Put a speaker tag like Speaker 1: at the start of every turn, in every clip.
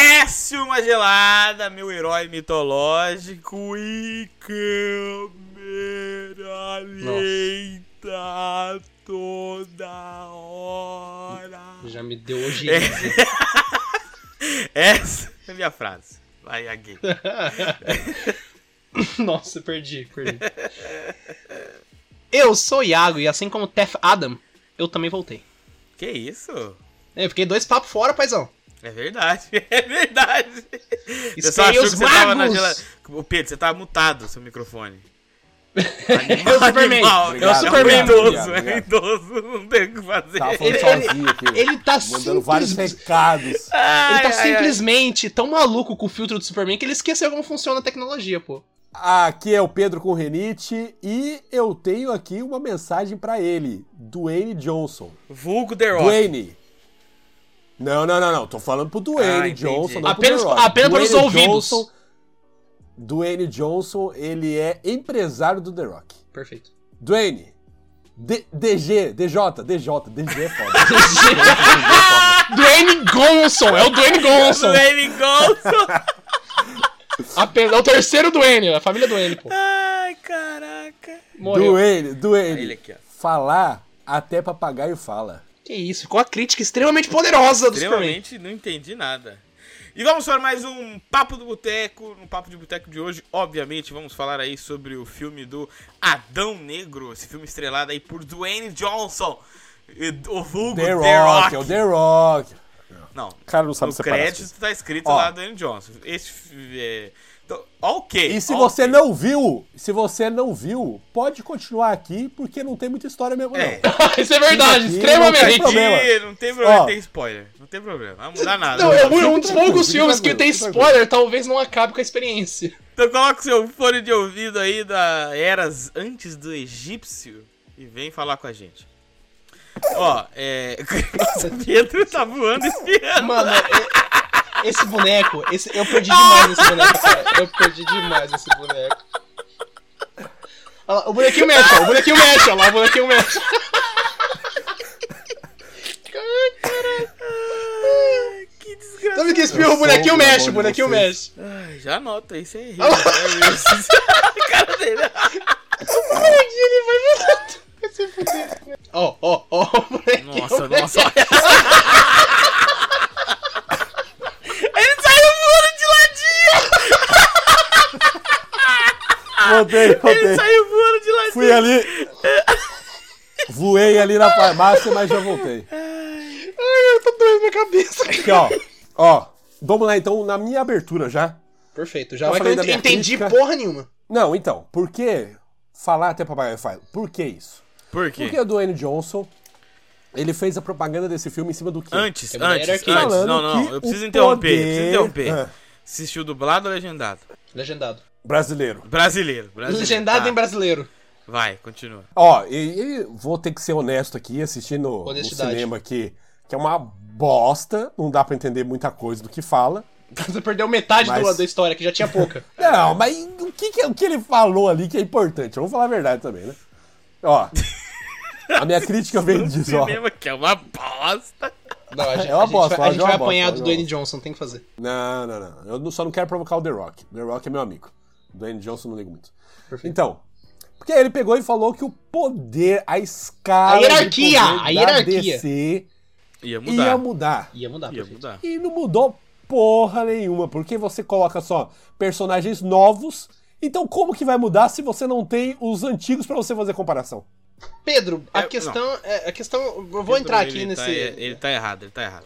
Speaker 1: Décima gelada, meu herói mitológico e câmera lenta toda hora.
Speaker 2: Já me deu hoje. É.
Speaker 1: Essa é a minha frase. Vai, Agui.
Speaker 2: Nossa, perdi, perdi. Eu sou o Iago e assim como o Tef Adam, eu também voltei.
Speaker 1: Que isso?
Speaker 2: Eu fiquei dois papos fora, paizão.
Speaker 1: É verdade, é verdade. Você só
Speaker 2: Esperei
Speaker 1: achou
Speaker 2: os
Speaker 1: que você tava na
Speaker 2: magos.
Speaker 1: gela... O Pedro, você tava mutado seu microfone.
Speaker 2: Eu É Superman.
Speaker 1: Animal,
Speaker 2: Eu
Speaker 3: Obrigado,
Speaker 1: É um
Speaker 2: Superman.
Speaker 3: obrigado.
Speaker 1: idoso, é um idoso, não tem o que fazer.
Speaker 3: Tava
Speaker 2: Ele-
Speaker 3: falando sozinho aqui.
Speaker 2: Ele tá
Speaker 3: Mandando vários
Speaker 2: simples...
Speaker 3: recados.
Speaker 2: Ele
Speaker 1: Ai, ai,
Speaker 2: tá
Speaker 1: ai.
Speaker 2: simplesmente tão maluco com o filtro do Superman que ele esqueceu como funciona a tecnologia, pô.
Speaker 3: Aqui é o Pedro com renite e eu tenho aqui uma mensagem pra ele, Dwayne Johnson.
Speaker 1: Vulgo The Rock.
Speaker 3: Dwayne. Não, não, não, não. Tô falando pro
Speaker 1: Ah,
Speaker 3: Dwayne
Speaker 1: entendi.
Speaker 3: Johnson. Não
Speaker 2: Apenas-
Speaker 3: pro The Rock.
Speaker 2: apenas para os
Speaker 3: Dwayne
Speaker 2: ouvidos.
Speaker 3: Johnson- Dwayne Johnson, ele é empresário do The Rock.
Speaker 2: Perfeito.
Speaker 3: Dwayne. D- DG, DJ, DJ, DG é foda.
Speaker 2: Dwayne Gonson, é o Dwayne Gonson.
Speaker 1: Dwayne Golson.
Speaker 2: Apenas, é o terceiro Dwayne, a família Dwayne, pô.
Speaker 1: Ai, caraca.
Speaker 2: Morreu.
Speaker 3: Dwayne, Dwayne.
Speaker 1: Ele aqui, ó.
Speaker 3: Falar até papagaio fala.
Speaker 2: Que isso, ficou a crítica extremamente poderosa do Superman.
Speaker 1: Extremamente não entendi nada. E vamos para mais um Papo do Boteco. No Papo de Boteco de hoje, obviamente, vamos falar aí sobre o filme do Adão Negro. Esse filme estrelado aí por Dwayne Johnson. E O vulgo
Speaker 3: The Rock, é o The Rock.
Speaker 1: Não,
Speaker 3: cara não sabe
Speaker 1: no
Speaker 3: separar as
Speaker 1: crédito tá escrito
Speaker 3: Ó.
Speaker 1: lá Dwayne Johnson. Esse... fi- É... Então, ok.
Speaker 3: E se
Speaker 1: ok.
Speaker 3: você não viu, se você não viu, pode continuar aqui, porque não tem muita história mesmo,
Speaker 1: É.
Speaker 3: não.
Speaker 2: Isso é verdade,
Speaker 3: Sim,
Speaker 2: extremamente.
Speaker 3: tem problema.
Speaker 1: Ih, não tem problema,
Speaker 3: Ó.
Speaker 1: tem spoiler. Não tem problema, não vai mudar nada.
Speaker 2: Não, é um, um dos
Speaker 3: Fica tranquilo,
Speaker 2: poucos
Speaker 3: fica
Speaker 2: filmes que
Speaker 3: tranquilo,
Speaker 2: tem
Speaker 3: fica tranquilo.
Speaker 2: spoiler, talvez não acabe com a experiência.
Speaker 1: Então coloca o seu fone de ouvido aí da Eras antes do egípcio e vem falar com a gente. Ó, é. Nossa, Pedro tá voando espiando.
Speaker 2: Mano, é- esse boneco, esse, eu perdi demais esse boneco, cara. Eu perdi demais esse boneco. Olha lá, o bonequinho mexe, ó, o bonequinho mexe, olha lá, o bonequinho mexe.
Speaker 1: Ai, que desgraça.
Speaker 2: Sabe que espirra, o
Speaker 3: sou
Speaker 2: bonequinho
Speaker 3: o
Speaker 2: mexe, o
Speaker 3: demônio
Speaker 2: bonequinho
Speaker 3: de vocês.
Speaker 2: mexe.
Speaker 1: Ai, já anota, isso é rico. É isso. Cara dele.
Speaker 2: Ele vai voltar. Vai se fuder. Ó, ó, ó, o bonequinho
Speaker 1: Nossa,
Speaker 2: mexe.
Speaker 1: nossa, olha. Ele saiu voando de ladinho!
Speaker 3: Voltei,
Speaker 1: Ele
Speaker 3: voltei.
Speaker 1: saiu voando de ladinho!
Speaker 3: Fui ali. Voei ali na farmácia, mas já voltei.
Speaker 2: Ai, eu tô doendo minha cabeça.
Speaker 3: Aqui, ó. Ó. Vamos lá, então, na minha abertura já.
Speaker 2: Perfeito, já
Speaker 3: Eu
Speaker 2: vai que eu
Speaker 3: falei da
Speaker 2: ent-
Speaker 3: minha
Speaker 2: entendi
Speaker 3: crítica.
Speaker 2: porra nenhuma.
Speaker 3: Não, então, por que falar até papagaio fala? Por que isso?
Speaker 1: Por quê?
Speaker 3: Porque o Dwayne Johnson, ele fez a propaganda desse filme em cima do quê?
Speaker 1: Antes,
Speaker 2: É
Speaker 1: antes, antes.
Speaker 2: hierarquia.
Speaker 1: Não,
Speaker 3: Falando
Speaker 1: não, não.
Speaker 3: que
Speaker 1: Eu preciso
Speaker 3: o
Speaker 1: interromper. Eu
Speaker 3: poder-
Speaker 1: preciso interromper.
Speaker 3: Ah.
Speaker 1: Assistiu dublado ou legendado?
Speaker 2: Legendado.
Speaker 3: Brasileiro.
Speaker 1: Brasileiro. brasileiro
Speaker 2: Legendado
Speaker 1: tá.
Speaker 2: em brasileiro.
Speaker 1: Vai, continua.
Speaker 3: Ó, e, e vou ter que ser honesto aqui, assistindo no, no
Speaker 2: Honestidade.
Speaker 3: cinema aqui, que é uma bosta, não dá pra entender muita coisa do que fala.
Speaker 2: Você perdeu metade do-
Speaker 3: Mas-
Speaker 2: da história, que já tinha pouca.
Speaker 3: Não, mas o que, que- o que ele falou ali que é importante? Vamos falar a verdade também, né? Ó, a minha crítica vem disso, ó.
Speaker 1: Cinema que é uma bosta.
Speaker 2: Não, a gente,
Speaker 3: É uma
Speaker 2: a gente
Speaker 3: bosta,
Speaker 2: vai, a
Speaker 3: é
Speaker 2: gente
Speaker 3: uma
Speaker 2: vai
Speaker 3: bosta,
Speaker 2: apanhar
Speaker 3: é
Speaker 2: do
Speaker 3: uma
Speaker 2: Dwayne Johnson, tem que fazer.
Speaker 3: Não, não, não. Eu não- só não quero provocar o The Rock. The Rock é meu amigo. Dwayne Johnson não ligo muito.
Speaker 2: Perfeito.
Speaker 3: Então, porque ele pegou e falou que o poder, a escala
Speaker 2: A hierarquia,
Speaker 3: de poder
Speaker 2: a
Speaker 3: da
Speaker 2: hierarquia.
Speaker 3: DC
Speaker 1: Ia mudar.
Speaker 3: ia mudar.
Speaker 2: Então, Ia mudar,
Speaker 1: Ia
Speaker 2: perfeito.
Speaker 1: mudar.
Speaker 3: E não mudou porra nenhuma, porque você coloca só personagens novos. Então como que vai mudar se você não tem os antigos pra você fazer comparação?
Speaker 2: Pedro, a
Speaker 1: É,
Speaker 2: questão. é, a questão. Eu vou entrar aqui
Speaker 1: Ele
Speaker 2: nesse.
Speaker 1: tá- ele tá errado, ele tá errado.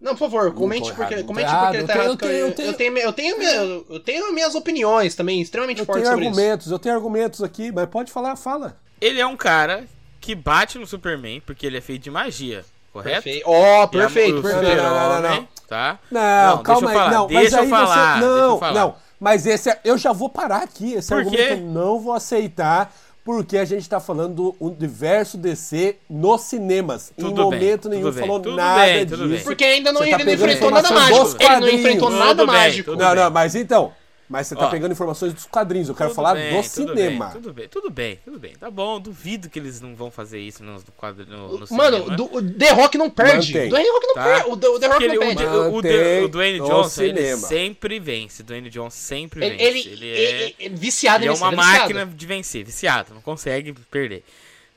Speaker 2: Não, por favor, comente
Speaker 3: tô
Speaker 2: porque,
Speaker 3: errado, não
Speaker 2: comente
Speaker 3: tô
Speaker 2: porque
Speaker 3: errado.
Speaker 2: ele
Speaker 3: Eu
Speaker 2: tá
Speaker 3: tenho-
Speaker 2: errado.
Speaker 3: eu
Speaker 2: porque
Speaker 3: tenho-
Speaker 2: Eu eu tenho eu tenho minha- eu tenho minhas opiniões também, extremamente
Speaker 3: Eu
Speaker 2: fortes
Speaker 3: tenho
Speaker 2: sobre isso.
Speaker 3: argumentos, eu tenho argumentos aqui, mas pode falar, fala.
Speaker 1: Ele é um cara que bate no Superman porque ele é feito de magia, correto?
Speaker 2: Perfeito. Ó,
Speaker 1: E a-
Speaker 2: perfeito,
Speaker 1: o
Speaker 2: perfeito.
Speaker 3: Não, não, não, não,
Speaker 1: super-homem, Tá?
Speaker 3: Não,
Speaker 1: deixa eu
Speaker 3: calma aí,
Speaker 1: falar,
Speaker 3: não, mas
Speaker 1: deixa eu
Speaker 3: aí
Speaker 1: falar,
Speaker 3: você... Não,
Speaker 1: deixa eu falar.
Speaker 3: não, mas esse... é- Eu já vou parar aqui, esse
Speaker 1: Por quê?
Speaker 3: argumento eu não vou aceitar, porque a gente tá falando do universo DC nos cinemas. em
Speaker 1: Tudo bem,
Speaker 3: momento
Speaker 1: tudo
Speaker 3: nenhum
Speaker 1: bem,
Speaker 3: falou
Speaker 1: tudo
Speaker 3: nada
Speaker 1: bem,
Speaker 3: disso.
Speaker 1: tudo bem.
Speaker 2: Porque ainda não,
Speaker 3: Você tá
Speaker 2: ele não
Speaker 3: pegando
Speaker 2: enfrentou nada
Speaker 3: informação
Speaker 2: mágico.
Speaker 3: dos
Speaker 2: Ele não
Speaker 3: quadrinhos.
Speaker 2: enfrentou nada
Speaker 1: Tudo bem,
Speaker 2: mágico.
Speaker 1: tudo
Speaker 3: Não, não, mas então, Mas você tá
Speaker 1: Ó.
Speaker 3: pegando informações dos quadrinhos, eu quero
Speaker 1: Tudo
Speaker 3: falar
Speaker 1: bem,
Speaker 3: do
Speaker 1: tudo
Speaker 3: cinema.
Speaker 1: bem, tudo bem, tudo bem, tudo bem. Tá bom, duvido que eles não vão fazer isso no, no quadro no, no
Speaker 2: Mano,
Speaker 1: cinema. né?
Speaker 2: do, o The Rock não perde.
Speaker 3: Mantém.
Speaker 2: O The Rock não
Speaker 1: Tá.
Speaker 2: perde. O The, o The Rock
Speaker 1: Porque ele-
Speaker 2: não
Speaker 1: o,
Speaker 2: perde.
Speaker 3: Mantém
Speaker 1: o, o, Dan- o Dwayne
Speaker 3: no
Speaker 1: Johnson, ele
Speaker 3: cinema.
Speaker 1: sempre vence. Dwayne Johnson sempre
Speaker 2: Ele,
Speaker 1: vence.
Speaker 2: ele,
Speaker 1: é...
Speaker 2: ele- ele- viciado
Speaker 1: Ele é
Speaker 2: em vencer,
Speaker 1: uma
Speaker 2: ele viciado.
Speaker 1: máquina de vencer, viciado, não consegue perder.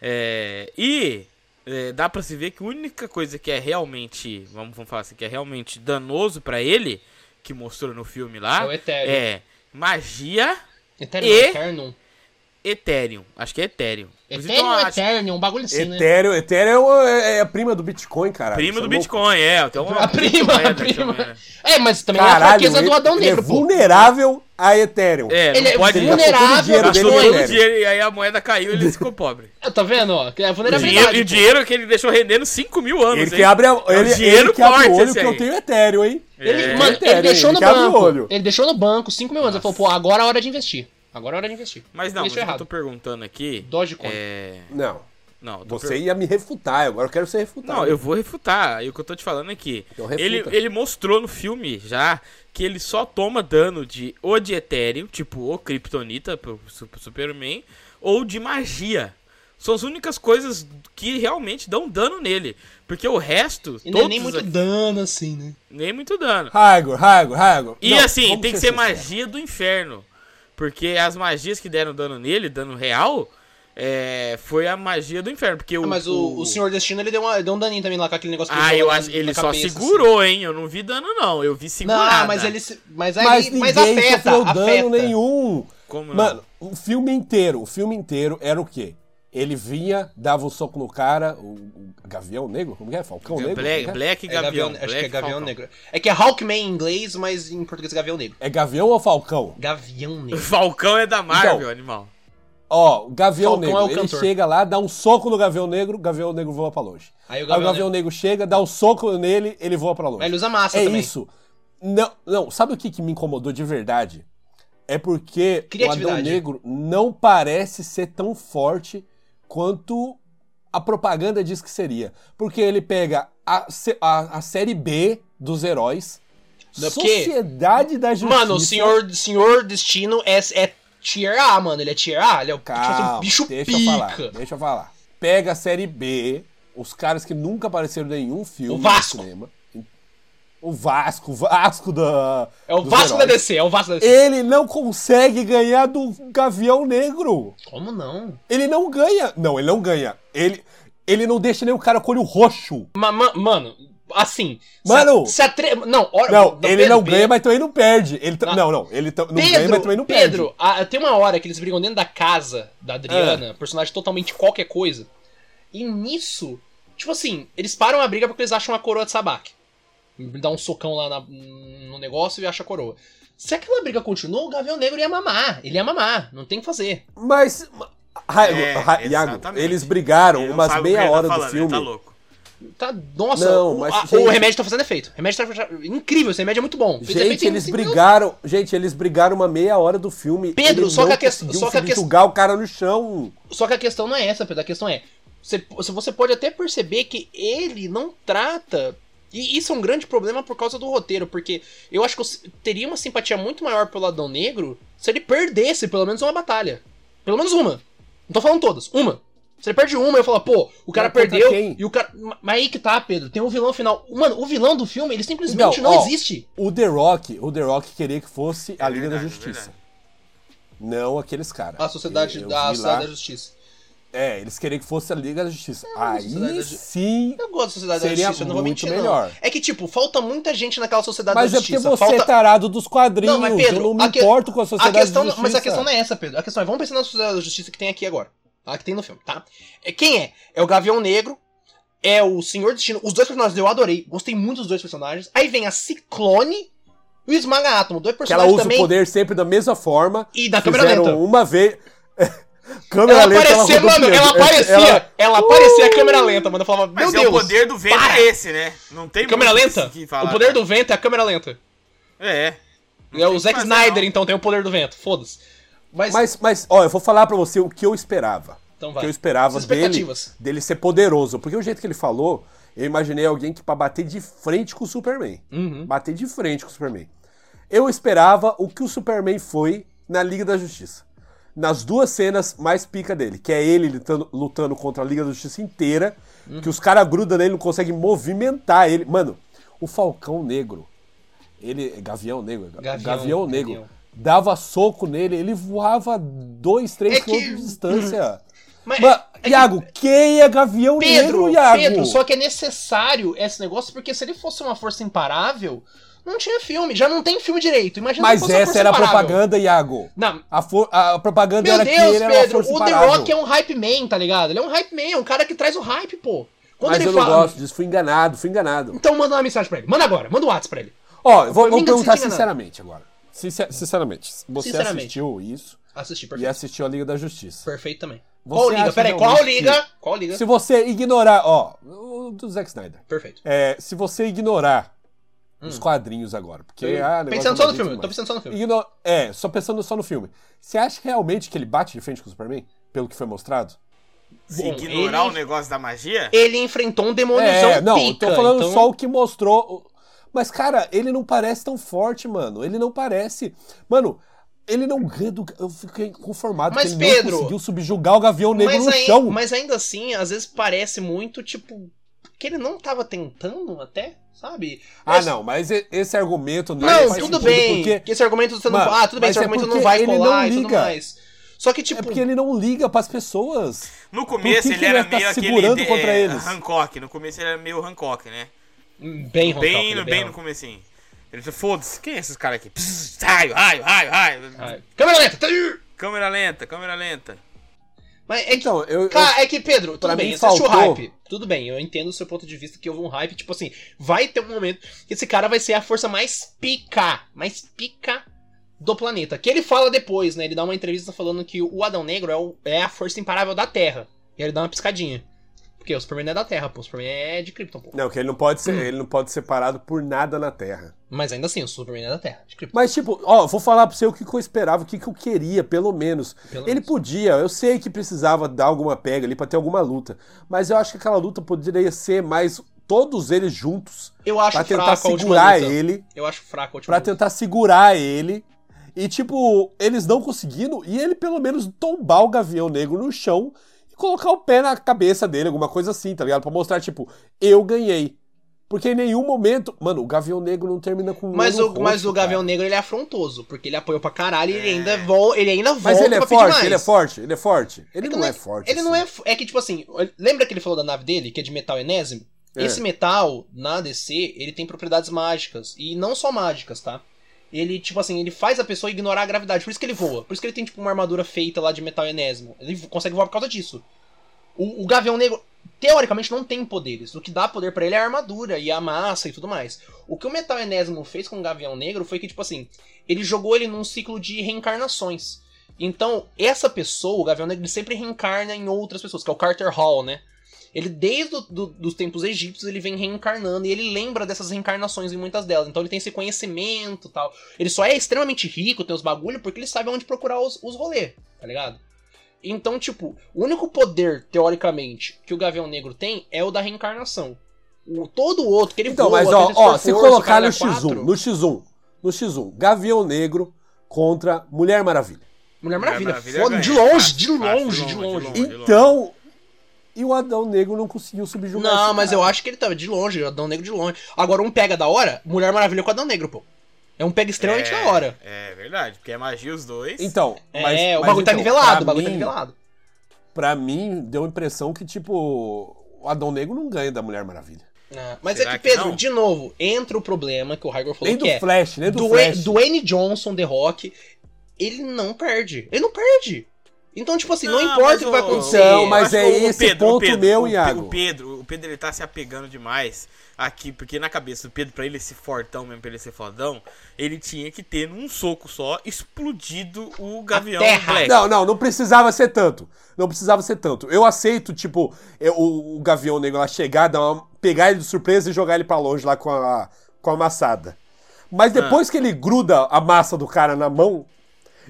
Speaker 1: É, e é, dá pra se ver que a única coisa que é realmente, vamos, vamos falar assim, que é realmente danoso pra ele, que mostrou no filme lá,
Speaker 2: É o Ethereum.
Speaker 1: é magia
Speaker 2: Ethereum,
Speaker 1: E-
Speaker 2: Eterno.
Speaker 1: Ethereum. Acho que é Ethereum. Por isso que
Speaker 2: Ethereum,
Speaker 1: eu acho-
Speaker 2: Eterno, um bagulho assim, né?
Speaker 3: Ethereum, Ethereum é, é a prima do Bitcoin, cara.
Speaker 1: Prima do Bitcoin, é. Até uma né?
Speaker 2: A prima, a prima.
Speaker 1: chama-
Speaker 2: É, mas também é a
Speaker 3: Caralho,
Speaker 2: fraqueza
Speaker 3: ele,
Speaker 2: do Adão
Speaker 3: ele é
Speaker 2: Negro, pô.
Speaker 3: vulnerável a Ethereum.
Speaker 1: É, não
Speaker 2: Ele é
Speaker 1: pode
Speaker 3: vulnerável
Speaker 2: vulnerável,
Speaker 3: Ele
Speaker 1: gastou
Speaker 3: ganhou
Speaker 1: todo
Speaker 2: Bitcoin.
Speaker 1: o
Speaker 3: dinheiro.
Speaker 1: dinheiro e aí a moeda caiu e ele ficou pobre.
Speaker 2: Tá vendo, ó? É a
Speaker 1: O dinheiro,
Speaker 2: vulnerabilidade.
Speaker 1: e o
Speaker 2: pô.
Speaker 1: dinheiro que ele deixou rendendo 5 mil anos.
Speaker 3: Ele que
Speaker 1: hein?
Speaker 3: abre, a,
Speaker 1: É um
Speaker 3: ele,
Speaker 1: dinheiro
Speaker 3: ele que abre o
Speaker 1: forte
Speaker 3: olho
Speaker 1: esse
Speaker 3: que eu
Speaker 1: aí.
Speaker 3: tenho Ethereum, hein?
Speaker 2: Ele,
Speaker 1: É.
Speaker 2: mano, ele
Speaker 3: Ethereum,
Speaker 2: deixou
Speaker 3: ele
Speaker 2: no
Speaker 3: que abre o
Speaker 2: banco.
Speaker 3: olho.
Speaker 2: Ele deixou no banco 5 mil anos. Ele falou, pô, agora é a hora de investir. Agora é a hora de investir.
Speaker 1: Mas não, mas
Speaker 2: Investiu
Speaker 1: o que eu tô
Speaker 2: errado.
Speaker 1: perguntando aqui.
Speaker 2: Dogecoin.
Speaker 1: É.
Speaker 3: Não,
Speaker 1: Não, eu tô
Speaker 3: você ia me refutar, agora eu quero ser refutado.
Speaker 1: Não, eu vou refutar. E o que eu tô te falando é que
Speaker 3: Então refuta.
Speaker 1: ele, ele mostrou no filme já que ele só toma dano de ou de Ethereum, tipo o Kryptonita pro Su- pro Superman, ou de magia. São as únicas coisas que realmente dão dano nele. Porque o resto.
Speaker 2: E não é
Speaker 1: todos
Speaker 2: nem muito
Speaker 1: aqui-
Speaker 2: dano, assim, né?
Speaker 1: nem muito dano.
Speaker 3: Raigor, Raigor, Raigor.
Speaker 1: E
Speaker 3: Ah, Não,
Speaker 1: assim,
Speaker 3: vamos
Speaker 1: tem que ser
Speaker 3: sinceros.
Speaker 1: magia do inferno. Porque as magias que deram dano nele, dano real, é, foi a magia do inferno. Porque o,
Speaker 2: Ah, mas o, o Senhor Destino, ele deu, uma, deu um daninho também lá com aquele negócio que
Speaker 1: Ah,
Speaker 2: joga
Speaker 1: eu
Speaker 2: na-
Speaker 1: acho.
Speaker 2: na
Speaker 1: Ele só
Speaker 2: cabeça, assim.
Speaker 1: segurou, hein? Eu não vi dano, não. Eu vi segurada.
Speaker 2: Não, mas ele. se- Mas aí.
Speaker 3: Mas
Speaker 2: Mas,
Speaker 3: ninguém
Speaker 2: afeta,
Speaker 3: sofreu
Speaker 2: afeta.
Speaker 3: dano nenhum.
Speaker 1: Como não?
Speaker 3: Mano, o filme inteiro, o filme inteiro era o quê? Ele vinha, dava um soco no cara, o, o Gavião Negro, como que é? Falcão Negro?
Speaker 1: Black,
Speaker 3: Como que é?
Speaker 1: Black e
Speaker 2: É
Speaker 1: Gavião.
Speaker 2: Gavião-
Speaker 1: Black,
Speaker 2: acho que é Gavião
Speaker 1: Falcão.
Speaker 2: Negro. É que é Hawkman em inglês, mas em português é Gavião Negro.
Speaker 3: É Gavião ou Falcão?
Speaker 2: Gavião Negro.
Speaker 1: Falcão é da Marvel,
Speaker 3: Então.
Speaker 1: animal.
Speaker 3: Ó, o Gavião
Speaker 2: Falcão
Speaker 3: Negro,
Speaker 2: é o
Speaker 3: ele
Speaker 2: cantor.
Speaker 3: chega lá, dá um soco no Gavião Negro, o Gavião Negro voa pra longe.
Speaker 2: Aí o
Speaker 3: Aí Ah, o
Speaker 2: Gavião
Speaker 3: Gavião Negro chega, dá um soco nele, ele voa pra longe.
Speaker 2: Mas ele usa massa
Speaker 3: é
Speaker 2: também.
Speaker 3: isso. Não, não, sabe o que, que me incomodou de verdade? É porque o Adão
Speaker 2: Criatividade.
Speaker 3: Negro não parece ser tão forte quanto a propaganda diz que seria. Porque ele pega a, se- a- a série B dos heróis,
Speaker 2: Não, porque-
Speaker 3: Sociedade da é Justiça...
Speaker 2: Mano, o senhor, senhor Destino é, é tier A, mano. Ele é tier A, ele é o tipo assim,
Speaker 3: Calma,
Speaker 2: um bicho
Speaker 3: deixa
Speaker 2: pica.
Speaker 3: eu falar, deixa eu falar. Pega a série B, os caras que nunca apareceram em nenhum filme
Speaker 2: O Vasco.
Speaker 3: no cinema. O Vasco, o Vasco da...
Speaker 2: É o
Speaker 3: dos
Speaker 2: Vasco da
Speaker 3: heróis.
Speaker 2: DC, é o Vasco da DC.
Speaker 3: Ele não consegue ganhar do Gavião Negro.
Speaker 2: Como não?
Speaker 3: Ele não ganha. Não, ele não ganha. Ele, ele não deixa nem o cara com olho roxo.
Speaker 2: Ma- ma- mano, assim.
Speaker 3: Mano!
Speaker 2: Se a, se a tre- Não, olha.
Speaker 3: Não,
Speaker 2: Pedro,
Speaker 3: ele não
Speaker 2: Pedro,
Speaker 3: ganha, mas também não perde. Ele ta-
Speaker 2: Não.
Speaker 3: não, não, ele ta- não
Speaker 2: Pedro,
Speaker 3: ganha, mas também não perde.
Speaker 2: Pedro, a- tem uma hora que eles brigam dentro da casa da Adriana,
Speaker 3: Ah.
Speaker 2: personagem totalmente qualquer coisa. E nisso, tipo assim, eles param a briga porque eles acham a coroa de Sabak. Dá um socão lá na- no negócio e acha a coroa. Se aquela briga continua, o Gavião Negro ia mamar. Ele ia mamar, não tem o que fazer.
Speaker 3: Mas, Ra-
Speaker 1: É,
Speaker 3: Ra- Iago,
Speaker 1: exatamente.
Speaker 3: eles brigaram
Speaker 1: Ele não
Speaker 3: umas
Speaker 1: sabe o que
Speaker 3: meia
Speaker 1: ele tá
Speaker 3: hora do
Speaker 1: falando, ele
Speaker 3: filme.
Speaker 1: Tá louco.
Speaker 2: Tá, nossa,
Speaker 3: Não,
Speaker 2: o,
Speaker 3: mas,
Speaker 2: a-
Speaker 3: gente-
Speaker 2: o remédio tá fazendo efeito. O remédio tá fazendo- incrível, esse remédio é muito bom. Fez efeito
Speaker 3: Gente,
Speaker 2: em
Speaker 3: eles
Speaker 2: cinco minutos.
Speaker 3: brigaram. Gente, eles brigaram uma meia hora do filme.
Speaker 2: Pedro,
Speaker 3: Ele
Speaker 2: só
Speaker 3: não
Speaker 2: que a questão-
Speaker 3: conseguiu
Speaker 2: só que a questão-
Speaker 3: subjugar o cara no chão.
Speaker 2: Só que a questão não é essa, Pedro. A questão é. Você, você pode até perceber que ele não trata. E isso é um grande problema por causa do roteiro, porque eu acho que eu s- teria uma simpatia muito maior pelo Adão Negro se ele perdesse pelo menos uma batalha. Pelo menos uma. Não tô falando todas, uma. Se ele perde uma, eu falo, pô, o cara
Speaker 3: Mas contra
Speaker 2: perdeu.
Speaker 3: quem?
Speaker 2: E o cara. Ma- Mas aí que tá, Pedro. Tem um vilão final. Mano, o vilão do filme, ele simplesmente
Speaker 3: Não,
Speaker 2: não,
Speaker 3: ó,
Speaker 2: existe.
Speaker 3: O The Rock, o The Rock queria que fosse a
Speaker 1: É
Speaker 3: Liga da
Speaker 1: verdade, é
Speaker 3: Justiça.
Speaker 1: verdade.
Speaker 3: Não aqueles caras.
Speaker 2: A sociedade,
Speaker 3: Eu- eu
Speaker 2: da,
Speaker 3: vi lá.
Speaker 2: sociedade da Justiça.
Speaker 3: É, eles queriam que fosse a Liga da Justiça.
Speaker 2: Sociedade
Speaker 3: Aí
Speaker 2: da Ju-
Speaker 3: sim.
Speaker 2: Eu gosto da Sociedade
Speaker 3: Seria
Speaker 2: da Justiça, eu não vou
Speaker 3: muito
Speaker 2: mentir,
Speaker 3: melhor.
Speaker 2: não. É que, tipo, falta muita gente naquela Sociedade
Speaker 3: Mas
Speaker 2: da
Speaker 3: é porque
Speaker 2: Justiça.
Speaker 3: você é
Speaker 2: falta...
Speaker 3: tarado dos quadrinhos.
Speaker 2: Não, mas Pedro,
Speaker 3: eu não me
Speaker 2: a que-
Speaker 3: importo com a sociedade
Speaker 2: a questão,
Speaker 3: da justiça.
Speaker 2: Mas a questão não é essa, Pedro. A questão é, vamos pensar na Sociedade da Justiça que tem aqui agora. Tá? Que tem no filme, tá? É, quem é? É o Gavião Negro, é o Senhor Destino. Os dois personagens eu adorei. Gostei muito dos dois personagens. Aí vem a Ciclone e o Esmaga Átomo. Dois
Speaker 3: que ela
Speaker 2: personagens
Speaker 3: usa
Speaker 2: também.
Speaker 3: o poder sempre da mesma forma.
Speaker 2: E da câmera
Speaker 3: Fizeram
Speaker 2: lenta.
Speaker 3: uma vez. câmera
Speaker 2: Ela
Speaker 3: lenta.
Speaker 2: aparecia,
Speaker 3: rodou
Speaker 2: mano,
Speaker 3: primeiro.
Speaker 2: ela aparecia. Ela,
Speaker 3: Uh!
Speaker 2: aparecia a câmera lenta, mano. Eu falava, meu
Speaker 1: Mas é
Speaker 2: Deus.
Speaker 1: o poder do vento
Speaker 2: para!
Speaker 1: é esse, né? Não tem
Speaker 2: Câmera
Speaker 1: muito
Speaker 2: lenta?
Speaker 1: que falar,
Speaker 2: o poder
Speaker 1: cara.
Speaker 2: do vento é a câmera lenta.
Speaker 1: É. Não tem
Speaker 2: É o
Speaker 1: que
Speaker 2: Zack
Speaker 1: fazer, não.
Speaker 2: Snyder, então, tem o poder do vento. Foda-se. Mas,
Speaker 3: Mas, mas, ó, eu vou falar pra você o que eu esperava.
Speaker 2: Então
Speaker 3: O
Speaker 2: vai.
Speaker 3: que eu esperava
Speaker 2: Suas
Speaker 3: dele,
Speaker 2: expectativas.
Speaker 3: dele ser poderoso. Porque o jeito que ele falou, eu imaginei alguém que pra bater de frente com o Superman.
Speaker 2: Uhum.
Speaker 3: Bater de frente com o Superman. Eu esperava o que o Superman foi na Liga da Justiça. Nas duas cenas mais pica dele, que é ele lutando, lutando contra a Liga da Justiça inteira,
Speaker 2: Uhum.
Speaker 3: que os caras grudam nele, não conseguem movimentar ele. Mano, o Falcão Negro, ele. Gavião Negro? Ga-
Speaker 2: Gavião,
Speaker 3: Negro.
Speaker 2: Gavião.
Speaker 3: Dava soco nele, ele voava dois, três
Speaker 2: É que- Uhum. É
Speaker 3: quilômetros de distância.
Speaker 2: Mas,
Speaker 3: Mano, Iago, quem é Gavião
Speaker 2: Pedro,
Speaker 3: Negro, Iago?
Speaker 2: Pedro, só que é necessário esse negócio, porque se ele fosse uma força imparável, não tinha filme. Já não tem filme direito. Imagina se
Speaker 3: Mas
Speaker 2: fosse uma
Speaker 3: essa
Speaker 2: força
Speaker 3: era a
Speaker 2: imparável.
Speaker 3: propaganda, Iago.
Speaker 2: Não,
Speaker 3: A, for- a propaganda
Speaker 2: meu
Speaker 3: era que
Speaker 2: Deus,
Speaker 3: ele era uma
Speaker 2: Pedro,
Speaker 3: força
Speaker 2: o The
Speaker 3: imparável.
Speaker 2: Rock é um hype man, tá ligado? Ele é um hype man, é um cara que traz o hype, pô. Quando
Speaker 3: Mas
Speaker 2: ele
Speaker 3: eu não
Speaker 2: fala.
Speaker 3: gosto disso, fui enganado, fui enganado.
Speaker 2: Então manda uma mensagem pra ele. Manda agora, manda um WhatsApp pra ele.
Speaker 3: Ó, eu vou,
Speaker 2: Foi
Speaker 3: vou
Speaker 2: vingança
Speaker 3: perguntar
Speaker 2: de enganar.
Speaker 3: sinceramente agora. Sincer- sinceramente, você
Speaker 2: Sinceramente.
Speaker 3: assistiu isso
Speaker 2: Assisti,
Speaker 3: e
Speaker 2: perfeito.
Speaker 3: assistiu a Liga da Justiça.
Speaker 2: Perfeito também.
Speaker 3: Você
Speaker 2: qual
Speaker 3: acha
Speaker 2: liga? Peraí,
Speaker 3: realmente
Speaker 2: qual liga? Qual liga?
Speaker 3: Se você ignorar, ó, o do Zack Snyder.
Speaker 2: Perfeito.
Speaker 3: É, se você ignorar os
Speaker 2: Hum.
Speaker 3: quadrinhos agora, porque
Speaker 2: Eu-
Speaker 3: ah, o negócio
Speaker 2: pensando
Speaker 3: é
Speaker 2: só no
Speaker 3: bonito
Speaker 2: filme, tô
Speaker 3: demais.
Speaker 2: pensando só no filme.
Speaker 3: Igno- É, só pensando só no filme. Você acha realmente que ele bate de frente com o Superman? Pelo que foi mostrado?
Speaker 1: Se
Speaker 2: Bom,
Speaker 1: ignorar
Speaker 2: ele-
Speaker 1: o negócio da magia?
Speaker 2: Ele enfrentou um demôniozão
Speaker 3: É, não, eu
Speaker 2: pica.
Speaker 3: tô falando
Speaker 2: então...
Speaker 3: só o que mostrou. Mas, cara, ele não parece tão forte, mano. Ele não parece. Mano, ele não ganha do. Eu fiquei conformado
Speaker 2: Mas,
Speaker 3: que ele
Speaker 2: Pedro-
Speaker 3: não conseguiu subjugar o Gavião Negro
Speaker 2: mas,
Speaker 3: no
Speaker 2: aí-
Speaker 3: chão.
Speaker 2: mas ainda assim, às vezes parece muito, tipo, que ele não tava tentando até, sabe?
Speaker 3: Ah,
Speaker 2: Mas-
Speaker 3: não, mas e- esse argumento não,
Speaker 2: Não,
Speaker 3: faz
Speaker 2: tudo
Speaker 3: sentido,
Speaker 2: bem.
Speaker 3: Porque
Speaker 2: que Esse argumento você não.
Speaker 3: Mano,
Speaker 2: ah, tudo bem,
Speaker 3: mas
Speaker 2: esse
Speaker 3: é
Speaker 2: argumento não
Speaker 3: porque
Speaker 2: vai
Speaker 3: ele não
Speaker 2: colar e tudo
Speaker 3: liga.
Speaker 2: mais. Só que, tipo.
Speaker 3: é porque ele não liga pras pessoas.
Speaker 1: No começo
Speaker 3: que
Speaker 1: ele
Speaker 3: que
Speaker 1: era
Speaker 3: ele tá
Speaker 1: meio aquele
Speaker 3: segurando
Speaker 1: de-
Speaker 3: contra
Speaker 1: é,
Speaker 3: eles?
Speaker 1: Hancock. No começo ele era meio Hancock, né?
Speaker 2: Bem, Ron Falcon,
Speaker 1: Bem,
Speaker 2: ele é
Speaker 1: no,
Speaker 2: bem
Speaker 1: bem no comecinho. Ele falou, foda-se, quem é esses caras aqui? Pss, raio, raio, raio, raio.
Speaker 2: Ron- Ah, Câmera lenta! tá-
Speaker 1: Câmera lenta, câmera lenta.
Speaker 2: Mas é que,
Speaker 3: Então, eu. eu-
Speaker 2: Cara, é que, Pedro, tudo
Speaker 3: Pra
Speaker 2: bem,
Speaker 3: mim,
Speaker 2: você achou
Speaker 3: faltou.
Speaker 2: hype. Tudo bem, eu entendo o seu ponto de vista que houve um hype, tipo assim, vai ter um momento que esse cara vai ser a força mais pica, mais pica do planeta. Que ele fala depois, né? Ele dá uma entrevista falando que o Adão Negro é, o- é a força imparável da Terra. E aí ele dá uma piscadinha. Porque o Superman não é da Terra, pô. O Superman é de Krypton, pô.
Speaker 3: Não, que ele não pode ser, ele não pode ser parado por nada na Terra.
Speaker 2: Mas ainda assim, o Superman é da Terra, de Krypton.
Speaker 3: Mas, tipo, ó, vou falar pra você o que, que eu esperava, o que, que eu queria, pelo menos.
Speaker 2: Pelo
Speaker 3: Ele
Speaker 2: menos.
Speaker 3: podia, eu sei que precisava dar alguma pega ali pra ter alguma luta. Mas eu acho que aquela luta poderia ser mais todos eles juntos
Speaker 2: Eu acho
Speaker 3: pra tentar
Speaker 2: fraco a última
Speaker 3: segurar
Speaker 2: luta.
Speaker 3: ele.
Speaker 2: Eu acho fraco a última
Speaker 3: Pra
Speaker 2: luta.
Speaker 3: tentar segurar ele. E, tipo, eles não conseguindo. E ele, pelo menos, tombar o Gavião Negro no chão e colocar o pé na cabeça dele, alguma coisa assim, tá ligado? Pra mostrar, tipo, eu ganhei. Porque em nenhum momento. Mano, o Gavião Negro não termina com
Speaker 2: Mas
Speaker 3: ouro
Speaker 2: o, mas
Speaker 3: roxo,
Speaker 2: o Gavião
Speaker 3: cara.
Speaker 2: Negro ele é afrontoso, porque ele apoiou pra caralho e ele
Speaker 1: É.
Speaker 2: ainda, vol, ele ainda volta
Speaker 3: Mas ele é
Speaker 2: pra pedir
Speaker 3: forte,
Speaker 2: mais.
Speaker 3: ele é forte, ele é forte. Ele
Speaker 2: É que
Speaker 3: não é forte.
Speaker 2: Ele não é. f- É que, tipo assim, lembra que ele falou da nave dele, que é de metal enésimo?
Speaker 3: É.
Speaker 2: Esse metal, na DC, ele tem propriedades mágicas. E não só mágicas, tá? Ele, tipo assim, ele faz a pessoa ignorar a gravidade. Por isso que ele voa. Por isso que ele tem, tipo, uma armadura feita lá de metal enésimo. Ele vo- consegue voar por causa disso. O, o Gavião Negro, teoricamente, não tem poderes. O que dá poder pra ele é a armadura e a massa e tudo mais. O que o Metal Enésimo fez com o Gavião Negro foi que, tipo assim, ele jogou ele num ciclo de reencarnações. Então, essa pessoa, o Gavião Negro, ele sempre reencarna em outras pessoas, que é o Carter Hall, né? Ele, desde os tempos egípcios, ele vem reencarnando e ele lembra dessas reencarnações em muitas delas. Então ele tem esse conhecimento e tal. Ele só é extremamente rico, tem os bagulho, porque ele sabe onde procurar os, os rolê, tá ligado? Então, tipo, o único poder, teoricamente, que o Gavião Negro tem é o da reencarnação. O, todo o outro, que ele
Speaker 3: Então,
Speaker 2: voa,
Speaker 3: mas
Speaker 2: que
Speaker 3: ó,
Speaker 2: ele
Speaker 3: ó,
Speaker 2: super
Speaker 3: se
Speaker 2: força,
Speaker 3: colocar no
Speaker 2: caralho, é
Speaker 3: X1,
Speaker 2: quatro.
Speaker 3: no X1, no X1, Gavião Negro contra Mulher Maravilha.
Speaker 2: Mulher
Speaker 1: Mulher
Speaker 2: Maravilha,
Speaker 1: Maravilha
Speaker 2: foda,
Speaker 1: ganha.
Speaker 2: de longe,
Speaker 1: Fácil,
Speaker 2: de
Speaker 1: fácil,
Speaker 2: longe, de
Speaker 1: de
Speaker 2: longe.
Speaker 1: longe, de longe.
Speaker 3: Então, e o Adão Negro não conseguiu subjugar
Speaker 2: Não,
Speaker 3: esse
Speaker 2: mas
Speaker 3: cara.
Speaker 2: eu acho que ele tava de longe, Adão Negro de longe. Agora, um pega da hora, Mulher Maravilha com Adão Negro, pô. É um pega extremamente da hora.
Speaker 1: É verdade, porque é magia os dois.
Speaker 3: Então, mas,
Speaker 2: é, o
Speaker 3: mas
Speaker 2: bagulho tá
Speaker 3: então,
Speaker 2: nivelado,
Speaker 3: pra
Speaker 2: o bagulho tá
Speaker 3: mim-
Speaker 2: nivelado.
Speaker 3: Pra mim, deu a impressão que, tipo, o Adão Negro não ganha da Mulher Maravilha.
Speaker 2: Ah, mas
Speaker 1: Será
Speaker 2: é que,
Speaker 1: que
Speaker 2: Pedro,
Speaker 1: não?
Speaker 2: de novo, entra o problema que o Raigor falou
Speaker 3: Nem do
Speaker 2: que é.
Speaker 3: Flash, nem do
Speaker 2: Dwayne,
Speaker 3: Flash.
Speaker 2: Dwayne Johnson, The Rock, ele não perde. Ele não perde. Então, tipo assim, não,
Speaker 1: Não,
Speaker 2: importa
Speaker 1: Ah, mas
Speaker 2: o que vai
Speaker 1: o-
Speaker 2: acontecer.
Speaker 3: Então, mas-
Speaker 1: acho
Speaker 3: é
Speaker 1: que o
Speaker 3: esse ponto meu,
Speaker 1: o Pe-
Speaker 3: Iago.
Speaker 1: O Pedro, o Pedro ele tá se apegando demais aqui, porque na cabeça do Pedro, pra ele ser fortão mesmo, pra ele ser fodão, ele tinha que ter num soco só explodido o Gavião
Speaker 2: terra.
Speaker 1: Black.
Speaker 3: Não, não, não precisava ser tanto. Não precisava ser tanto. Eu aceito, tipo, eu- o, o Gavião Negro lá chegar, dar uma- pegar ele de surpresa e jogar ele pra longe lá com a, com a amassada. Mas depois que ele gruda a massa do cara na mão,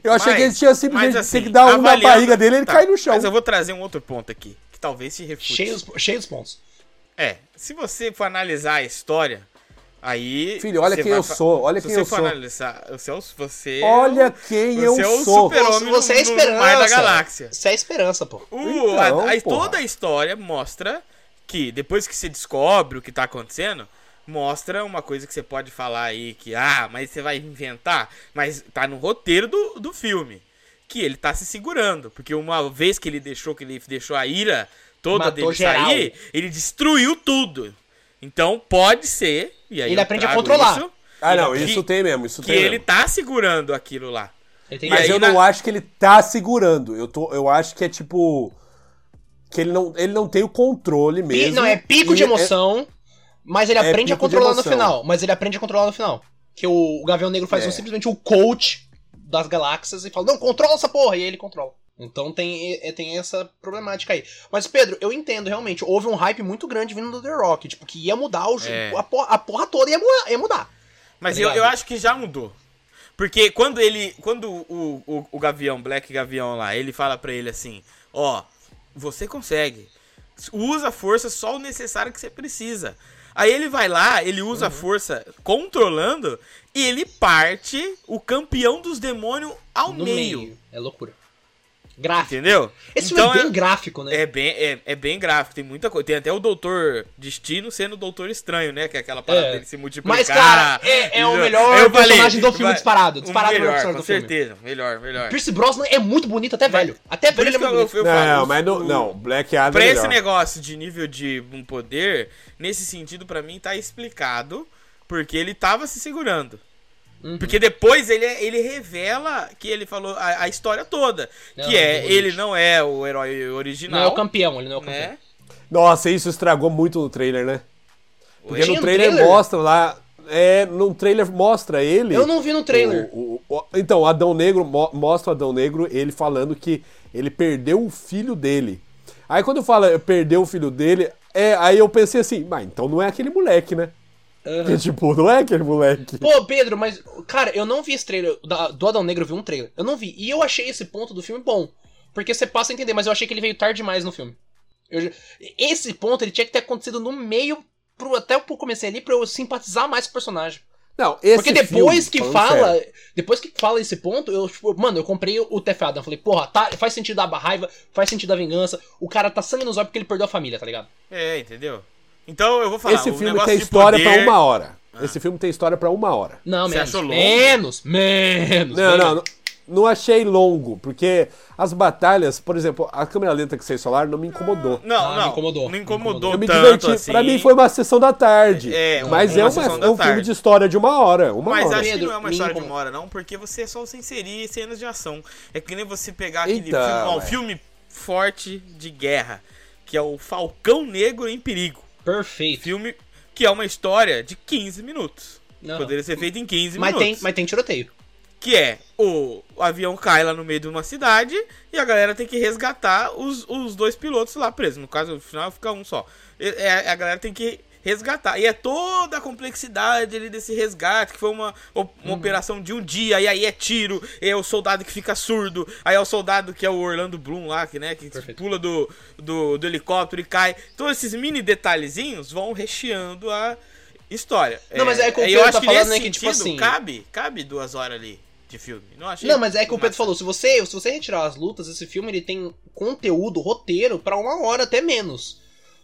Speaker 3: eu achei
Speaker 1: Mas-
Speaker 3: que ele tinha simplesmente
Speaker 1: mas assim,
Speaker 3: tem que dar um na
Speaker 1: avaliando-
Speaker 3: barriga dele e ele
Speaker 1: Tá,
Speaker 3: cai no chão.
Speaker 1: Mas eu vou trazer um outro ponto aqui, que talvez se refute.
Speaker 2: Cheio dos, cheio dos pontos.
Speaker 1: É, se você for analisar a história, Aí.
Speaker 3: Filho, olha
Speaker 1: você
Speaker 3: quem eu
Speaker 1: fa-
Speaker 3: sou, olha
Speaker 1: se
Speaker 3: quem
Speaker 1: você
Speaker 3: eu
Speaker 1: for
Speaker 3: sou.
Speaker 1: analisar, você é o- você é
Speaker 3: Olha
Speaker 1: o-
Speaker 3: quem
Speaker 1: você
Speaker 3: eu
Speaker 1: é o
Speaker 3: sou.
Speaker 1: super-homem no,
Speaker 2: Você é
Speaker 1: no- no mar
Speaker 2: esperança.
Speaker 1: da galáxia.
Speaker 2: Você é esperança, pô.
Speaker 1: O,
Speaker 3: Então,
Speaker 1: Uh, a- a-
Speaker 3: porra.
Speaker 1: toda a história mostra que depois que se descobre o que tá acontecendo, mostra uma coisa que você pode falar aí que, ah, mas você vai inventar. Mas tá no roteiro do, do filme. Que ele tá se segurando. Porque uma vez que ele deixou, que ele deixou a ira toda
Speaker 2: Matou
Speaker 1: dele
Speaker 2: geral.
Speaker 1: sair, ele destruiu tudo. Então pode ser. E aí
Speaker 2: Ele
Speaker 1: eu
Speaker 2: aprende a
Speaker 1: trago
Speaker 2: controlar.
Speaker 1: isso,
Speaker 3: Ah, não,
Speaker 1: que-
Speaker 3: isso tem mesmo, isso
Speaker 1: Que
Speaker 3: tem
Speaker 1: ele
Speaker 3: mesmo.
Speaker 1: tá segurando aquilo lá.
Speaker 2: Ele tem
Speaker 1: E
Speaker 3: Mas
Speaker 1: aí
Speaker 3: eu
Speaker 1: na-
Speaker 3: não acho que ele tá segurando. Eu, tô, eu acho que é tipo. Que ele não, ele não tem o controle
Speaker 2: Pi-
Speaker 3: mesmo.
Speaker 2: Não, é pico
Speaker 3: E
Speaker 2: de emoção, mas ele
Speaker 3: é
Speaker 2: aprende a
Speaker 3: pico de
Speaker 2: controlar no
Speaker 3: emoção.
Speaker 2: final. Mas ele aprende a controlar no final. Que o, o Gavião Negro faz
Speaker 3: É.
Speaker 2: um- simplesmente o coach das galáxias e fala, não, controla essa porra, e aí ele controla. Então tem, é- tem essa problemática aí. Mas, Pedro, eu entendo, realmente, houve um hype muito grande vindo do The Rock, tipo, que ia mudar o, jo-
Speaker 1: É.
Speaker 2: a, porra, a porra toda, ia, mu- ia mudar.
Speaker 1: Mas
Speaker 2: Tá
Speaker 1: eu,
Speaker 2: ligado?
Speaker 1: eu acho que já mudou. Porque quando ele. Quando o, o, o Gavião, Black Gavião lá, ele fala pra ele assim: Ó, você consegue. Usa a força só o necessário que você precisa. Aí ele vai lá, ele usa a
Speaker 2: Uhum.
Speaker 1: força controlando e ele parte o campeão dos demônios ao
Speaker 2: No
Speaker 1: meio,
Speaker 2: meio. É loucura. Gráfico.
Speaker 1: Entendeu?
Speaker 2: Esse filme é
Speaker 1: é-
Speaker 2: bem gráfico, né?
Speaker 1: é bem, é, é bem gráfico, tem muita coisa. Tem até o Doutor Destino sendo o Doutor Estranho, né? Que é aquela parada
Speaker 2: É.
Speaker 1: dele se multiplicar.
Speaker 2: Mas, cara, é, é o melhor
Speaker 1: Eu falei,
Speaker 2: personagem do filme
Speaker 1: vai-
Speaker 2: disparado.
Speaker 1: o
Speaker 2: Disparado é o melhor
Speaker 1: melhor, com
Speaker 2: personagem do filme.
Speaker 1: certeza. Melhor, melhor.
Speaker 2: Pierce Brosnan é muito bonito, até velho. Até
Speaker 1: Por
Speaker 2: velho ele
Speaker 1: isso
Speaker 2: é
Speaker 1: que
Speaker 2: muito
Speaker 1: eu, eu,
Speaker 2: bonito.
Speaker 1: eu falo,
Speaker 3: Não,
Speaker 1: o-
Speaker 3: mas não,
Speaker 1: o-
Speaker 3: não Black Adam.
Speaker 1: Pra
Speaker 3: é
Speaker 1: esse
Speaker 3: melhor.
Speaker 1: negócio de nível de um poder, nesse sentido, pra mim, tá explicado. Porque ele tava se segurando.
Speaker 2: Uhum.
Speaker 1: Porque depois ele, é, ele revela que ele falou a, a história toda.
Speaker 2: Não,
Speaker 1: que é,
Speaker 2: não,
Speaker 1: ele
Speaker 2: gente.
Speaker 1: não é o herói
Speaker 2: Não é o
Speaker 1: original,
Speaker 2: campeão, ele não é o campeão.
Speaker 1: né?
Speaker 3: Nossa, isso estragou muito no trailer, né? Porque
Speaker 2: Tinha
Speaker 3: no
Speaker 2: um
Speaker 3: trailer,
Speaker 2: trailer?
Speaker 3: mostra lá. É, no trailer mostra ele.
Speaker 2: Eu não vi no trailer.
Speaker 3: O- o- o- então, o Adão Negro mo- mostra o Adão Negro ele falando que ele perdeu o filho dele. Aí quando fala eu perdeu o filho dele, é, aí eu pensei assim, mas então não é aquele moleque, né? Porque, tipo, não é aquele moleque.
Speaker 2: Pô, Pedro, mas, cara, eu não vi esse trailer. Da- do Adão Negro eu vi um trailer. Eu não vi. E eu achei esse ponto do filme bom. Porque você passa a entender, mas eu achei que ele veio tarde demais no filme. Eu já- esse ponto ele tinha que ter acontecido no meio, pro, até eu comecei ali, pra eu simpatizar mais com o personagem.
Speaker 3: Não, esse
Speaker 2: Porque depois
Speaker 3: filme,
Speaker 2: que
Speaker 3: falando
Speaker 2: fala,
Speaker 3: sério,
Speaker 2: depois que fala esse ponto, eu, tipo, mano, eu comprei o Tefe Adam. Falei, porra, tá, faz sentido a raiva, faz sentido a vingança. O cara tá sangue nos olhos porque ele perdeu a família, tá ligado?
Speaker 1: É, entendeu? Então eu vou falar.
Speaker 2: um
Speaker 3: esse
Speaker 1: o
Speaker 3: filme
Speaker 1: negócio
Speaker 3: tem
Speaker 1: de
Speaker 3: história
Speaker 1: poder...
Speaker 3: pra uma hora.
Speaker 2: Ah.
Speaker 3: Esse filme tem história pra uma hora.
Speaker 2: Não,
Speaker 1: Você
Speaker 2: menos.
Speaker 1: achou longo?
Speaker 2: menos, menos.
Speaker 3: Não,
Speaker 2: menos.
Speaker 3: não, não, não achei longo, porque as batalhas, por exemplo, a câmera lenta que vocês falaram não me incomodou.
Speaker 1: Não,
Speaker 2: Ah,
Speaker 1: não.
Speaker 2: me incomodou.
Speaker 1: Não
Speaker 3: Eu
Speaker 1: incomodou
Speaker 3: me
Speaker 1: tanto
Speaker 3: diverti.
Speaker 1: assim.
Speaker 3: Pra mim foi uma sessão da tarde.
Speaker 1: É,
Speaker 3: mas
Speaker 1: uma
Speaker 3: é, uma-
Speaker 1: sessão da
Speaker 3: é um filme
Speaker 1: tarde.
Speaker 3: de história de uma hora. Uma
Speaker 1: Mas
Speaker 3: hora.
Speaker 1: acho que
Speaker 2: Pedro,
Speaker 1: não é uma
Speaker 2: me
Speaker 1: história de
Speaker 2: incomoda.
Speaker 1: uma hora, não, porque você é só se inserir cenas de ação. É que nem você pegar aquele
Speaker 3: Então,
Speaker 1: filme, ó, um
Speaker 3: é.
Speaker 1: filme forte de guerra, que é o Falcão Negro em Perigo.
Speaker 2: Perfeito.
Speaker 1: Filme que é uma história de 15 minutos.
Speaker 2: Não.
Speaker 1: Poderia ser feito em 15
Speaker 2: Mas tem,
Speaker 1: minutos.
Speaker 2: mas tem tiroteio.
Speaker 1: Que é o, o avião cai lá no meio de uma cidade e a galera tem que resgatar os, os dois pilotos lá presos. No caso, no final fica um só. E- é- a galera tem que resgatar. E é toda a complexidade ali desse resgate, que foi uma, uma
Speaker 2: Uhum.
Speaker 1: operação de um dia, e aí é tiro, e é o soldado que fica surdo, aí é o soldado que é o Orlando Bloom lá, que, né, que
Speaker 2: Perfeito.
Speaker 1: pula do, do, do helicóptero e cai. Todos esses mini detalhezinhos vão recheando a história.
Speaker 2: Não, mas é que o
Speaker 1: e
Speaker 2: Pedro tá falando,
Speaker 1: nesse
Speaker 2: né, que, tipo assim-
Speaker 1: Cabe, cabe duas horas ali de filme. Não achei.
Speaker 2: Não, mas é que o Pedro
Speaker 1: massa.
Speaker 2: falou, se você, se você retirar as lutas, esse filme ele tem conteúdo, roteiro pra uma hora até menos.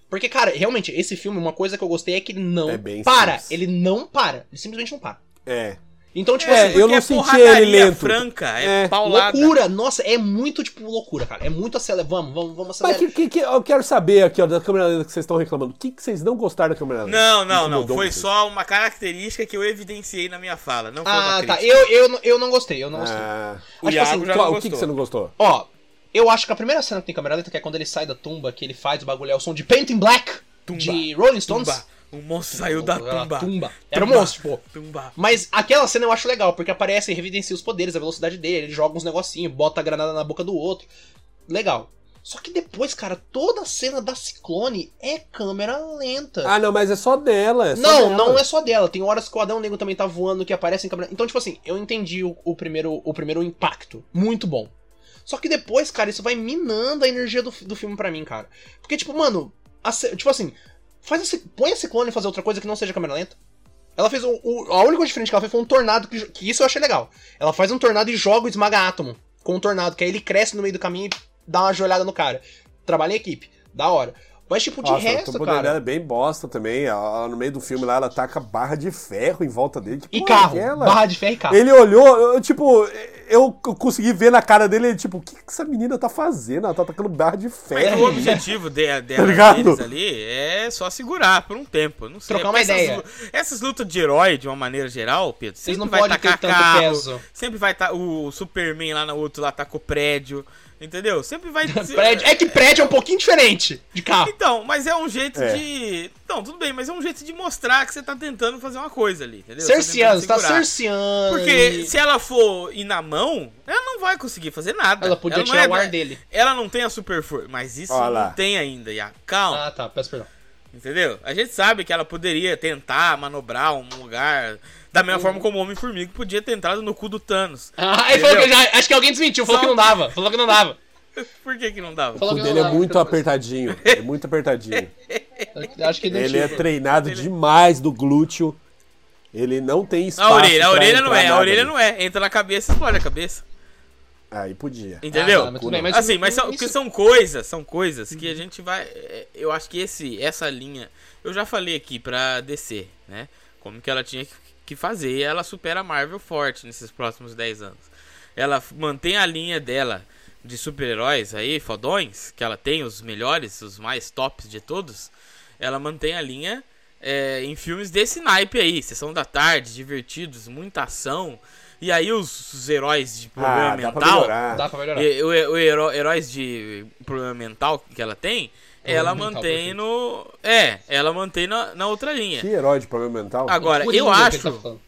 Speaker 2: Porque, cara, realmente, esse filme, uma coisa que eu gostei é que ele não
Speaker 3: É bem
Speaker 2: para.
Speaker 3: simples.
Speaker 2: Ele não para. Ele simplesmente não para.
Speaker 3: É.
Speaker 2: Então, tipo
Speaker 3: É,
Speaker 2: assim,
Speaker 1: Porque
Speaker 3: eu não
Speaker 1: é
Speaker 3: senti
Speaker 1: porradaria
Speaker 3: ele lento.
Speaker 1: franca, é,
Speaker 3: É,
Speaker 1: paulada.
Speaker 2: Loucura, nossa, é muito, tipo, loucura, cara. É muito acelera. Vamos, vamos, vamos
Speaker 3: Mas
Speaker 2: acelerar.
Speaker 3: que, que- que- eu quero saber aqui, ó, da câmera lenta que vocês estão reclamando. O que, que vocês não gostaram da câmera lenta?
Speaker 1: Não, não, não.
Speaker 3: Incomodou
Speaker 1: Foi
Speaker 3: vocês?
Speaker 1: só uma característica que eu evidenciei na minha fala. Não foi
Speaker 2: Ah,
Speaker 1: uma
Speaker 2: tá.
Speaker 1: crítica.
Speaker 2: Eu, eu, não- eu não gostei, eu não gostei.
Speaker 3: Ah,
Speaker 1: O
Speaker 3: mas, tipo
Speaker 1: Iago
Speaker 3: assim,
Speaker 1: já
Speaker 3: qual-
Speaker 1: não
Speaker 3: o que, que
Speaker 1: gostou.
Speaker 3: você não gostou?
Speaker 2: Ó, eu acho que a primeira cena que tem câmera lenta, que é quando ele sai da tumba, que ele faz o bagulho, é o som de Painting Black
Speaker 1: Tumba.
Speaker 2: de Rolling Stones.
Speaker 1: Tumba. O monstro saiu da
Speaker 2: Era
Speaker 1: tumba.
Speaker 2: tumba. Era um
Speaker 1: Tumba.
Speaker 2: monstro, pô.
Speaker 1: Tumba.
Speaker 2: Mas aquela cena eu acho legal, porque aparece e evidencia os poderes, a velocidade dele, ele joga uns negocinhos, bota a granada na boca do outro. Legal. Só que depois, cara, toda a cena da Ciclone é câmera lenta.
Speaker 3: Ah, não, mas é só dela. é só
Speaker 2: Não,
Speaker 3: dela.
Speaker 2: não é só dela. Tem horas que o Adão Negro também tá voando, que aparece em câmera. Então, tipo assim, eu entendi o, o primeiro, o primeiro impacto. Muito bom. Só que depois, cara, isso vai minando a energia do, fi- do filme pra mim, cara. Porque, tipo, mano, a ce- tipo assim, faz a ci- põe a Ciclone fazer outra coisa que não seja câmera lenta. Ela fez um, um- a única coisa diferente que ela fez foi um tornado, que, jo- que isso eu achei legal. Ela faz um tornado e joga o esmaga átomo com um tornado, que aí ele cresce no meio do caminho e dá uma joelhada no cara. Trabalha em equipe, da hora. Mas, tipo, de
Speaker 3: Nossa,
Speaker 2: resto,
Speaker 3: Tom Poderosa
Speaker 2: cara.
Speaker 3: é bem bosta também. Ela- ela no meio do filme lá, ela taca barra de ferro em volta dele. Que
Speaker 2: E
Speaker 3: porra é
Speaker 2: carro,
Speaker 3: aquela?
Speaker 2: barra de ferro e carro.
Speaker 3: Ele olhou, eu, tipo, eu consegui ver na cara dele, tipo, o que, que essa menina tá fazendo? Ela tá atacando barra de
Speaker 1: Mas
Speaker 3: ferro.
Speaker 1: o objetivo de, dela
Speaker 3: É. Tá ligado?
Speaker 1: deles ali é só segurar por um tempo. eu Não sei.
Speaker 2: Trocar uma
Speaker 1: Essas
Speaker 2: ideia.
Speaker 1: lu- Essas lutas de herói, de uma maneira geral, Pedro,
Speaker 2: Vocês
Speaker 1: sempre
Speaker 2: não
Speaker 1: vai
Speaker 2: podem ter
Speaker 1: tacar
Speaker 2: tanto
Speaker 1: carro,
Speaker 2: peso.
Speaker 1: sempre vai estar o Superman lá no outro lá taca o prédio, entendeu? Sempre vai
Speaker 2: Prédio- Ah! é que prédio é um pouquinho diferente de carro.
Speaker 1: Então, mas é um jeito
Speaker 3: É.
Speaker 1: de. Não, tudo bem, mas é um jeito de mostrar que você tá tentando fazer uma coisa ali, entendeu? Você tá
Speaker 2: Cerciano, você tá
Speaker 1: tentando segurar.
Speaker 2: cerciano.
Speaker 1: Porque se ela for ir na mão, ela não vai conseguir fazer nada.
Speaker 2: Ela podia
Speaker 1: não
Speaker 2: tirar
Speaker 1: é
Speaker 2: o ar
Speaker 1: da-
Speaker 2: dele.
Speaker 1: Ela não tem a super força, mas isso
Speaker 3: Olha lá.
Speaker 1: não tem ainda, Iago. Calma.
Speaker 2: Ah, tá, peço perdão.
Speaker 1: Entendeu? A gente sabe que ela poderia tentar manobrar um lugar. Da
Speaker 2: Uhum.
Speaker 1: mesma forma como o Homem-Formiga podia ter entrado no cu do Thanos.
Speaker 2: Ah, ele falou que eu
Speaker 1: Entendeu?
Speaker 2: já, acho que alguém desmentiu, falou
Speaker 1: Só-
Speaker 2: que não dava, falou que não dava.
Speaker 1: Por que, que não dava?
Speaker 2: Falou
Speaker 3: O
Speaker 2: que
Speaker 3: dele
Speaker 2: não
Speaker 3: é
Speaker 1: né,
Speaker 2: dava.
Speaker 3: muito apertadinho. É muito apertadinho.
Speaker 2: Acho que
Speaker 3: Ele é
Speaker 1: tipo,
Speaker 2: identifica.
Speaker 3: treinado demais do glúteo. Ele não tem
Speaker 1: A
Speaker 3: espaço.
Speaker 1: orelha, a
Speaker 3: pra
Speaker 1: orelha não
Speaker 3: entrar
Speaker 1: é, a
Speaker 3: nada
Speaker 1: orelha
Speaker 3: ali.
Speaker 1: não é. Entra na cabeça, explode a cabeça.
Speaker 3: Aí podia.
Speaker 1: Entendeu?
Speaker 2: Ah, tá, mas tudo bem, mas
Speaker 1: assim, mas são,
Speaker 2: isso- Uhum.
Speaker 1: que são coisas, são coisas que a gente vai. é, Eu acho que esse, essa linha. Eu já falei aqui pra DC, né? Como que ela tinha que- que fazer. E ela supera a Marvel forte nesses próximos 10 anos. Ela f- mantém a linha dela de super-heróis aí, fodões, que ela tem, os melhores, os mais tops de todos. Ela mantém a linha é, em filmes desse naipe aí. Sessão da tarde, divertidos, muita ação. E aí os, os heróis de problema
Speaker 3: Ah, dá pra
Speaker 1: mental.
Speaker 3: melhorar.
Speaker 2: Dá pra melhorar.
Speaker 1: E, o, o heró- heróis de problema mental que ela tem, ela
Speaker 2: mental,
Speaker 1: mantém
Speaker 2: perfeito.
Speaker 1: no. É, ela mantém na, na outra
Speaker 3: Que
Speaker 1: linha.
Speaker 3: herói de problema mental.
Speaker 1: Agora,
Speaker 2: Coringa
Speaker 1: eu
Speaker 2: que ele tá
Speaker 1: acho.
Speaker 2: falando.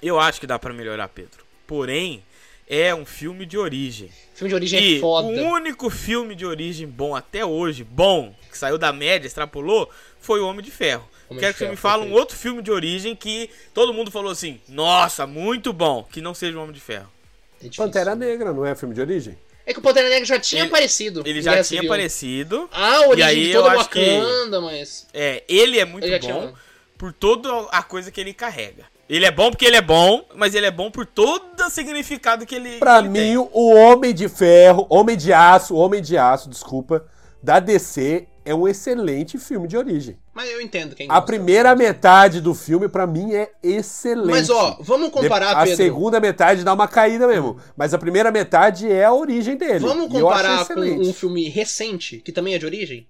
Speaker 1: Eu acho que dá pra melhorar, Pedro. Porém, é um filme de origem.
Speaker 2: Filme de origem
Speaker 1: E
Speaker 2: é
Speaker 1: o
Speaker 2: foda.
Speaker 1: único filme de origem bom até hoje, bom, que saiu da média, extrapolou, foi O Homem de Ferro.
Speaker 2: Homem
Speaker 1: Quero
Speaker 2: de
Speaker 1: que você
Speaker 2: Ferro,
Speaker 1: me fale um
Speaker 2: perfeito.
Speaker 1: outro filme de origem que todo mundo falou assim: nossa, muito bom, que não seja O Homem de Ferro.
Speaker 2: É difícil.
Speaker 3: Pantera Negra não é filme de origem?
Speaker 2: É que o Pantera Negra já tinha
Speaker 1: Ele-
Speaker 2: aparecido.
Speaker 1: Ele
Speaker 2: em
Speaker 1: já
Speaker 2: Guerra
Speaker 1: tinha
Speaker 2: Civil.
Speaker 1: aparecido.
Speaker 2: Ah, a origem
Speaker 1: E aí
Speaker 2: de
Speaker 1: eu
Speaker 2: toda
Speaker 1: acho que-
Speaker 2: Wakanda, mas.
Speaker 1: É, ele é muito
Speaker 2: Ele já
Speaker 1: bom
Speaker 2: tinha- um.
Speaker 1: por toda a coisa que ele carrega. Ele é bom porque ele é bom, mas ele é bom por todo o significado que ele.
Speaker 3: Pra
Speaker 1: que ele
Speaker 3: mim, o Homem de Ferro, Homem de Aço, Homem de Aço, desculpa, da DC é um excelente filme de origem.
Speaker 2: Mas eu entendo quem
Speaker 3: A
Speaker 2: gosta.
Speaker 3: primeira metade do filme, pra mim, é excelente.
Speaker 2: Mas ó, vamos comparar,
Speaker 3: a
Speaker 2: Pedro.
Speaker 3: segunda metade dá uma caída mesmo. Mas a primeira metade é a origem dele.
Speaker 2: Vamos
Speaker 3: E eu acho
Speaker 2: comparar com
Speaker 3: excelente. É
Speaker 2: um filme recente, que também é de origem?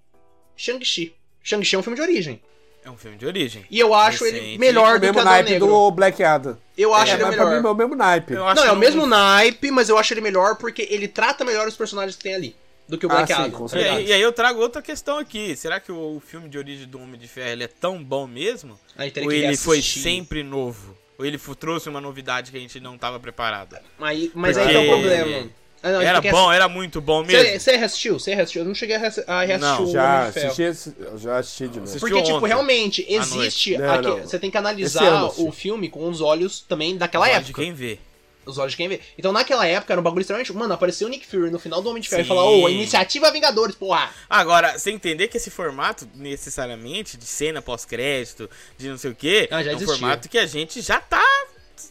Speaker 2: Shang-Chi. Shang-Chi é um filme de origem.
Speaker 1: É um filme de origem.
Speaker 2: E eu acho ele
Speaker 1: Recente.
Speaker 2: melhor
Speaker 3: o
Speaker 2: do que
Speaker 3: mesmo
Speaker 2: Adão
Speaker 3: naipe
Speaker 2: Negro.
Speaker 3: do Black Adam.
Speaker 2: Eu acho
Speaker 3: É,
Speaker 2: ele
Speaker 3: mas pra
Speaker 2: melhor.
Speaker 3: mim é o mesmo naipe.
Speaker 1: Eu
Speaker 2: Não,
Speaker 1: acho
Speaker 2: é o
Speaker 1: um-
Speaker 2: mesmo naipe, mas eu acho ele melhor porque ele trata melhor os personagens que tem ali do que o
Speaker 3: Ah,
Speaker 2: Black
Speaker 3: sim,
Speaker 2: Adam. tá
Speaker 3: com
Speaker 1: E
Speaker 3: certeza.
Speaker 1: aí, e aí eu trago outra questão aqui. Será que o, o filme de origem do Homem de Ferro ele é tão bom mesmo?
Speaker 2: Aí teria
Speaker 1: Ou
Speaker 2: que
Speaker 1: ele foi
Speaker 2: reassistir.
Speaker 1: sempre novo? Ou ele fu- trouxe uma novidade que a gente não tava preparado?
Speaker 2: Aí, mas aí
Speaker 1: Porque-
Speaker 2: que é o problema. Ah, não, a gente
Speaker 1: Era
Speaker 2: tem que
Speaker 1: bom, era muito bom
Speaker 2: assistir.
Speaker 1: mesmo.
Speaker 2: Você, você reassistiu? Você reassistiu? Eu não cheguei a reassi- a reassistir
Speaker 1: Não,
Speaker 2: o
Speaker 3: Já
Speaker 2: Homem de Ferro.
Speaker 3: assisti, esse- eu já assisti de novo.
Speaker 1: Assisti
Speaker 2: Porque, tipo,
Speaker 1: ontem,
Speaker 2: realmente
Speaker 1: à
Speaker 2: existe.
Speaker 3: noite. Não,
Speaker 2: aqui-
Speaker 3: não.
Speaker 2: Você tem que
Speaker 3: Esse ano eu
Speaker 2: analisar
Speaker 3: assisti.
Speaker 2: o filme com os olhos também daquela
Speaker 1: Só de
Speaker 2: é época.
Speaker 1: quem vê.
Speaker 2: Os olhos de quem vê. Então, naquela época, era um bagulho extremamente. Mano, apareceu o Nick Fury no final do Homem de Ferro e
Speaker 1: Sim.
Speaker 2: falar: Ô, iniciativa Vingadores, porra!
Speaker 1: Agora, você entender que esse formato, necessariamente, de cena pós-crédito, de não sei o quê,
Speaker 2: Ah, já
Speaker 1: é um
Speaker 2: existia.
Speaker 1: formato que a gente já tá.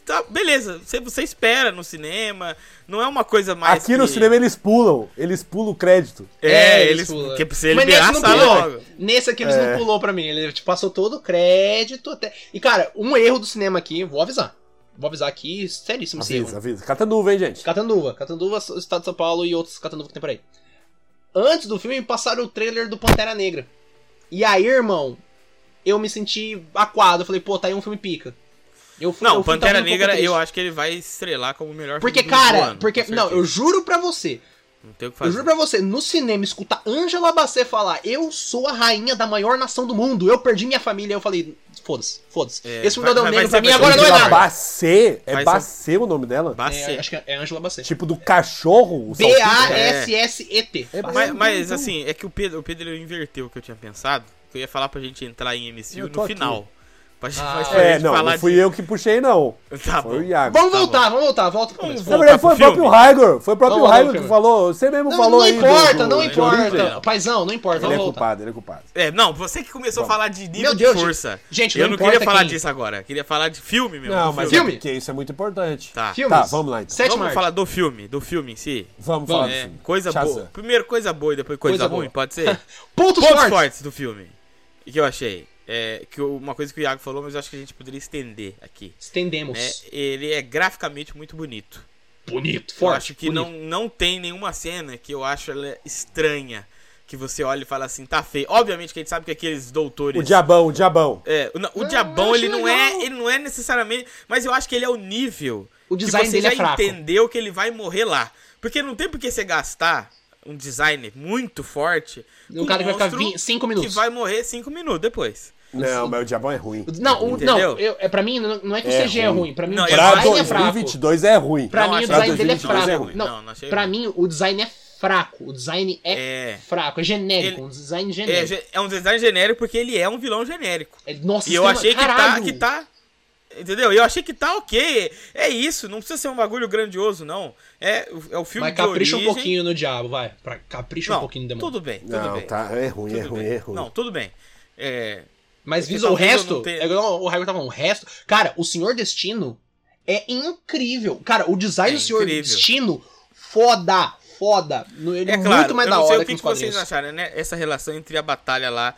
Speaker 1: tá- beleza, você, você espera no cinema, não é uma coisa mais.
Speaker 3: Aqui
Speaker 1: que-
Speaker 3: no cinema eles pulam, eles pulam o crédito.
Speaker 1: É, eles.
Speaker 2: pulam.
Speaker 1: Porque precisa
Speaker 2: tipo, Mas nesse
Speaker 1: liberar a
Speaker 2: não
Speaker 1: sala
Speaker 2: pulou.
Speaker 1: logo. É.
Speaker 2: Nesse aqui eles não pulou pra mim. Ele tipo, passou todo o crédito até. E, cara, um erro do cinema aqui, vou avisar. Vou avisar aqui, seríssimo esse erro.
Speaker 3: Avisa, avisa. Cata nuvem, hein, gente.
Speaker 2: Catanduva, Catanduva, Estado de São Paulo e outros Catanduva que tem por aí. Antes do filme, passaram o trailer do Pantera Negra. E aí, irmão, eu me senti aquado. Eu falei, pô, tá aí um filme pica. Eu fui,
Speaker 1: Não,
Speaker 2: eu fui,
Speaker 1: Pantera
Speaker 2: tava um pouco
Speaker 1: Negra,
Speaker 2: triste.
Speaker 1: eu acho que ele vai estrelar como o melhor
Speaker 2: Porque,
Speaker 1: filme do
Speaker 2: cara,
Speaker 1: ano,
Speaker 2: porque.
Speaker 1: com
Speaker 2: Não,
Speaker 1: certeza.
Speaker 2: eu juro pra você.
Speaker 1: Não tem o que
Speaker 2: Eu
Speaker 1: fazer.
Speaker 2: juro pra você, no cinema, escutar Angela Bassett falar, eu sou a rainha da maior nação do mundo, eu perdi minha família, eu falei, foda-se, foda-se.
Speaker 1: É,
Speaker 2: Esse
Speaker 1: vai-
Speaker 2: Cidadão
Speaker 1: vai- vai
Speaker 2: Negro pra
Speaker 1: ser-
Speaker 2: mim
Speaker 1: vai
Speaker 2: agora
Speaker 1: ser
Speaker 2: não é
Speaker 1: Angela
Speaker 2: nada.
Speaker 3: Bacê, é
Speaker 1: Vai ser-
Speaker 3: Bacê o nome dela?
Speaker 1: Vai
Speaker 2: É,
Speaker 1: ser.
Speaker 2: acho que é Angela Bassett.
Speaker 3: Tipo do cachorro? o salsicha?
Speaker 2: B-A-S-S-E-T.
Speaker 3: É,
Speaker 1: Mas, mas,
Speaker 3: Então-
Speaker 1: assim, é que o Pedro, o Pedro ele inverteu o que eu tinha pensado. que Eu ia falar pra gente entrar em MCU
Speaker 3: Eu tô
Speaker 1: no
Speaker 3: aqui.
Speaker 1: final. Pra gente,
Speaker 2: Ah.
Speaker 1: mais pra
Speaker 3: É,
Speaker 1: gente
Speaker 3: não,
Speaker 1: falar
Speaker 3: não fui eu que puxei, não.
Speaker 1: de... Tá
Speaker 3: Foi o
Speaker 1: bom.
Speaker 3: Iago.
Speaker 2: Vamos
Speaker 1: Tá
Speaker 2: voltar, vamos voltar, volta pro começo.
Speaker 3: Na
Speaker 1: Vamos
Speaker 3: verdade, foi o
Speaker 1: voltar pro
Speaker 3: próprio Raigor. Foi o
Speaker 2: Vamos
Speaker 3: próprio
Speaker 2: voltar pro
Speaker 3: Raigor que
Speaker 2: filme.
Speaker 3: falou. Você mesmo
Speaker 2: Não,
Speaker 3: falou
Speaker 2: não
Speaker 3: é aí. do-
Speaker 2: importa,
Speaker 3: do-
Speaker 2: não
Speaker 3: de origem.
Speaker 2: importa. Paizão, não importa,
Speaker 3: Ele é
Speaker 2: vamos voltar.
Speaker 3: culpado, ele é culpado.
Speaker 1: É, não, você que começou a falar de nível
Speaker 2: Meu Deus,
Speaker 1: de força.
Speaker 2: gente,
Speaker 1: eu
Speaker 2: não
Speaker 1: não queria
Speaker 2: importa
Speaker 1: falar
Speaker 2: quem-
Speaker 1: disso agora. Queria falar de filme, meu.
Speaker 3: Não,
Speaker 1: do
Speaker 3: mas
Speaker 1: filme.
Speaker 3: é
Speaker 2: Filme?
Speaker 3: porque isso é muito importante.
Speaker 1: Tá.
Speaker 2: Filmes.
Speaker 3: Tá, vamos lá, então.
Speaker 2: Sete
Speaker 1: Vamos
Speaker 2: marcas.
Speaker 1: falar do filme, do filme em si.
Speaker 3: Vamos
Speaker 2: Vamos.
Speaker 3: falar
Speaker 1: É,
Speaker 3: do filme.
Speaker 1: coisa
Speaker 3: Shazam.
Speaker 1: boa. Primeiro coisa boa e depois coisa,
Speaker 2: Coisa
Speaker 1: ruim,
Speaker 2: boa.
Speaker 1: pode ser?
Speaker 2: Pontos,
Speaker 1: Pontos
Speaker 2: fortes.
Speaker 1: fortes. do filme. E que eu achei. É, que eu- uma coisa que o Iago falou, mas eu acho que a gente poderia estender aqui.
Speaker 2: Estendemos.
Speaker 1: né? Ele é graficamente muito bonito.
Speaker 2: Bonito,
Speaker 1: Eu
Speaker 2: forte.
Speaker 1: acho que
Speaker 2: bonito.
Speaker 1: não, não tem nenhuma cena que eu acho ela estranha. Que você olha e fala assim, tá feio. Obviamente que a gente sabe que aqueles doutores.
Speaker 3: O diabão, o diabão.
Speaker 1: É, o- não, o
Speaker 2: Ah,
Speaker 1: diabão,
Speaker 2: eu
Speaker 1: ele
Speaker 2: acho
Speaker 1: não
Speaker 2: legal.
Speaker 1: é. Ele não é necessariamente. Mas eu acho que ele é o nível.
Speaker 2: O design
Speaker 1: que você
Speaker 2: dele
Speaker 1: já
Speaker 2: é fraco.
Speaker 1: entendeu que ele vai morrer lá. Porque não tem por que você gastar um designer muito forte.
Speaker 2: Um
Speaker 1: com
Speaker 2: cara que vai ficar
Speaker 1: monstro
Speaker 2: 20 cinco
Speaker 1: Que
Speaker 2: minutos.
Speaker 1: vai morrer 5 minutos depois.
Speaker 3: Não, mas o diabão é ruim.
Speaker 2: Não, o-
Speaker 1: Entendeu?
Speaker 2: não eu, é, pra mim, não, não é que o
Speaker 3: É
Speaker 2: CG é
Speaker 3: ruim.
Speaker 2: ruim. Pra mim,
Speaker 1: Não,
Speaker 2: o
Speaker 1: é
Speaker 3: Pra
Speaker 2: design é fraco.
Speaker 3: 2022 é ruim.
Speaker 2: Pra
Speaker 1: Não,
Speaker 2: mim, o
Speaker 1: acho
Speaker 2: design
Speaker 3: que
Speaker 2: dele é
Speaker 3: 2022
Speaker 2: fraco.
Speaker 3: é ruim.
Speaker 2: Não,
Speaker 1: Não, não achei
Speaker 2: pra
Speaker 1: ruim.
Speaker 2: mim, o design é fraco. O design é,
Speaker 1: É.
Speaker 2: fraco. É genérico.
Speaker 1: Ele-
Speaker 2: Um design
Speaker 1: É,
Speaker 2: genérico.
Speaker 1: ge- é um design genérico porque ele é um vilão genérico.
Speaker 2: É- Nossa,
Speaker 1: E eu
Speaker 2: tem uma-
Speaker 1: achei que tá,
Speaker 2: caralho.
Speaker 1: que tá. Entendeu? E Eu achei que tá ok. É isso, não precisa ser um bagulho grandioso, não. É, o- é o filme
Speaker 2: Mas
Speaker 1: de
Speaker 2: capricha um
Speaker 1: origem.
Speaker 2: pouquinho no diabo, vai. Pra- Capricha
Speaker 1: não,
Speaker 2: um pouquinho no demônio.
Speaker 1: Tudo bem, tudo
Speaker 3: Não,
Speaker 1: bem.
Speaker 3: tá, é ruim,
Speaker 1: tudo
Speaker 3: é ruim,
Speaker 1: bem.
Speaker 3: é ruim.
Speaker 1: Não, tudo bem. É,
Speaker 2: Mas
Speaker 1: Porque
Speaker 2: visa o
Speaker 1: talvez eu
Speaker 2: resto.
Speaker 1: não tenha-
Speaker 2: é igual o Raigor tava falando, o resto. Cara, o Senhor Destino é incrível. Cara, o design
Speaker 1: É
Speaker 2: do Senhor
Speaker 1: incrível.
Speaker 2: Destino, foda, foda. No- Ele
Speaker 1: é claro,
Speaker 2: muito mais
Speaker 1: eu
Speaker 2: da
Speaker 1: não sei
Speaker 2: hora um
Speaker 1: o que,
Speaker 2: os
Speaker 1: que vocês
Speaker 2: quadrinhos.
Speaker 1: acharam, né? Essa relação entre a batalha lá,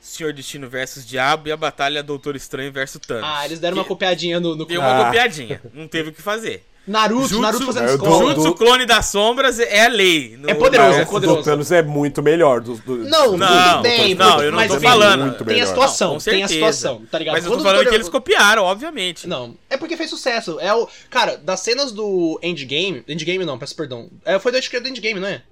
Speaker 1: Senhor Destino versus Diabo, e a batalha Doutor Estranho versus Thanos.
Speaker 2: Ah, eles deram uma
Speaker 1: Que
Speaker 2: copiadinha no, no...
Speaker 1: Deu uma
Speaker 3: Ah.
Speaker 1: copiadinha, não teve o que fazer.
Speaker 2: Naruto,
Speaker 1: Jutsu-
Speaker 2: Naruto fazendo
Speaker 3: É, eu
Speaker 2: escola.
Speaker 3: dou-
Speaker 1: Jutsu, clone das sombras, é a lei. No-
Speaker 2: É poderoso,
Speaker 1: no-
Speaker 2: é
Speaker 3: Mas o do
Speaker 2: poderoso.
Speaker 3: Thanos é muito melhor. Do, do-
Speaker 2: Não,
Speaker 3: do-
Speaker 1: Não,
Speaker 2: tudo bem,
Speaker 1: não,
Speaker 2: tudo-
Speaker 1: eu não
Speaker 2: mas
Speaker 1: tô
Speaker 2: vem,
Speaker 1: falando.
Speaker 2: Tem
Speaker 3: Muito
Speaker 2: a
Speaker 3: melhor.
Speaker 2: situação,
Speaker 1: Não, com
Speaker 2: tem a
Speaker 1: certeza.
Speaker 2: situação, tá ligado?
Speaker 1: Mas eu tô
Speaker 2: Quando o
Speaker 1: falando
Speaker 2: Doutor-
Speaker 1: que eles copiaram, obviamente.
Speaker 2: Não, é porque fez sucesso. É o. Cara, das cenas do Endgame. Endgame não, peço perdão. É, foi do acho que é do Endgame, não é?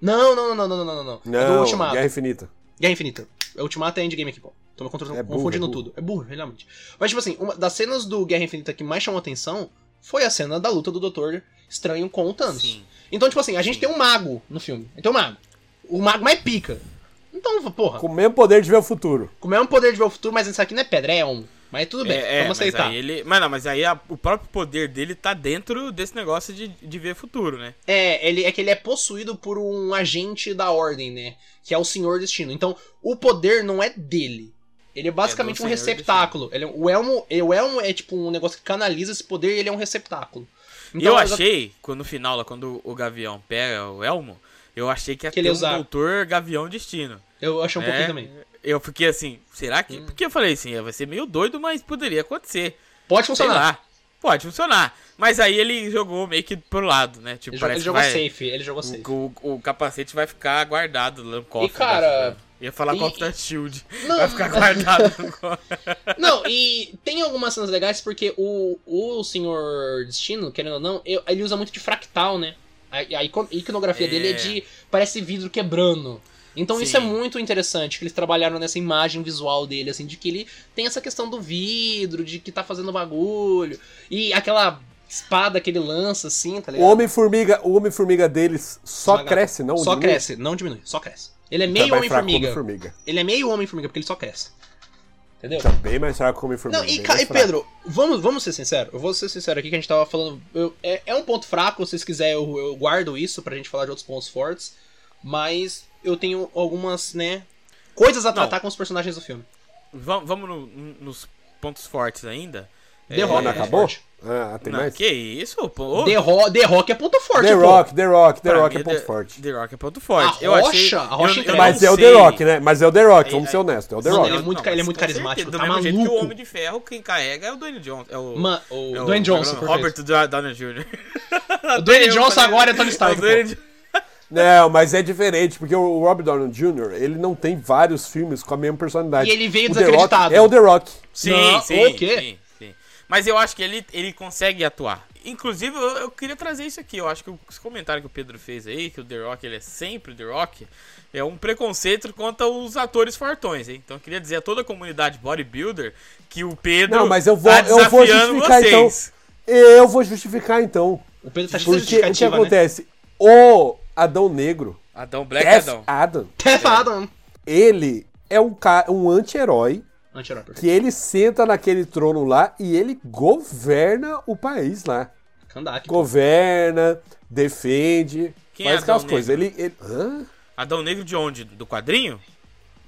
Speaker 2: Não, não, não, não, não, não, não. não. É do
Speaker 3: Não,
Speaker 2: Ultimato.
Speaker 3: Guerra Infinita.
Speaker 2: Guerra Infinita. É Ultimato é Endgame aqui, pô. Tô me contro-
Speaker 3: É burro,
Speaker 2: confundindo
Speaker 3: é burro.
Speaker 2: tudo. É burro, realmente. Mas, tipo assim, uma das cenas do Guerra Infinita que mais chamou atenção foi a cena da luta do Doutor Estranho com o Thanos.
Speaker 1: Sim.
Speaker 2: Então, tipo assim, a gente tem um mago no filme. Tem um mago. O mago mais pica. Então, porra,
Speaker 3: Com o mesmo poder de ver o futuro.
Speaker 2: com o mesmo poder de ver o futuro, mas isso aqui não é pedra, é um. Mas tudo bem,
Speaker 1: É, é,
Speaker 2: vamos
Speaker 1: mas
Speaker 2: aceitar.
Speaker 1: aí ele, mas não, mas aí a- o próprio poder dele tá dentro desse negócio de, de ver futuro, né?
Speaker 2: É, ele, é que ele é possuído por um agente da ordem, né? Que é o Senhor Destino. Então, o poder não é dele. Ele é
Speaker 1: É
Speaker 2: basicamente
Speaker 1: do
Speaker 2: um
Speaker 1: Senhor
Speaker 2: receptáculo. Ele é- o, elmo, é- o elmo é tipo um negócio que canaliza esse poder e ele é um receptáculo.
Speaker 1: E eu
Speaker 2: Então, exa-
Speaker 1: achei, quando no final, lá, quando o Gavião pega o Elmo, eu achei que ia
Speaker 2: Que
Speaker 1: ter
Speaker 2: ele
Speaker 1: um
Speaker 2: usava.
Speaker 1: doutor Gavião Destino.
Speaker 2: Eu achei um
Speaker 1: né?
Speaker 2: pouquinho também.
Speaker 1: Eu fiquei assim, será
Speaker 2: Hum.
Speaker 1: que. Porque eu falei assim, é, vai ser meio doido, mas poderia acontecer.
Speaker 2: Pode
Speaker 1: Sei
Speaker 2: funcionar.
Speaker 1: lá. Pode funcionar. Mas aí ele jogou meio que pro lado, né? Tipo,
Speaker 2: Ele, jo-
Speaker 1: parece
Speaker 2: ele
Speaker 1: que
Speaker 2: jogou
Speaker 1: vai-
Speaker 2: safe, ele jogou safe.
Speaker 1: O, o capacete vai ficar guardado lá no cofre.
Speaker 2: cara,
Speaker 1: da- ia falar
Speaker 2: e-
Speaker 1: cofre da Shield.
Speaker 2: Não.
Speaker 1: Vai ficar guardado no cofre.
Speaker 2: Não, e tem algumas cenas legais porque o, o Senhor Destino, querendo ou não, eu- ele usa muito de fractal, né? A, a icon- iconografia
Speaker 1: É.
Speaker 2: dele é de. parece vidro quebrando. Então isso é
Speaker 1: Sim.
Speaker 2: muito interessante que eles trabalharam nessa imagem visual dele, assim, de que ele tem essa questão do vidro, de que tá fazendo bagulho. E aquela espada que ele lança, assim, tá
Speaker 3: O
Speaker 2: ligado?
Speaker 3: Homem-Formiga o homem -formiga deles só
Speaker 2: Esmagado.
Speaker 3: cresce, não?
Speaker 2: só
Speaker 3: diminui?
Speaker 2: cresce, não diminui, só cresce. Ele é
Speaker 3: Tá
Speaker 2: meio
Speaker 3: mais fraco que o
Speaker 2: Homem-Formiga.
Speaker 3: Homem-Formiga.
Speaker 2: Ele é meio Homem-Formiga, porque ele só cresce. Entendeu?
Speaker 3: Tá bem mais fraco que o Homem-Formiga.
Speaker 2: Não, e,
Speaker 3: bem
Speaker 2: ca-
Speaker 3: mais
Speaker 2: e
Speaker 3: fraco.
Speaker 2: Pedro, vamos, vamos ser sinceros. Eu vou ser sincero aqui que a gente tava falando. eu- é, é um ponto fraco, se vocês quiserem, eu, eu guardo isso pra gente falar de outros pontos fortes. Mas eu tenho algumas, né? Coisas a
Speaker 1: Não.
Speaker 2: tratar com os personagens do filme.
Speaker 1: Vam- Vamos no- nos pontos fortes ainda.
Speaker 2: The Rock.
Speaker 3: Mano,
Speaker 2: é
Speaker 3: acabou?
Speaker 2: forte.
Speaker 3: Ah, tem
Speaker 1: Não,
Speaker 3: mais?
Speaker 1: que isso, pô. Ô,
Speaker 2: The, Ro The Rock é ponto forte,
Speaker 3: The
Speaker 2: pô.
Speaker 3: Rock, The Rock, The
Speaker 1: pra
Speaker 3: Rock
Speaker 1: mim,
Speaker 3: é ponto forte.
Speaker 1: The Rock é ponto forte.
Speaker 2: A
Speaker 1: eu
Speaker 2: rocha,
Speaker 1: achei,
Speaker 2: a rocha
Speaker 1: eu, eu
Speaker 2: entrega.
Speaker 1: não
Speaker 3: Mas é o The
Speaker 1: sei.
Speaker 3: Rock, né? Mas é o The Rock,
Speaker 1: Aí,
Speaker 3: vamos
Speaker 1: aí-
Speaker 3: ser honestos, é o The
Speaker 2: Não,
Speaker 3: Rock.
Speaker 2: ele é muito
Speaker 1: Não,
Speaker 2: ca- ele é
Speaker 1: mas
Speaker 2: muito
Speaker 1: com certeza,
Speaker 2: carismático,
Speaker 1: Do
Speaker 2: tá
Speaker 1: mesmo jeito que o
Speaker 2: maluco.
Speaker 1: Homem de Ferro, quem carrega é o Dwayne Johnson. É o,
Speaker 2: Man, o
Speaker 1: é
Speaker 2: Dwayne Johnson, perfeito.
Speaker 1: Robert Dra- Downey Jr.
Speaker 2: O Dwayne
Speaker 1: Eu
Speaker 2: Johnson
Speaker 1: falei-
Speaker 2: agora é Tony Stark,
Speaker 1: o Dwayne Jo-
Speaker 3: Não, mas é diferente, porque o Robert Downey Jr., ele não tem vários filmes com a mesma personalidade.
Speaker 2: E ele veio
Speaker 3: O The Rock
Speaker 2: desacreditado.
Speaker 3: É o The Rock.
Speaker 1: Sim,
Speaker 2: Não,
Speaker 1: sim,
Speaker 2: o quê?
Speaker 1: sim, sim. Mas eu acho que ele, ele consegue atuar. Inclusive, eu, eu queria trazer isso aqui. Eu acho que os comentários que o Pedro fez aí, que o The Rock ele é sempre o The Rock, é um preconceito contra os atores fortões, hein? Então eu queria dizer a toda a comunidade bodybuilder que o Pedro
Speaker 3: Não, mas eu vou,
Speaker 1: tá
Speaker 3: eu vou
Speaker 1: desafiando
Speaker 3: justificar então.
Speaker 1: vocês.
Speaker 3: Eu vou justificar então.
Speaker 2: O Pedro tá cheio de
Speaker 3: Porque o que
Speaker 2: justificativa, né?
Speaker 3: acontece? O Adão Negro,
Speaker 1: é Adão Black
Speaker 3: Death
Speaker 2: Tá
Speaker 1: Adão.
Speaker 3: Adam,
Speaker 2: Até fada, né?
Speaker 3: ele é um, ca- um anti-herói
Speaker 2: Anti-herói, perfeito.
Speaker 3: Que ele senta naquele trono lá e ele governa o país lá.
Speaker 2: Kandak.
Speaker 3: Governa, defende,
Speaker 1: Quem é
Speaker 3: faz aquelas
Speaker 1: Adão
Speaker 3: coisas. Ele. ele- hã?
Speaker 1: Adão Negro de onde? Do quadrinho?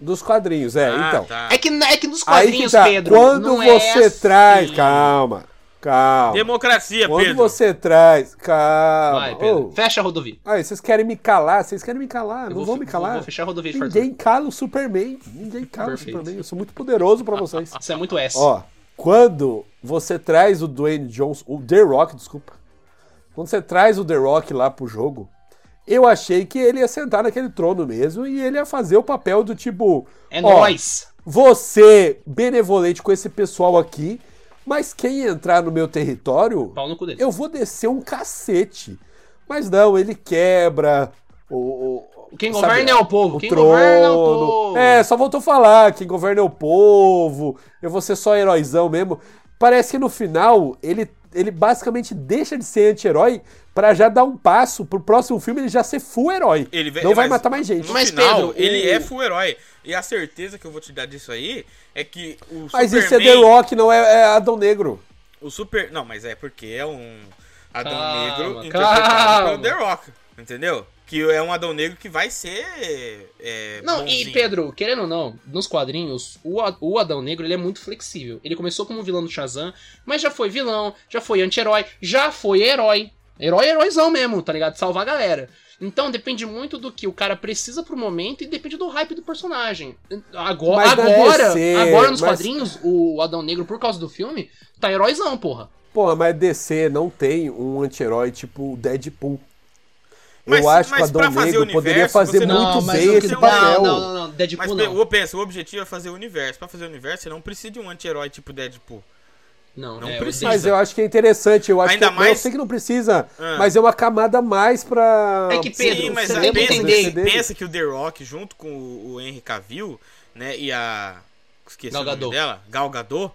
Speaker 3: Dos quadrinhos, é,
Speaker 1: Ah,
Speaker 3: então.
Speaker 1: tá.
Speaker 2: É que, é que nos
Speaker 3: Aí que
Speaker 2: quadrinhos,
Speaker 3: tá.
Speaker 2: Pedro.
Speaker 3: Quando
Speaker 2: não é
Speaker 3: você
Speaker 2: assim.
Speaker 3: traz. Calma, calma.
Speaker 1: Democracia,
Speaker 3: Quando
Speaker 1: Pedro.
Speaker 3: você traz. Calma.
Speaker 2: Vai, Pedro.
Speaker 3: Ô,
Speaker 2: Fecha a rodovia.
Speaker 3: Aí, vocês querem me calar? Vocês querem me calar?
Speaker 2: Eu
Speaker 3: não
Speaker 2: vou
Speaker 3: vão
Speaker 2: fe-
Speaker 3: me calar?
Speaker 2: vou fechar a rodovia de
Speaker 3: Ninguém cala o Superman. Ninguém cala
Speaker 2: Perfeito.
Speaker 3: o Superman. Eu sou muito poderoso pra vocês.
Speaker 2: Isso é muito S.
Speaker 3: Ó, quando você traz o Dwayne Johnson, o The Rock, desculpa. Quando você traz o The Rock lá pro jogo, eu achei que ele ia sentar naquele trono mesmo e ele ia fazer o papel do tipo.
Speaker 2: é
Speaker 3: ó,
Speaker 2: nóis.
Speaker 3: Você, benevolente com esse pessoal aqui, mas quem entrar no meu território,
Speaker 2: Pau no cu dele.
Speaker 3: eu vou descer um cacete. Mas não, ele quebra. O, o-
Speaker 2: Quem
Speaker 3: sabe,
Speaker 2: governa é o povo.
Speaker 3: o
Speaker 2: Quem
Speaker 3: trono.
Speaker 2: governa é o povo.
Speaker 3: É, só voltou a falar, quem governa é o povo, eu vou ser só heróizão mesmo. Parece que no final ele, ele basicamente deixa de ser anti-herói pra já dar um passo pro próximo filme ele já ser full herói.
Speaker 1: Ele ve-
Speaker 3: Não vai
Speaker 1: mas-
Speaker 3: matar mais gente.
Speaker 1: No
Speaker 2: Mas,
Speaker 1: final,
Speaker 2: Pedro,
Speaker 1: ele
Speaker 2: o-
Speaker 1: é full herói. E a certeza que eu vou te dar disso aí é que o
Speaker 3: Mas isso é The
Speaker 1: Superman...
Speaker 3: Rock, não é, é Adão Negro.
Speaker 1: o super... Não, mas é porque é um Adão
Speaker 2: Calma,
Speaker 1: Negro
Speaker 2: calma.
Speaker 1: interpretado pelo The Rock, entendeu? Que é um Adão Negro que vai ser... é,
Speaker 2: Não,
Speaker 1: bonzinho.
Speaker 2: e Pedro, querendo ou não, nos quadrinhos, o, A- o Adão Negro ele é muito flexível. Ele começou como vilão do Shazam, mas já foi vilão, já foi anti-herói, já foi herói. Herói é heróizão mesmo, tá ligado? Salvar a galera. Então depende muito do que o cara precisa pro momento e depende do hype do personagem. Agora,
Speaker 3: Mas da
Speaker 2: agora,
Speaker 3: DC,
Speaker 2: agora nos
Speaker 3: mas-
Speaker 2: quadrinhos, o Adão Negro, por causa do filme, tá heróizão, porra.
Speaker 3: Porra, mas DC não tem um anti-herói tipo o Deadpool.
Speaker 1: Mas-
Speaker 3: eu acho
Speaker 1: mas
Speaker 3: que o Adão
Speaker 1: pra fazer
Speaker 3: Negro
Speaker 1: universo,
Speaker 3: poderia fazer
Speaker 1: você não-
Speaker 3: muito
Speaker 1: mas
Speaker 3: bem
Speaker 1: não
Speaker 2: o
Speaker 1: tem
Speaker 3: esse
Speaker 1: um-
Speaker 3: papel.
Speaker 2: Não, não, não, Deadpool
Speaker 1: Mas
Speaker 2: tipo, não.
Speaker 1: pe- eu penso, o objetivo é fazer o universo. Pra fazer o universo, você não precisa de um anti-herói tipo Deadpool.
Speaker 2: Não,
Speaker 1: não
Speaker 2: é,
Speaker 1: precisa.
Speaker 3: Mas eu acho que é interessante. Eu acho
Speaker 1: Ainda
Speaker 3: que, é- Eu
Speaker 1: mais-
Speaker 3: sei que não precisa,
Speaker 1: Ah.
Speaker 3: mas é uma camada a mais pra.
Speaker 2: É que Pedro,
Speaker 1: Sim, mas
Speaker 2: você
Speaker 1: aí
Speaker 2: tem que
Speaker 1: pensa,
Speaker 2: entender.
Speaker 1: pensa- pensa que o The Rock, junto com o, o Henry Cavill, né, e a... Esqueci
Speaker 2: Gal
Speaker 1: o nome
Speaker 2: Gadot.
Speaker 1: dela. Gal Gadot.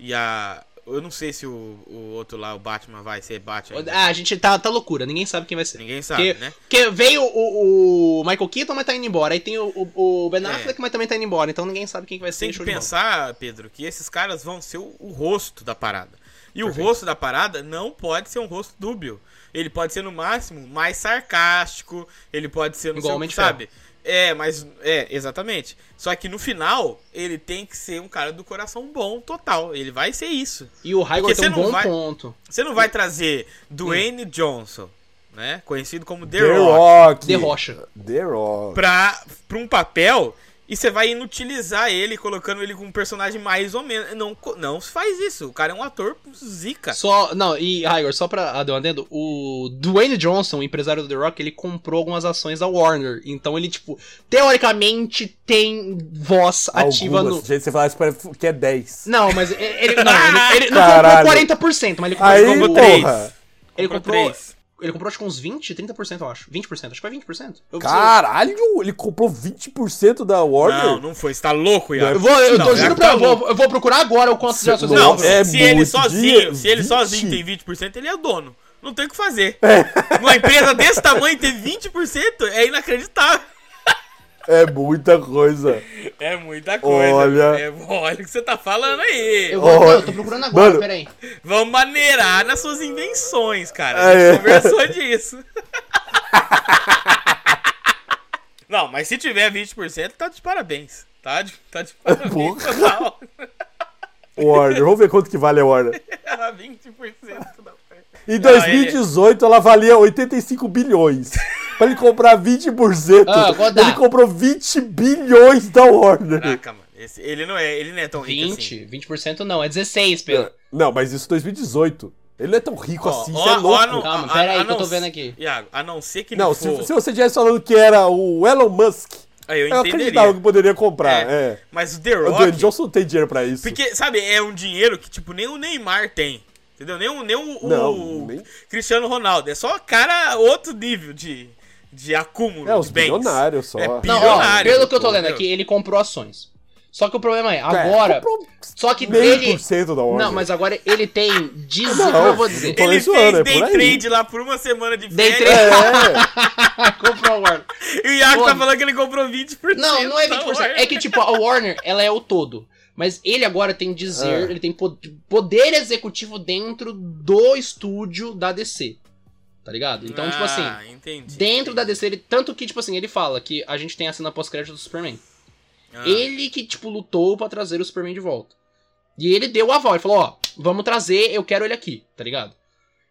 Speaker 1: E a... Eu não sei se o, o outro lá, o Batman, vai ser Batman. ainda.
Speaker 2: Ah, a gente tá, tá loucura, ninguém sabe quem vai ser.
Speaker 1: Ninguém sabe,
Speaker 2: que,
Speaker 1: né?
Speaker 2: que veio o, o Michael Keaton, mas tá indo embora. Aí tem o, o- o Ben Affleck, mas também tá indo embora. Então ninguém sabe quem que vai
Speaker 1: Você
Speaker 2: ser.
Speaker 1: É. tem que
Speaker 2: show de bola.
Speaker 1: pensar, Pedro, que esses caras vão ser o, o rosto da parada. E o
Speaker 2: Perfeito.
Speaker 1: rosto da parada não pode ser um rosto dúbio. Ele pode ser, no máximo, mais sarcástico. Ele pode ser, não sei o
Speaker 2: Igualmente
Speaker 1: que, sabe? É, mas. É, exatamente. Só que no final, ele tem que ser um cara do coração bom, total. Ele vai ser isso.
Speaker 2: E o Raigor
Speaker 1: Porque
Speaker 2: tem
Speaker 1: você
Speaker 2: um
Speaker 1: não
Speaker 2: bom
Speaker 1: vai-
Speaker 2: ponto.
Speaker 1: Você não vai trazer
Speaker 2: Hum.
Speaker 1: Dwayne Johnson, né? Conhecido como The,
Speaker 3: The
Speaker 1: Rock.
Speaker 3: Rock.
Speaker 2: De Rocha.
Speaker 3: The Rock.
Speaker 1: pra, pra um papel e você vai inutilizar ele, colocando ele como um personagem mais ou menos. Não, co- não se faz isso. O cara é um ator zica.
Speaker 2: Só, não, e Raigor, só pra ah, dar um adendo, o Dwayne Johnson, o empresário do The Rock, ele comprou algumas ações da Warner. Então ele, tipo, teoricamente tem voz ativa
Speaker 3: Algumas.
Speaker 2: no.
Speaker 3: Gente, você fala isso parece que é 10.
Speaker 2: Não, mas ele, ele- não, ele, ele não
Speaker 3: Caralho.
Speaker 2: comprou 40%, mas ele comprou,
Speaker 3: Aí,
Speaker 2: comprou
Speaker 3: porra.
Speaker 2: três. Ele
Speaker 1: Ele
Speaker 2: comprou,
Speaker 1: comprou três.
Speaker 2: ele comprou acho que uns 20, 30%, eu acho. 20%, acho que foi 20%. Eu,
Speaker 3: Caralho, ele comprou 20% da Warner?
Speaker 1: Não, não foi. Você tá louco, Iago.
Speaker 2: eu vou, eu
Speaker 1: Não,
Speaker 2: tô
Speaker 1: é
Speaker 2: juro pra eu
Speaker 1: tão-
Speaker 2: vou, eu vou procurar agora o quanto de ações da
Speaker 3: Não,
Speaker 1: Não,
Speaker 2: Warner.
Speaker 3: é
Speaker 1: se ele
Speaker 3: muito
Speaker 1: sozinho,
Speaker 3: dinheiro.
Speaker 1: se ele
Speaker 3: 20.
Speaker 1: sozinho tem 20%, ele é dono. Não tem o que fazer. Uma empresa desse tamanho ter 20% é inacreditável.
Speaker 3: É muita coisa.
Speaker 1: É muita coisa.
Speaker 3: Olha.
Speaker 1: É, olha o que você tá falando aí.
Speaker 2: Eu, vou,
Speaker 3: Olha.
Speaker 2: eu tô procurando agora,
Speaker 3: Mano.
Speaker 2: peraí.
Speaker 1: Vamos maneirar nas suas invenções, cara. A gente
Speaker 3: É.
Speaker 1: conversou disso. Não, mas se tiver 20%, tá de parabéns. Tá de, tá de
Speaker 3: É
Speaker 1: parabéns Tá
Speaker 3: Porra.
Speaker 1: total.
Speaker 3: Warner, vamos ver quanto que vale a Warner.
Speaker 1: Era 20% da frente.
Speaker 3: Em
Speaker 1: Não, ele-
Speaker 3: 2018 ela valia 85 bilhões. Pra ele comprar 20%,
Speaker 2: Ah, vou dar.
Speaker 3: ele comprou 20 bilhões da Warner.
Speaker 1: Caraca, mano. esse- ele, não é, ele não é tão rico 20. assim.
Speaker 2: 20, 20% não, é 16, Pedro.
Speaker 3: Não, mas isso em 2018. Ele não é tão rico assim, isso é louco.
Speaker 1: não-
Speaker 2: Calma,
Speaker 1: a-
Speaker 2: pera aí
Speaker 1: a
Speaker 2: que eu tô
Speaker 1: não
Speaker 2: vendo
Speaker 1: se-
Speaker 2: aqui.
Speaker 1: Iago, a não ser que
Speaker 3: Não,
Speaker 1: não
Speaker 3: se,
Speaker 1: for...
Speaker 3: se você estivesse falando que era o Elon Musk,
Speaker 1: Aí tipo- eu
Speaker 3: eu
Speaker 1: entenderia.
Speaker 3: acreditava que poderia comprar.
Speaker 1: É,
Speaker 3: É.
Speaker 1: Mas o The
Speaker 3: O Dwayne
Speaker 1: Rock...
Speaker 3: Johnson não tem dinheiro pra isso.
Speaker 1: Porque, sabe, é um dinheiro que, tipo, nem o Neymar tem. Entendeu? Nem o, nem o,
Speaker 3: Não,
Speaker 1: o
Speaker 3: nem-
Speaker 1: Cristiano Ronaldo. É só, cara, outro nível de, de acúmulo
Speaker 3: É, os
Speaker 1: de bens.
Speaker 3: bilionários só.
Speaker 1: É
Speaker 3: Não, ó,
Speaker 2: Não, ó,
Speaker 1: bilionário,
Speaker 2: pelo que eu tô lendo
Speaker 1: entendeu?
Speaker 2: aqui, ele comprou ações. Só que o problema é,
Speaker 3: É,
Speaker 2: agora.
Speaker 3: comprou
Speaker 2: Só que
Speaker 3: meio
Speaker 2: dele.
Speaker 3: por cento da Warner.
Speaker 2: Não, mas agora ele tem. Diz
Speaker 3: Não,
Speaker 2: eu vou
Speaker 3: não
Speaker 2: dizer.
Speaker 3: tô-
Speaker 1: Ele
Speaker 3: isso,
Speaker 1: fez
Speaker 3: Ana, é
Speaker 1: day
Speaker 3: por aí.
Speaker 1: trade lá por uma semana de
Speaker 2: Day
Speaker 1: férias.
Speaker 2: trade.
Speaker 3: É,
Speaker 2: comprou a Warner.
Speaker 1: E o Iago tá
Speaker 2: Foda.
Speaker 1: falando que ele comprou 20%. Então,
Speaker 2: Não, não é 20%.
Speaker 1: da Warner.
Speaker 2: É que, tipo, a Warner, ela é o todo. Mas ele agora tem dizer, ele tem po- poder executivo dentro do estúdio da DC. Tá ligado? Então, tipo assim,
Speaker 1: Ah, entendi.
Speaker 2: dentro da DC, ele, tanto que, tipo assim, ele fala que a gente tem a cena pós-crédito do Superman.
Speaker 1: Ah,
Speaker 2: Ele que, tipo, lutou pra trazer o Superman de volta. E ele deu a aval, ele falou, ó, vamos trazer, eu quero ele aqui, tá ligado?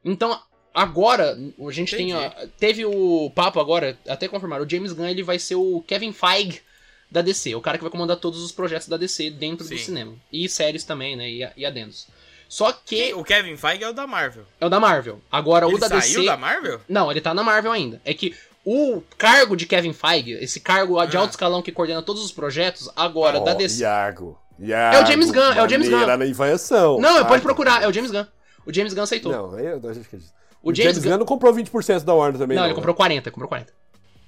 Speaker 2: Então, agora, a gente tem, ó, teve o papo agora, até confirmar, o James Gunn, ele vai ser o Kevin Feige da DC, o cara que vai comandar todos os projetos da DC dentro do
Speaker 1: Sim.
Speaker 2: cinema. E séries também, né, e, a- e adendos. Só que
Speaker 1: O Kevin Feige é o da Marvel.
Speaker 2: é o da Marvel. Agora,
Speaker 1: Ele
Speaker 2: o da
Speaker 1: saiu
Speaker 2: DC...
Speaker 1: da Marvel?
Speaker 2: Não, ele tá na Marvel ainda. É que o cargo de Kevin Feige, esse cargo de
Speaker 1: Ah.
Speaker 2: alto escalão que coordena todos os projetos, agora da
Speaker 3: Ó,
Speaker 2: DC.
Speaker 3: Iago.
Speaker 2: É o James Gunn, é o James Gunn.
Speaker 3: Na invenção,
Speaker 2: Não, eu
Speaker 3: sabe?
Speaker 2: pode procurar, é o James Gunn. O James Gunn aceitou.
Speaker 3: Não, eu, a gente acredita.
Speaker 2: o James, Gunn.
Speaker 3: não comprou 20% da Warner também.
Speaker 2: Não,
Speaker 3: Não, né?
Speaker 2: ele comprou 40, comprou 40.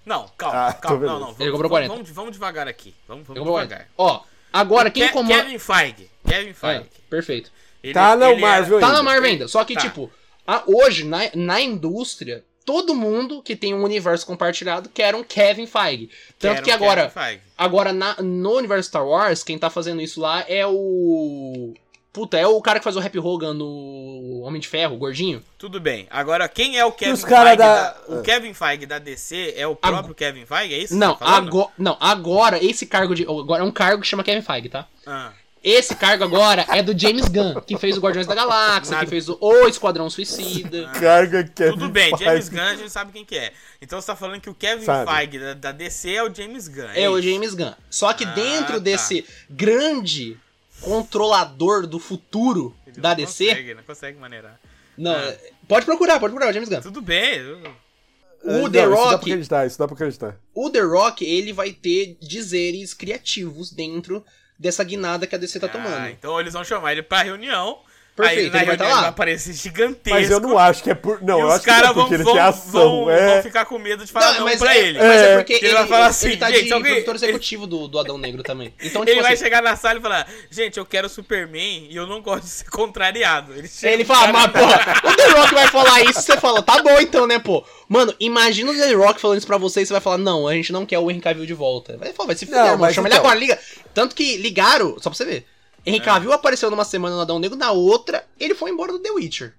Speaker 1: Não, calma,
Speaker 3: Ah, tô
Speaker 1: calma. Não,
Speaker 3: vendo.
Speaker 1: não.
Speaker 2: Ele
Speaker 1: vamos-
Speaker 2: comprou
Speaker 1: vamos-
Speaker 2: 40.
Speaker 1: Vamos, vamos devagar aqui. Vamos, vamos
Speaker 2: Ele comprou
Speaker 1: devagar.
Speaker 2: 40. Ó, agora quem
Speaker 1: Ke-
Speaker 2: comanda.
Speaker 1: Kevin Feige. Kevin Feige.
Speaker 2: É, perfeito.
Speaker 1: Ele-
Speaker 3: Tá
Speaker 1: ele
Speaker 3: na
Speaker 1: é era-
Speaker 3: Marvel
Speaker 2: Tá
Speaker 3: ainda.
Speaker 2: na Marvel ainda. Só que,
Speaker 1: Tá.
Speaker 2: tipo, a- hoje, na, na indústria, todo mundo que tem um universo compartilhado quer um Kevin Feige. Tanto
Speaker 1: era
Speaker 2: que
Speaker 1: o
Speaker 2: agora.
Speaker 1: um Kevin Feige.
Speaker 2: Agora, na- no universo Star Wars, quem tá fazendo isso lá é o. Puta, é o cara que faz o Rap Hogan no Homem de Ferro, o gordinho.
Speaker 1: Tudo bem. Agora, quem é o Kevin
Speaker 3: os cara
Speaker 1: Feige?
Speaker 3: da- Ah.
Speaker 1: O Kevin Feige da DC é o próprio Kevin Feige? É isso? que
Speaker 2: Não,
Speaker 1: você tá falando?
Speaker 2: agora, não, agora esse cargo de. Agora é um cargo que chama Kevin Feige, tá?
Speaker 1: Ah,
Speaker 2: Esse cargo agora é do James Gunn, que fez o Guardiões da Galáxia,
Speaker 1: Nada.
Speaker 2: que fez o, o Esquadrão Suicida.
Speaker 3: Carga Kevin
Speaker 1: tudo bem, James
Speaker 3: Feige.
Speaker 1: Gunn a gente sabe quem que é. Então você tá falando que o Kevin
Speaker 3: Sabe.
Speaker 1: Feige da, da DC é o James Gunn.
Speaker 2: É o
Speaker 1: isso?
Speaker 2: James Gunn. Só que
Speaker 1: Ah,
Speaker 2: dentro
Speaker 1: tá.
Speaker 2: desse grande controlador do futuro
Speaker 1: Ele
Speaker 2: da
Speaker 1: não
Speaker 2: DC.
Speaker 1: Consegue, não consegue maneirar.
Speaker 2: Não,
Speaker 1: Ah.
Speaker 2: pode procurar, pode procurar, o James Gunn.
Speaker 1: Tudo bem. eu-
Speaker 2: O The
Speaker 3: Ah, não, Isso dá pra
Speaker 2: Rock
Speaker 3: acreditar, isso dá pra acreditar.
Speaker 2: o The Rock, ele vai ter dizeres criativos dentro dessa guinada que a DC tá
Speaker 1: Ah,
Speaker 2: tomando.
Speaker 1: então eles vão chamar ele pra reunião.
Speaker 2: Perfeito,
Speaker 1: aí na
Speaker 2: ele vai
Speaker 1: reunião
Speaker 2: tá lá.
Speaker 1: ele vai aparecer gigantesco.
Speaker 3: Mas eu não acho que é por. Não,
Speaker 1: e
Speaker 3: eu
Speaker 1: os
Speaker 3: acho que não
Speaker 1: caras
Speaker 3: é
Speaker 1: vão,
Speaker 3: porque
Speaker 1: vão,
Speaker 3: ele tem ação.
Speaker 1: vão,
Speaker 3: é.
Speaker 1: vão ficar com medo de falar não, pra
Speaker 2: é,
Speaker 1: ele.
Speaker 2: mas é porque
Speaker 1: Ele
Speaker 2: ele,
Speaker 1: vai falar assim,
Speaker 2: ele tá
Speaker 1: gente,
Speaker 2: de
Speaker 1: alguém-
Speaker 2: produtor executivo do, do Adão Negro também. Então,
Speaker 1: ele
Speaker 2: tipo
Speaker 1: vai
Speaker 2: assim,
Speaker 1: chegar na sala e falar, gente, eu quero Superman e eu não gosto de ser contrariado. Ele, chega
Speaker 2: ele fala, mas pô, o The Rock vai falar isso, você fala, tá bom então, né, pô. Mano, imagina o The Rock falando isso pra você e você vai falar, não, a gente não quer o Henry Cavill de volta. Vai falar, vai se fuder,
Speaker 3: Não,
Speaker 2: mano,
Speaker 3: mas
Speaker 2: chama ele
Speaker 3: então-
Speaker 2: agora, liga. Tanto que ligaram, só pra você ver,
Speaker 3: É.
Speaker 2: Henry Cavill apareceu numa semana no Adão Negro, na outra ele foi embora do The Witcher.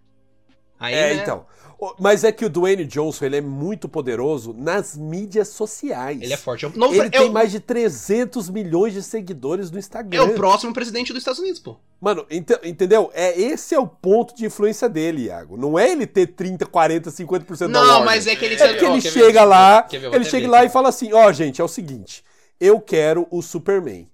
Speaker 2: Aí,
Speaker 3: É,
Speaker 2: né,
Speaker 3: então. O- Mas é que o Dwayne Johnson ele é muito poderoso nas mídias sociais.
Speaker 2: Ele é forte. É o, novo-
Speaker 3: Ele
Speaker 2: é
Speaker 3: tem
Speaker 2: o-
Speaker 3: mais de 300 milhões de seguidores no Instagram.
Speaker 2: É o próximo presidente dos Estados Unidos, pô.
Speaker 3: Mano, ente- entendeu? É, esse é o ponto de influência dele, Iago. Não é ele ter 30, 40, 50% da
Speaker 2: Não,
Speaker 3: Warner.
Speaker 2: mas é que ele...
Speaker 3: É porque
Speaker 2: Ó,
Speaker 3: ele
Speaker 2: quer ver?
Speaker 3: chega lá,
Speaker 2: Quer ver? Eu vou
Speaker 3: ele
Speaker 2: até
Speaker 3: chega
Speaker 2: ver
Speaker 3: lá e
Speaker 2: aqui.
Speaker 3: fala assim, ó, gente, é o seguinte, eu quero o Superman.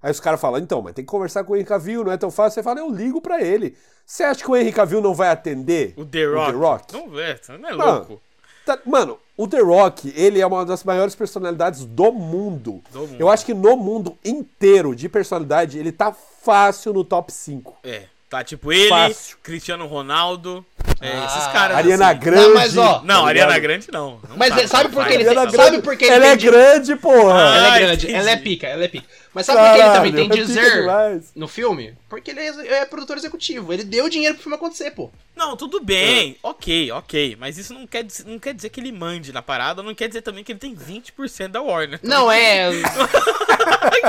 Speaker 3: Aí os caras falam, então, mas tem que conversar com o Henry Cavill, não é tão fácil. Você fala, eu ligo pra ele. Você acha que o Henry Cavill não vai atender
Speaker 1: O The Rock.
Speaker 3: O The Rock?
Speaker 1: Não vê, você não é
Speaker 3: Não.
Speaker 1: louco.
Speaker 3: Tá- mano, o The Rock, ele é uma das maiores personalidades do mundo.
Speaker 1: Do mundo.
Speaker 3: Eu acho que no mundo inteiro de personalidade, ele tá fácil no top 5.
Speaker 1: É, tá tipo ele,
Speaker 3: Fácil.
Speaker 1: Cristiano Ronaldo, é,
Speaker 2: Ah,
Speaker 1: esses caras.
Speaker 3: Ariana
Speaker 1: assim.
Speaker 3: Grande.
Speaker 2: Não, mas, ó,
Speaker 1: Não,
Speaker 3: tá
Speaker 1: Ariana
Speaker 3: ligado?
Speaker 1: Grande não. Não
Speaker 2: Mas
Speaker 1: tá,
Speaker 2: ele- sabe por que
Speaker 1: vai,
Speaker 2: ele
Speaker 1: vai,
Speaker 2: tem-
Speaker 1: vai.
Speaker 2: sabe por que ele
Speaker 3: ela
Speaker 2: tem
Speaker 3: é
Speaker 2: de-
Speaker 3: grande, porra!
Speaker 2: Ela
Speaker 1: Ah,
Speaker 2: é grande,
Speaker 1: entendi.
Speaker 2: ela é pica, ela é pica. Mas sabe por que ele também tem
Speaker 3: Caralho,
Speaker 2: que
Speaker 3: é pica
Speaker 2: dizer
Speaker 3: demais.
Speaker 2: no filme? Porque ele é, é produtor executivo. Ele deu dinheiro pro filme acontecer, pô.
Speaker 1: Não, tudo bem, ok, ok. Mas isso não quer, dizer- não quer dizer que ele mande na parada, não quer dizer também que ele tem 20% da Warner.
Speaker 2: Não, é...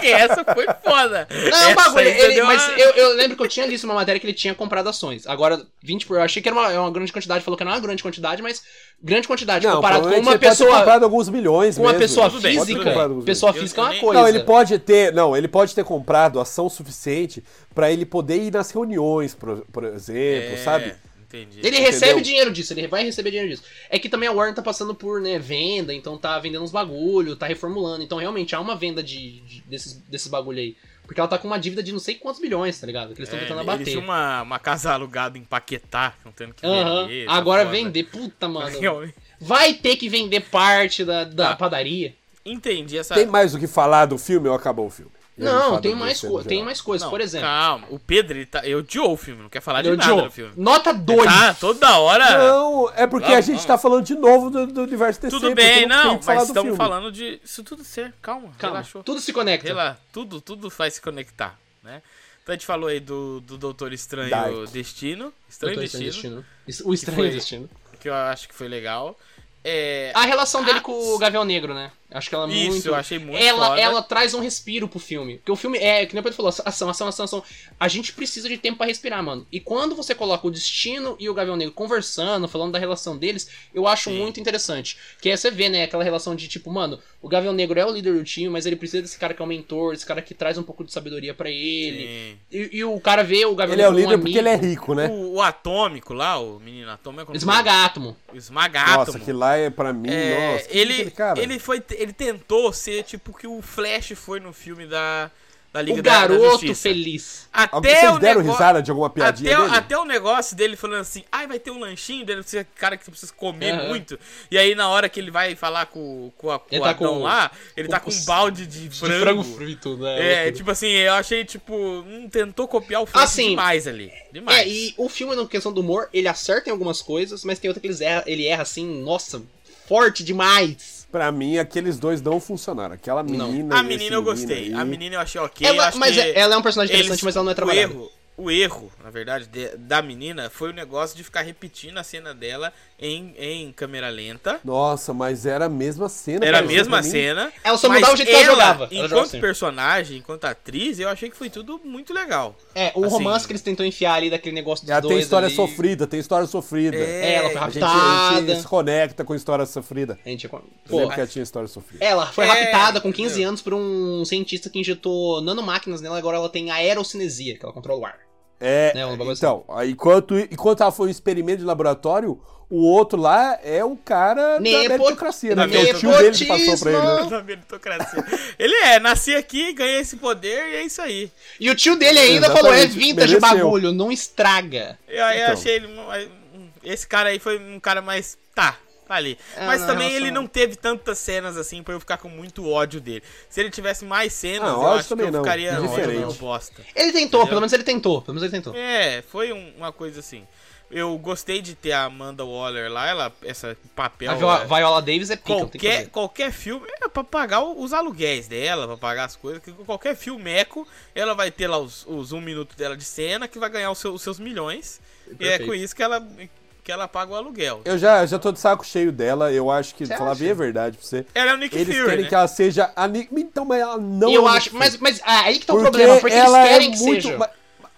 Speaker 1: Que essa foi foda.
Speaker 2: Não, é um
Speaker 1: Essa
Speaker 2: bagulho.
Speaker 1: aí
Speaker 2: ele-
Speaker 1: deu
Speaker 2: mas
Speaker 1: uma-
Speaker 2: eu, eu lembro que eu tinha lido uma matéria que ele tinha comprado ações. Agora, 20 por... Eu achei que era uma, é uma grande quantidade. Falou que não é uma grande quantidade, mas... Grande quantidade
Speaker 3: Não,
Speaker 2: comparado com
Speaker 3: provavelmente
Speaker 2: uma
Speaker 3: ele pode ter
Speaker 2: pessoa...
Speaker 3: comprado alguns milhões
Speaker 2: Com uma
Speaker 3: mesmo.
Speaker 2: pessoa
Speaker 1: Tudo bem,
Speaker 3: Pode ter comprado
Speaker 2: física.
Speaker 3: alguns
Speaker 2: Pessoa
Speaker 1: milhões.
Speaker 2: física é
Speaker 1: Eu- eu
Speaker 2: uma
Speaker 1: nem-
Speaker 2: coisa.
Speaker 3: Não, ele pode ter, não, ele pode ter comprado ação suficiente pra ele poder ir nas reuniões, por, por exemplo,
Speaker 1: É,
Speaker 3: Tipo, sabe?
Speaker 1: Entendi.
Speaker 2: Ele
Speaker 3: Entendeu?
Speaker 2: recebe dinheiro disso, ele vai receber dinheiro disso. É que também a Warner tá passando por né, venda, então tá vendendo uns bagulho, tá reformulando. Então realmente há uma venda de, de- desses, desses bagulho aí. Porque ela tá com uma dívida de não sei quantos bilhões, tá ligado? Que eles
Speaker 1: É,
Speaker 2: estão tentando
Speaker 1: ele- ele
Speaker 2: abater.
Speaker 1: tinha uma, uma casa alugada em Paquetá, não tendo que
Speaker 2: Aham.
Speaker 1: vender. tá
Speaker 2: Agora
Speaker 1: foda.
Speaker 2: vender, puta, mano.
Speaker 1: Realmente.
Speaker 2: Vai ter que vender parte da, da
Speaker 1: Tá.
Speaker 2: padaria.
Speaker 1: Entendi essa.
Speaker 3: Tem mais o que falar do filme ou acabou o filme? Eu
Speaker 2: tá. Não,
Speaker 3: falo
Speaker 2: tem
Speaker 3: do
Speaker 2: mais,
Speaker 3: filme
Speaker 2: co-
Speaker 3: no
Speaker 2: tem
Speaker 3: geral.
Speaker 2: mais coisas.
Speaker 1: Não,
Speaker 2: Por exemplo,
Speaker 1: Calma, o Pedro, ele tá... eu odiou o filme, não quer falar de
Speaker 2: eu,
Speaker 1: nada
Speaker 2: Joe,
Speaker 1: do filme.
Speaker 2: nota 2.
Speaker 1: Tá, toda hora.
Speaker 3: Não, é
Speaker 2: Ah,
Speaker 3: porque a
Speaker 1: Vamos,
Speaker 3: gente
Speaker 1: vamos.
Speaker 3: tá falando de novo do, do universo DC.
Speaker 1: tudo
Speaker 3: porque
Speaker 1: bem,
Speaker 3: tem
Speaker 1: não,
Speaker 3: que falar
Speaker 1: mas
Speaker 3: do
Speaker 1: estamos
Speaker 3: filme.
Speaker 1: falando de. Isso tudo ser. Calma,
Speaker 2: Calma,
Speaker 1: relaxou.
Speaker 2: tudo se conecta.
Speaker 1: Sei lá, tudo, tudo faz se conectar, né? Então a gente falou aí do, do Doutor Estranho
Speaker 3: Dark.
Speaker 1: Destino.
Speaker 2: Eu
Speaker 1: Estranho
Speaker 2: tô
Speaker 1: Destino,
Speaker 2: estranho destino. Isso- O estranho
Speaker 1: foi-
Speaker 2: destino.
Speaker 1: que eu acho que foi legal. É,
Speaker 2: A relação dele
Speaker 1: Ah,
Speaker 2: com o Gavião Negro, né? Acho que ela é
Speaker 1: Isso,
Speaker 2: muito.
Speaker 1: eu achei muito
Speaker 2: ela,
Speaker 1: foda.
Speaker 2: ela traz um respiro pro filme. Porque o filme é, que nem o Pedro falou, ação, ação, ação, ação. A gente precisa de tempo pra respirar, mano. E quando você coloca o Destino e o Gavião Negro conversando, falando da relação deles, eu acho
Speaker 1: Sim.
Speaker 2: muito interessante. Que aí você vê, né, aquela relação de tipo, mano, o Gavião Negro é o líder do time, mas ele precisa desse cara que é o mentor, desse cara que traz um pouco de sabedoria pra ele.
Speaker 1: Sim.
Speaker 2: E, e o cara vê o Gavião
Speaker 3: Ele é o
Speaker 2: Negro como
Speaker 3: líder
Speaker 2: um
Speaker 3: porque ele é
Speaker 2: amigo.
Speaker 3: rico, né?
Speaker 1: O, o atômico lá, o menino atômico. é
Speaker 2: Esmaga átomo.
Speaker 1: Esmaga
Speaker 3: Nossa,
Speaker 1: átomo.
Speaker 3: que lá é pra mim,
Speaker 1: É,
Speaker 3: nossa. que
Speaker 1: ele,
Speaker 3: aquele cara.
Speaker 1: ele foi, ele tentou ser tipo o que o Flash foi no filme da, da Liga
Speaker 2: o
Speaker 1: da- da
Speaker 2: garoto
Speaker 1: Justiça.
Speaker 2: feliz.
Speaker 1: Até
Speaker 3: Vocês
Speaker 1: o
Speaker 3: deram
Speaker 1: negócio-
Speaker 3: risada de alguma piadinha
Speaker 1: até, o-
Speaker 3: dele?
Speaker 1: até o negócio dele falando assim, ai, vai ter um lanchinho dele, você cara que precisa comer
Speaker 2: Aham.
Speaker 1: muito. E aí na hora que ele vai falar com, com, a, com
Speaker 2: Ele
Speaker 1: o
Speaker 2: tá
Speaker 1: Adão
Speaker 2: com-
Speaker 1: lá, ele
Speaker 2: com-
Speaker 1: tá com um balde de frango.
Speaker 2: De frango frito, né?
Speaker 1: É, tipo assim, eu achei, tipo, hum, tentou copiar o Flash
Speaker 2: Assim,
Speaker 1: demais ali. Demais.
Speaker 2: É, e o filme, na questão do humor, ele acerta em algumas coisas, mas tem outra que eles erra- ele erra assim, nossa, forte demais.
Speaker 3: Pra mim, aqueles dois não funcionaram. Aquela
Speaker 2: Não.
Speaker 3: menina.
Speaker 1: A
Speaker 3: e esse
Speaker 1: menina eu gostei.
Speaker 3: menino
Speaker 1: A
Speaker 3: aí.
Speaker 1: menina eu achei ok. eu
Speaker 2: Ela,
Speaker 1: acho
Speaker 2: mas
Speaker 1: que
Speaker 2: é- ela é um personagem
Speaker 1: eles-
Speaker 2: interessante, mas ela não é trabalhada.
Speaker 1: O erro, o erro, na verdade, de- da menina foi o negócio de ficar repetindo a cena dela em, em câmera lenta.
Speaker 3: Nossa, mas era a mesma cena.
Speaker 1: Era a
Speaker 3: parecia
Speaker 1: mesma
Speaker 3: pra mim.
Speaker 1: cena.
Speaker 2: Ela só
Speaker 1: mas
Speaker 2: mudava o jeito que ela jogava. Ela
Speaker 1: Enquanto
Speaker 2: jogava assim.
Speaker 1: personagem, enquanto atriz, eu achei que foi tudo muito legal.
Speaker 2: É, o
Speaker 1: Assim,
Speaker 2: romance que eles tentam enfiar ali daquele negócio dos
Speaker 3: Ela
Speaker 2: dois
Speaker 3: tem história
Speaker 2: ali.
Speaker 3: sofrida, tem história sofrida.
Speaker 1: É,
Speaker 2: É, ela foi
Speaker 3: A gente, a
Speaker 2: raptada.
Speaker 3: gente se conecta com história sofrida.
Speaker 2: A gente- pô,
Speaker 3: Eu lembro que ela tinha história sofrida.
Speaker 2: ela foi
Speaker 1: É,
Speaker 2: raptada com 15
Speaker 1: entendeu?
Speaker 2: anos por um cientista que injetou nanomáquinas nela, agora ela tem aerocinesia, que ela controla o ar.
Speaker 3: É,
Speaker 2: Né, um bagulho
Speaker 3: então, aí, enquanto, enquanto ela foi um experimento de laboratório, o outro lá é um cara
Speaker 2: Nepo-
Speaker 3: da meritocracia, né? Porque o tio
Speaker 2: nepotismo!
Speaker 3: dele que passou pra ele, né?
Speaker 1: Da meritocracia. Ele é, nasci aqui, ganhei esse poder e é isso aí.
Speaker 2: E o tio dele ainda falou: é
Speaker 3: Exatamente,
Speaker 2: vintage o
Speaker 3: mereceu.
Speaker 2: bagulho, não estraga.
Speaker 1: Eu, eu
Speaker 3: Então.
Speaker 1: achei ele. um- Esse cara aí foi um cara mais. Tá, tá ali.
Speaker 2: É,
Speaker 1: Mas
Speaker 2: na
Speaker 1: também
Speaker 2: relação-
Speaker 1: ele não teve tantas cenas assim pra eu ficar com muito ódio dele. Se ele tivesse mais cenas,
Speaker 3: Ah,
Speaker 1: eu
Speaker 3: ódio
Speaker 1: acho que
Speaker 3: também
Speaker 1: eu
Speaker 3: não,
Speaker 1: ficaria ódio
Speaker 3: indiferente.
Speaker 1: não, bosta.
Speaker 2: Ele tentou,
Speaker 1: Entendeu?
Speaker 2: pelo menos ele tentou, pelo menos ele tentou.
Speaker 1: É, foi um- uma coisa assim. Eu gostei de ter a Amanda Waller lá, ela, essa papel.
Speaker 2: A Viola,
Speaker 1: né?
Speaker 2: Viola Davis é pica, não tem o que
Speaker 1: Qualquer,
Speaker 2: fazer.
Speaker 1: qualquer filme é pra pagar o- os aluguéis dela, pra pagar as coisas. que Qualquer filmeco, ela vai ter lá os, os um minuto dela de cena, que vai ganhar os, seus- os seus milhões. E é
Speaker 2: Perfeito.
Speaker 1: com isso que ela, que ela paga o aluguel.
Speaker 3: Eu já, já tô de saco cheio dela, eu acho que,
Speaker 2: Você
Speaker 3: falar
Speaker 2: acha?
Speaker 3: bem a verdade pra você.
Speaker 1: Ela é o Nick
Speaker 3: Eles
Speaker 1: Fury,
Speaker 3: querem
Speaker 1: né?
Speaker 3: que ela seja a Nick. Então, mas ela não
Speaker 2: E
Speaker 3: é
Speaker 2: eu
Speaker 3: a
Speaker 2: acho,
Speaker 3: Nick
Speaker 2: mas,
Speaker 3: Fury.
Speaker 2: mas ah, aí que tá o problema, porque eles querem que seja.
Speaker 3: é ma-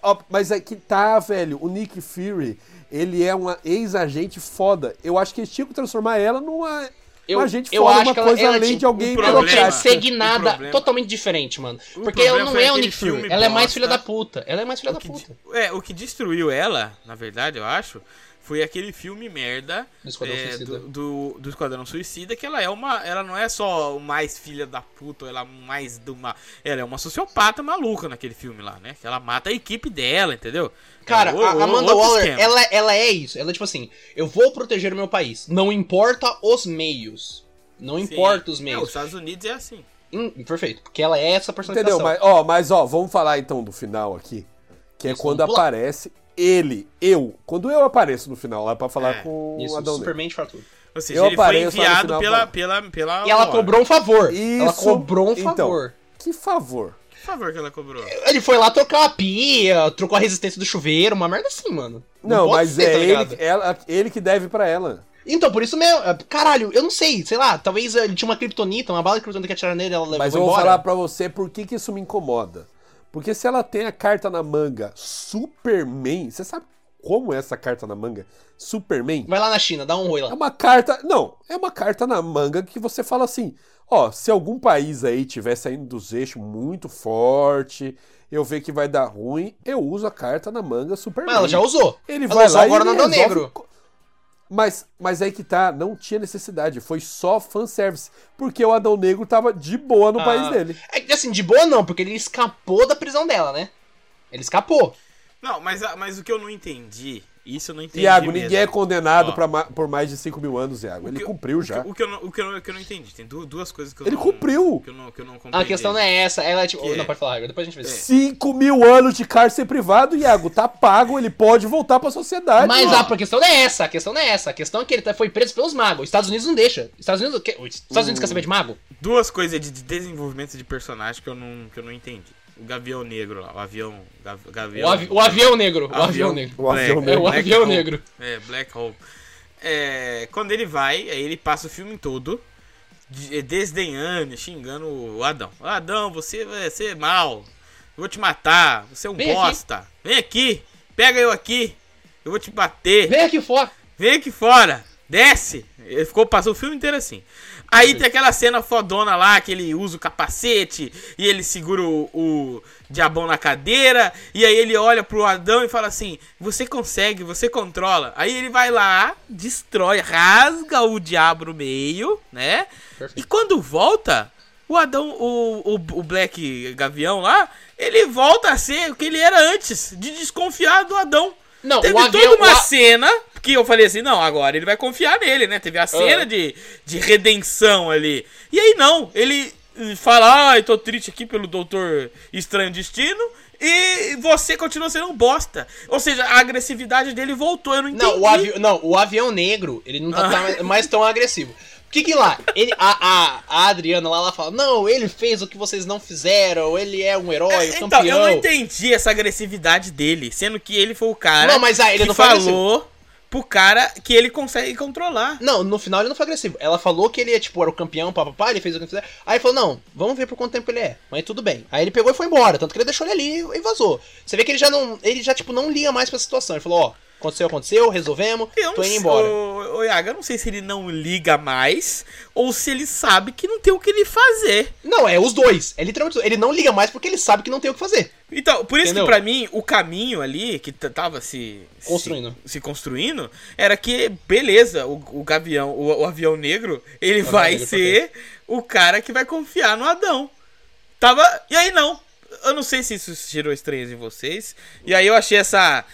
Speaker 3: ó, Mas é que tá, velho. O Nick Fury, ele é uma ex-agente foda. Eu acho que eles tinham que transformar ela numa
Speaker 2: Eu-
Speaker 3: uma agente
Speaker 2: eu
Speaker 3: foda,
Speaker 2: acho
Speaker 3: uma
Speaker 2: que ela- é
Speaker 3: coisa
Speaker 2: ela
Speaker 3: além
Speaker 2: tinha- um
Speaker 3: de alguém
Speaker 1: o
Speaker 2: Ela tinha que
Speaker 1: problema-
Speaker 2: ser
Speaker 3: burocrática.
Speaker 1: o
Speaker 2: guinada
Speaker 1: problema-
Speaker 2: totalmente diferente, mano.
Speaker 1: O
Speaker 2: Porque ela
Speaker 1: problema
Speaker 2: não
Speaker 1: foi
Speaker 2: é o
Speaker 1: aquele
Speaker 2: Nick Fury,
Speaker 1: filme
Speaker 2: ela é mais
Speaker 1: bosta.
Speaker 2: filha da puta. Ela é mais filha da
Speaker 1: que
Speaker 2: puta.
Speaker 1: de- é, o que destruiu ela, na verdade, eu acho, foi aquele filme merda
Speaker 2: Do Esquadrão
Speaker 1: é,
Speaker 2: Suicida.
Speaker 1: do, do, do Esquadrão Suicida, que ela é uma. Ela não é só mais filha da puta, ou ela é mais de uma. Ela é uma sociopata maluca naquele filme lá, né? Que ela mata a equipe dela, entendeu?
Speaker 2: Cara,
Speaker 1: É, o- o-
Speaker 2: a Amanda
Speaker 1: outro
Speaker 2: Waller,
Speaker 1: esquema.
Speaker 2: ela, ela é isso. Ela é tipo assim, eu vou proteger o meu país. Não importa os meios. Não
Speaker 1: Sim.
Speaker 2: importa
Speaker 1: É,
Speaker 2: os
Speaker 1: os
Speaker 2: meios.
Speaker 1: Estados Unidos é assim.
Speaker 2: Hum, perfeito. Porque ela é essa
Speaker 3: Entendeu?
Speaker 2: personificação.
Speaker 3: Mas ó, mas, ó, vamos falar então do final aqui. Que é
Speaker 2: Isso,
Speaker 3: quando
Speaker 2: vamos pular.
Speaker 3: aparece ele, eu. Quando eu apareço no final lá pra falar
Speaker 1: É,
Speaker 3: com o
Speaker 2: Isso,
Speaker 3: Adão Negro.
Speaker 2: Superman de fratura.
Speaker 1: Ou seja,
Speaker 3: Eu
Speaker 1: ele foi
Speaker 3: apareço lá no
Speaker 1: enviado
Speaker 3: final,
Speaker 1: pela,
Speaker 3: mano.
Speaker 1: pela, pela.
Speaker 2: E ela
Speaker 1: Warner.
Speaker 2: cobrou um favor. Ela
Speaker 3: Isso,
Speaker 2: cobrou um
Speaker 3: então.
Speaker 2: favor.
Speaker 3: Que favor.
Speaker 1: Por favor, que ela cobrou.
Speaker 2: Ele foi lá trocar a pia, trocou a resistência do chuveiro, uma merda assim, mano.
Speaker 3: Não,
Speaker 2: pode
Speaker 3: mas
Speaker 2: ser,
Speaker 3: é
Speaker 2: tá
Speaker 3: ele,
Speaker 2: ligado?
Speaker 3: que- ela- ele que deve pra ela.
Speaker 2: Então, por isso mesmo. é, Caralho, eu não sei, sei lá, talvez ele tinha uma kriptonita, uma bala de kriptonita que atiraram nele, ela levou
Speaker 3: Mas eu vou
Speaker 2: embora.
Speaker 3: falar pra você por que, que isso me incomoda. Porque se ela tem a carta na manga Superman, você sabe como é essa carta na manga? Superman?
Speaker 2: Vai lá na China, dá um oi
Speaker 3: É
Speaker 2: lá.
Speaker 3: uma carta. Não, é uma carta na manga que você fala assim: ó, se algum país aí tiver saindo dos eixos muito forte, eu ver que vai dar ruim, eu uso a carta na manga Superman.
Speaker 2: Mas ela já usou.
Speaker 3: Ele
Speaker 2: Ela
Speaker 3: vai
Speaker 2: usou
Speaker 3: lá
Speaker 2: agora
Speaker 3: e ele
Speaker 2: no Adão
Speaker 3: resolve
Speaker 2: Negro.
Speaker 3: co- Mas, mas aí que tá, não tinha necessidade, foi só fanservice, porque o Adão Negro tava de boa no
Speaker 2: Ah.
Speaker 3: país dele.
Speaker 2: É que, assim, de boa não, porque ele escapou da prisão dela, né? Ele escapou.
Speaker 1: Não, mas, a- mas o que eu não entendi. Isso eu não entendi.
Speaker 3: Iago,
Speaker 1: mesmo.
Speaker 3: ninguém é condenado
Speaker 1: Ó.
Speaker 3: pra ma- por mais de 5 mil anos, Iago. Ele
Speaker 1: que-
Speaker 3: cumpriu já.
Speaker 1: O que, eu não, o, que eu não, o que eu não entendi. Tem du- duas coisas que eu
Speaker 3: Ele
Speaker 1: não.
Speaker 3: cumpriu!
Speaker 1: Que eu não, que eu não compreendi.
Speaker 2: A questão não é essa, ela é tipo.
Speaker 1: Que-
Speaker 2: Não, pode falar, Igor, depois a
Speaker 1: É.
Speaker 2: gente vê.
Speaker 3: É.
Speaker 2: isso.
Speaker 3: 5 mil anos de cárcere privado, Iago. Tá pago, ele pode voltar pra sociedade.
Speaker 2: Mas
Speaker 3: mano.
Speaker 2: a a questão não é essa, a questão não é essa. A questão é que ele tá- foi preso pelos magos. Os Estados Unidos não deixa. Os Estados Unidos, que- os Estados Unidos quer saber de mago?
Speaker 1: Duas coisas de de desenvolvimento de personagem que eu não, que eu não entendi. O Gavião Negro lá, o avião. gav-
Speaker 2: O,
Speaker 1: gavião,
Speaker 2: avi- o avião negro. O avião negro.
Speaker 3: O
Speaker 1: Black-
Speaker 2: É
Speaker 3: avião
Speaker 2: o
Speaker 3: negro.
Speaker 1: Black
Speaker 2: avião
Speaker 1: Hole.
Speaker 2: negro.
Speaker 1: É, Black Hole. É, quando ele vai, aí ele passa o filme todo de- desdenhando, xingando o Adão. Adão, você vai ser mal. Eu vou te matar. Você é um
Speaker 2: Vem aqui.
Speaker 1: bosta. Vem aqui. Pega eu aqui. Eu vou te bater.
Speaker 2: Vem aqui fora.
Speaker 1: Vem aqui fora! Desce! Ele ficou, passou o filme inteiro assim. Aí tem aquela cena fodona lá, que ele usa o capacete e ele segura o, o diabão na cadeira. E aí ele olha pro Adão e fala assim: Você consegue, você controla. Aí ele vai lá, destrói, rasga o diabo no meio, né? E
Speaker 2: Perfeito.
Speaker 1: quando volta, o Adão, o, o, o Black Gavião lá, ele volta a ser o que ele era antes, de desconfiar do Adão.
Speaker 2: Não,
Speaker 1: Teve
Speaker 2: o avião.
Speaker 1: toda uma
Speaker 2: o a-
Speaker 1: cena que eu falei assim, não, agora ele vai confiar nele, né? Teve a cena
Speaker 2: Ah.
Speaker 1: de, de redenção ali. E aí não, ele eh, fala, ai, tô triste aqui pelo Doutor Estranho Destino, e você continua sendo um bosta. Ou seja, a agressividade dele voltou, eu não entendi.
Speaker 2: Não, o avião, não, o avião negro, ele não tá, tá mais- mais tão agressivo. O que que lá? Ele, a, a, a Adriana lá, ela fala, não, ele fez o que vocês não fizeram, ele é um herói,
Speaker 1: então,
Speaker 2: campeão.
Speaker 1: eu não entendi essa agressividade dele, sendo que ele foi o cara
Speaker 2: Não, mas ah, ele
Speaker 1: que
Speaker 2: não foi agressivo.
Speaker 1: falou pro cara que ele consegue controlar.
Speaker 2: Não, no final ele não foi agressivo. Ela falou que ele, tipo, era o campeão, papapá, ele fez o que fizer. Aí ele falou, não, vamos ver por quanto tempo ele é. Mas tudo bem. Aí ele pegou e foi embora, tanto que ele deixou ele ali e vazou. Você vê que ele já não, ele já, tipo, não lia mais pra situação. Ele falou, ó, aconteceu, aconteceu, resolvemos,
Speaker 1: Eu
Speaker 2: tô
Speaker 1: não
Speaker 2: indo
Speaker 1: sei-
Speaker 2: embora.
Speaker 1: Ô, ô, Iago, eu não sei se ele não liga mais ou se ele sabe que não tem o que ele fazer.
Speaker 2: Não, é os dois. É literalmente, os dois. ele não liga mais porque ele sabe que não tem o que fazer.
Speaker 1: Então, por isso
Speaker 2: Entendeu?
Speaker 1: que pra mim, o caminho ali que t- tava se... se-
Speaker 2: Construindo.
Speaker 1: Se, construindo, era que, beleza, o, o gavião, o, o avião negro, ele
Speaker 2: avião
Speaker 1: vai
Speaker 2: negro,
Speaker 1: ser o cara que vai confiar no Adão. Tava... E aí não. Eu não sei se isso gerou estranheza em vocês. E aí eu achei essa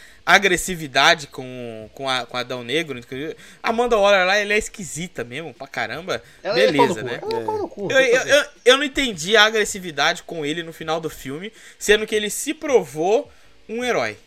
Speaker 1: agressividade com, com, a, com Adão Negro. inclusive. Amanda Waller lá, ela é esquisita mesmo, pra caramba.
Speaker 2: Ela é pau no
Speaker 1: Beleza,
Speaker 2: cu.
Speaker 1: né?
Speaker 2: Ela é pau no cu.
Speaker 1: Eu,
Speaker 2: tem que
Speaker 1: eu,
Speaker 2: fazer.
Speaker 1: eu, eu não entendi a agressividade com ele no final do filme, sendo que ele se provou um herói.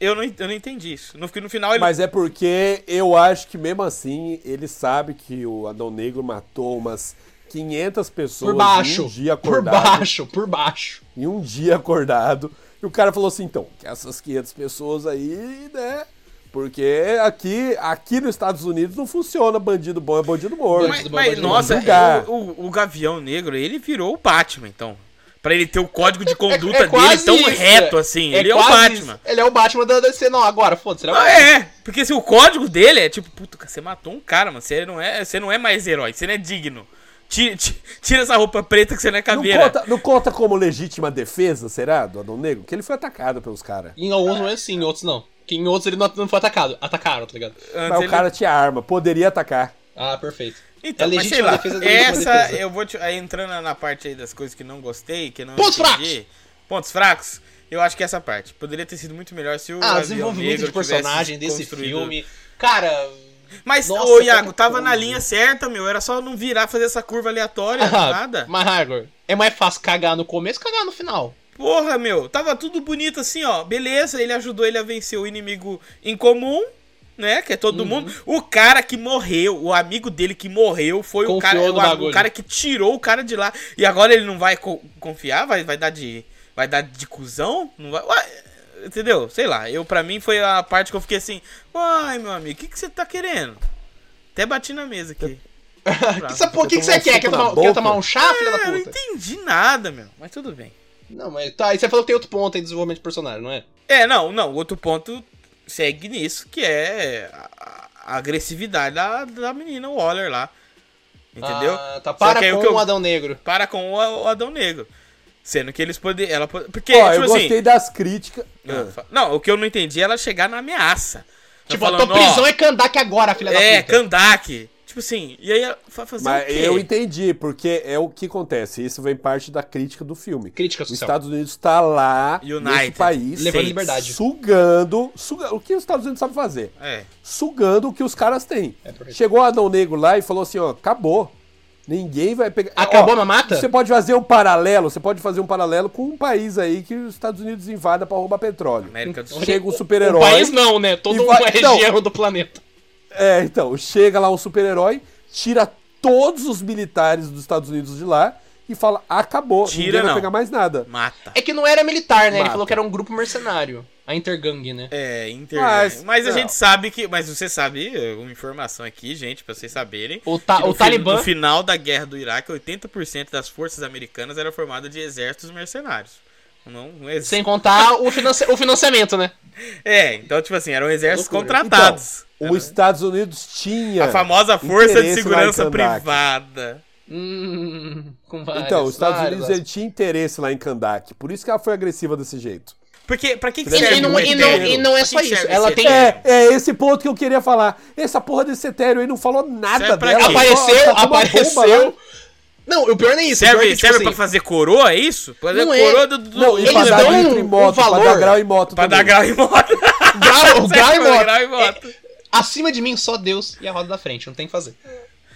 Speaker 1: Eu não, en- eu não entendi isso. No, no final ele.
Speaker 3: Mas é porque eu acho que mesmo assim ele sabe que o Adão Negro matou umas 500 pessoas
Speaker 2: Por baixo.
Speaker 3: em um dia
Speaker 2: por
Speaker 3: acordado.
Speaker 2: baixo, por baixo.
Speaker 3: Em um dia acordado. E o cara falou assim, então, que essas 500 pessoas aí, né? Porque aqui, aqui nos Estados Unidos não funciona bandido bom é bandido morto.
Speaker 1: mas,
Speaker 2: do
Speaker 1: mas,
Speaker 2: Batman
Speaker 1: nossa, é,
Speaker 3: julgar.
Speaker 1: o, o- o Gavião Negro, ele virou o Batman, então. Pra ele ter o código de conduta dele
Speaker 2: É, quase
Speaker 1: tão
Speaker 2: isso,
Speaker 1: reto
Speaker 2: é.
Speaker 1: assim. ele é o
Speaker 2: quase
Speaker 1: Batman.
Speaker 2: isso. Ele é o Batman da DC, não, agora, foda-se, ele é o
Speaker 1: Ah, é, porque se o código dele é tipo, puta, você matou um cara, mano. Você não é, você não é mais herói, você não é digno. Tira, ti- tira essa roupa preta que você não é
Speaker 3: não,
Speaker 1: caveira.
Speaker 3: conta, não conta como legítima defesa, será, do Adão Negro? Que ele foi atacado pelos caras.
Speaker 2: Em alguns momentos sim, em outros não. Que em outros ele não, não foi atacado. Atacaram, tá ligado?
Speaker 1: Antes
Speaker 3: Mas o
Speaker 1: ele-
Speaker 3: cara tinha arma, poderia atacar.
Speaker 2: Ah, perfeito.
Speaker 1: Então,
Speaker 2: é
Speaker 1: mas sei
Speaker 2: legítima
Speaker 1: lá,
Speaker 2: defesa da legítima
Speaker 1: essa
Speaker 2: defesa.
Speaker 1: eu vou te, aí, entrando na parte aí das coisas que não gostei, que não
Speaker 2: Pontos
Speaker 1: Pontos fracos. Eu acho que essa parte poderia ter sido muito melhor se o Gavião
Speaker 2: Ah, desenvolvimento
Speaker 1: um Negro
Speaker 2: de personagem
Speaker 1: tivesse
Speaker 2: desse
Speaker 1: construído-
Speaker 2: filme. Cara.
Speaker 1: Mas
Speaker 2: Nossa,
Speaker 1: o Iago
Speaker 2: qualquer
Speaker 1: tava na
Speaker 2: coisa.
Speaker 1: linha certa, meu, era só não virar fazer essa curva aleatória,
Speaker 2: Ah,
Speaker 1: Ah, nada.
Speaker 2: Mas, Hagor, é mais fácil cagar no começo que cagar no final.
Speaker 1: Porra, meu, tava tudo bonito assim, ó. Beleza, ele ajudou ele a vencer o inimigo em comum, né? Que é
Speaker 2: Uhum.
Speaker 1: todo mundo. O cara que morreu, o amigo dele que morreu, foi o
Speaker 2: Confiou
Speaker 1: cara,
Speaker 2: no
Speaker 1: o, am-
Speaker 2: bagulho.
Speaker 1: o cara que tirou o cara de lá. E agora ele não vai co- confiar, vai, vai dar de. Vai dar de cuzão? Não vai. Ué, entendeu? Sei lá. Eu, pra mim, foi a parte que eu fiquei assim. Uai, meu amigo, o que, que você tá querendo? Até bati na mesa aqui.
Speaker 2: que essa porra, o que, que
Speaker 3: tomar
Speaker 2: você
Speaker 3: um
Speaker 2: quer?
Speaker 3: soco
Speaker 2: Quer
Speaker 3: na
Speaker 2: tomar,
Speaker 3: boca?
Speaker 2: quer tomar um chá, filha da
Speaker 1: É, eu não
Speaker 2: puta?
Speaker 1: entendi nada, meu. Mas tudo bem.
Speaker 2: Não, mas tá. E você falou que tem outro ponto aí de desenvolvimento de personagem, não é?
Speaker 1: É, não, não. Outro ponto segue nisso, que é a, a- a agressividade da, da menina Waller lá. Entendeu?
Speaker 2: Ah, tá.
Speaker 1: Só
Speaker 2: Para
Speaker 1: que aí o
Speaker 2: com
Speaker 1: que eu-
Speaker 2: o Adão Negro.
Speaker 1: Para com o, o Adão Negro. Sendo que eles poderiam. Ela, po- porque,
Speaker 3: Ó, eu
Speaker 1: tipo assim. Ah,
Speaker 3: gostei das críticas.
Speaker 1: Não, fa- não, o que eu não entendi é ela chegar na ameaça. Ela
Speaker 2: Tipo, a
Speaker 1: falando,
Speaker 2: tua prisão
Speaker 1: ó,
Speaker 2: é Kandak agora, filha da puta.
Speaker 1: É, Kandak. Tipo assim, e aí ela fa- fazer o
Speaker 3: Mas
Speaker 1: quê?
Speaker 3: eu entendi, porque é o que acontece. Isso vem parte da crítica do filme.
Speaker 2: Crítica
Speaker 3: Os
Speaker 2: social.
Speaker 3: Estados Unidos está lá, nesse
Speaker 1: United.
Speaker 3: país,
Speaker 2: Levando
Speaker 1: States.
Speaker 2: liberdade.
Speaker 3: sugando, suga- o que os Estados Unidos sabem fazer?
Speaker 1: É.
Speaker 3: Sugando o que os caras têm.
Speaker 2: É, perfeito.
Speaker 3: Chegou o Adão Negro lá e falou assim, ó, acabou. Ninguém vai pegar...
Speaker 2: Acabou
Speaker 3: Ó,
Speaker 2: a mamata?
Speaker 3: Você pode fazer um paralelo, você pode fazer um paralelo com um país aí que os Estados Unidos invada pra roubar petróleo.
Speaker 1: América do Sul.
Speaker 3: Chega um
Speaker 2: O
Speaker 3: super-herói...
Speaker 2: país não, né? Toda
Speaker 3: E
Speaker 2: uma
Speaker 3: vai- não.
Speaker 2: região do planeta.
Speaker 3: É, então, chega lá um super-herói, tira todos os militares dos Estados Unidos de lá e fala: acabou,
Speaker 1: Tira,
Speaker 3: ninguém vai
Speaker 1: não.
Speaker 3: pegar mais nada.
Speaker 1: Mata.
Speaker 2: É que não era militar, né? Ele
Speaker 3: Mata.
Speaker 2: falou que era um grupo mercenário. A Intergang, né?
Speaker 1: É, Inter. Mas,
Speaker 3: Mas-
Speaker 1: a
Speaker 3: não.
Speaker 1: gente sabe que. Mas você sabe, eh, uma informação aqui, gente, pra vocês saberem.
Speaker 2: O, ta,
Speaker 1: que no
Speaker 2: o
Speaker 1: fi-
Speaker 2: Talibã.
Speaker 1: No final da guerra do Iraque, 80% das forças americanas era formada de exércitos mercenários. Não, não existe.
Speaker 2: Sem contar o, finance- o financiamento, né?
Speaker 1: É, então, tipo assim, eram exércitos
Speaker 2: Loucura.
Speaker 1: contratados.
Speaker 3: Os Estados Unidos tinha.
Speaker 1: É. a famosa força de
Speaker 3: Então, é, interesse lá
Speaker 1: segurança
Speaker 3: em Kandak.
Speaker 1: privada.
Speaker 2: Hum, com vários,
Speaker 3: Então, os Estados
Speaker 2: vários
Speaker 3: Unidos ele tinha interesse lá em Kandak. Por isso que ela foi agressiva desse jeito.
Speaker 1: Porque, pra que, que
Speaker 2: E- e
Speaker 1: serve
Speaker 2: não-
Speaker 1: um
Speaker 2: e
Speaker 1: etéreo?
Speaker 2: não- e não é
Speaker 1: Pra que
Speaker 2: só
Speaker 1: que serve
Speaker 2: isso, ela
Speaker 1: esse
Speaker 2: tem-
Speaker 1: etéreo?
Speaker 3: É, é esse ponto que eu queria falar. Essa porra desse etéreo aí não falou nada
Speaker 1: Serve é pra
Speaker 3: dela.
Speaker 1: quê?
Speaker 3: Só-
Speaker 2: Apareceu,
Speaker 3: só tá com uma bomba lá.
Speaker 2: apareceu. Não, o pior não é isso. o pior é
Speaker 1: Serve,
Speaker 2: que, tipo
Speaker 1: serve
Speaker 2: assim,
Speaker 1: pra fazer coroa, é isso? Fazer
Speaker 2: Não é.
Speaker 1: coroa do, do-
Speaker 3: Não, e
Speaker 1: do-
Speaker 3: pra
Speaker 2: Eles
Speaker 3: dar
Speaker 2: dão
Speaker 3: grau em
Speaker 2: um
Speaker 3: moto, pra dar
Speaker 2: valor
Speaker 3: grau em moto
Speaker 1: pra dar
Speaker 3: também.
Speaker 1: grau em moto.
Speaker 2: Grau,
Speaker 1: Serve
Speaker 2: grau e
Speaker 1: pra
Speaker 2: moto.
Speaker 1: dar grau e
Speaker 2: É,
Speaker 1: moto.
Speaker 2: Acima de mim, só Deus e a roda da frente. Não tem o que fazer.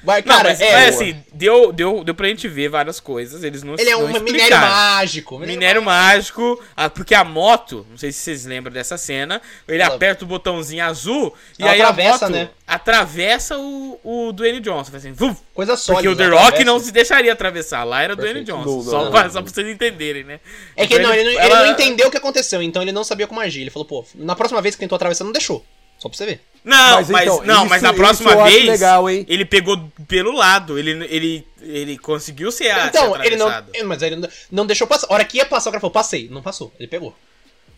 Speaker 2: Vai,
Speaker 1: Não,
Speaker 2: cara,
Speaker 1: mas,
Speaker 2: é.
Speaker 1: mas assim, deu, deu, deu pra gente ver várias coisas. Eles não
Speaker 2: ele é
Speaker 1: não
Speaker 2: um minério
Speaker 1: explicaram.
Speaker 2: mágico.
Speaker 1: Minério mágico, ah, porque a moto, não sei se vocês lembram dessa cena, ele
Speaker 2: Ela-
Speaker 1: aperta o botãozinho azul e
Speaker 2: Ela
Speaker 1: aí
Speaker 2: atravessa,
Speaker 1: a moto
Speaker 2: né?
Speaker 1: atravessa o, o Dwayne Johnson. faz Assim, vum,
Speaker 2: Coisa
Speaker 1: porque
Speaker 2: sólida. né?
Speaker 1: o The
Speaker 2: atravessa.
Speaker 1: Rock não se deixaria atravessar, lá era o Dwayne
Speaker 2: Perfeito.
Speaker 1: Johnson.
Speaker 3: Não, não,
Speaker 1: só,
Speaker 3: não,
Speaker 1: pra,
Speaker 3: não.
Speaker 1: só pra vocês entenderem, né?
Speaker 2: É que ele não, ele, não, ele
Speaker 1: Ela-
Speaker 2: não entendeu o que aconteceu, então ele não sabia como agir. Ele falou, pô, na próxima vez que tentou atravessar, não deixou. Só pra você ver.
Speaker 1: Não, mas,
Speaker 3: Mas, então,
Speaker 1: não,
Speaker 3: isso-
Speaker 1: mas na
Speaker 3: isso
Speaker 1: próxima
Speaker 3: eu acho
Speaker 1: vez
Speaker 3: legal, hein?
Speaker 1: ele pegou pelo lado, ele, ele, ele conseguiu ser, a-
Speaker 2: então,
Speaker 1: ser
Speaker 2: ele não.
Speaker 1: Ah, atravessado.
Speaker 2: Mas ele não, não deixou passar. A hora que ia passar, o cara falou, passei. Não passou. Ele pegou.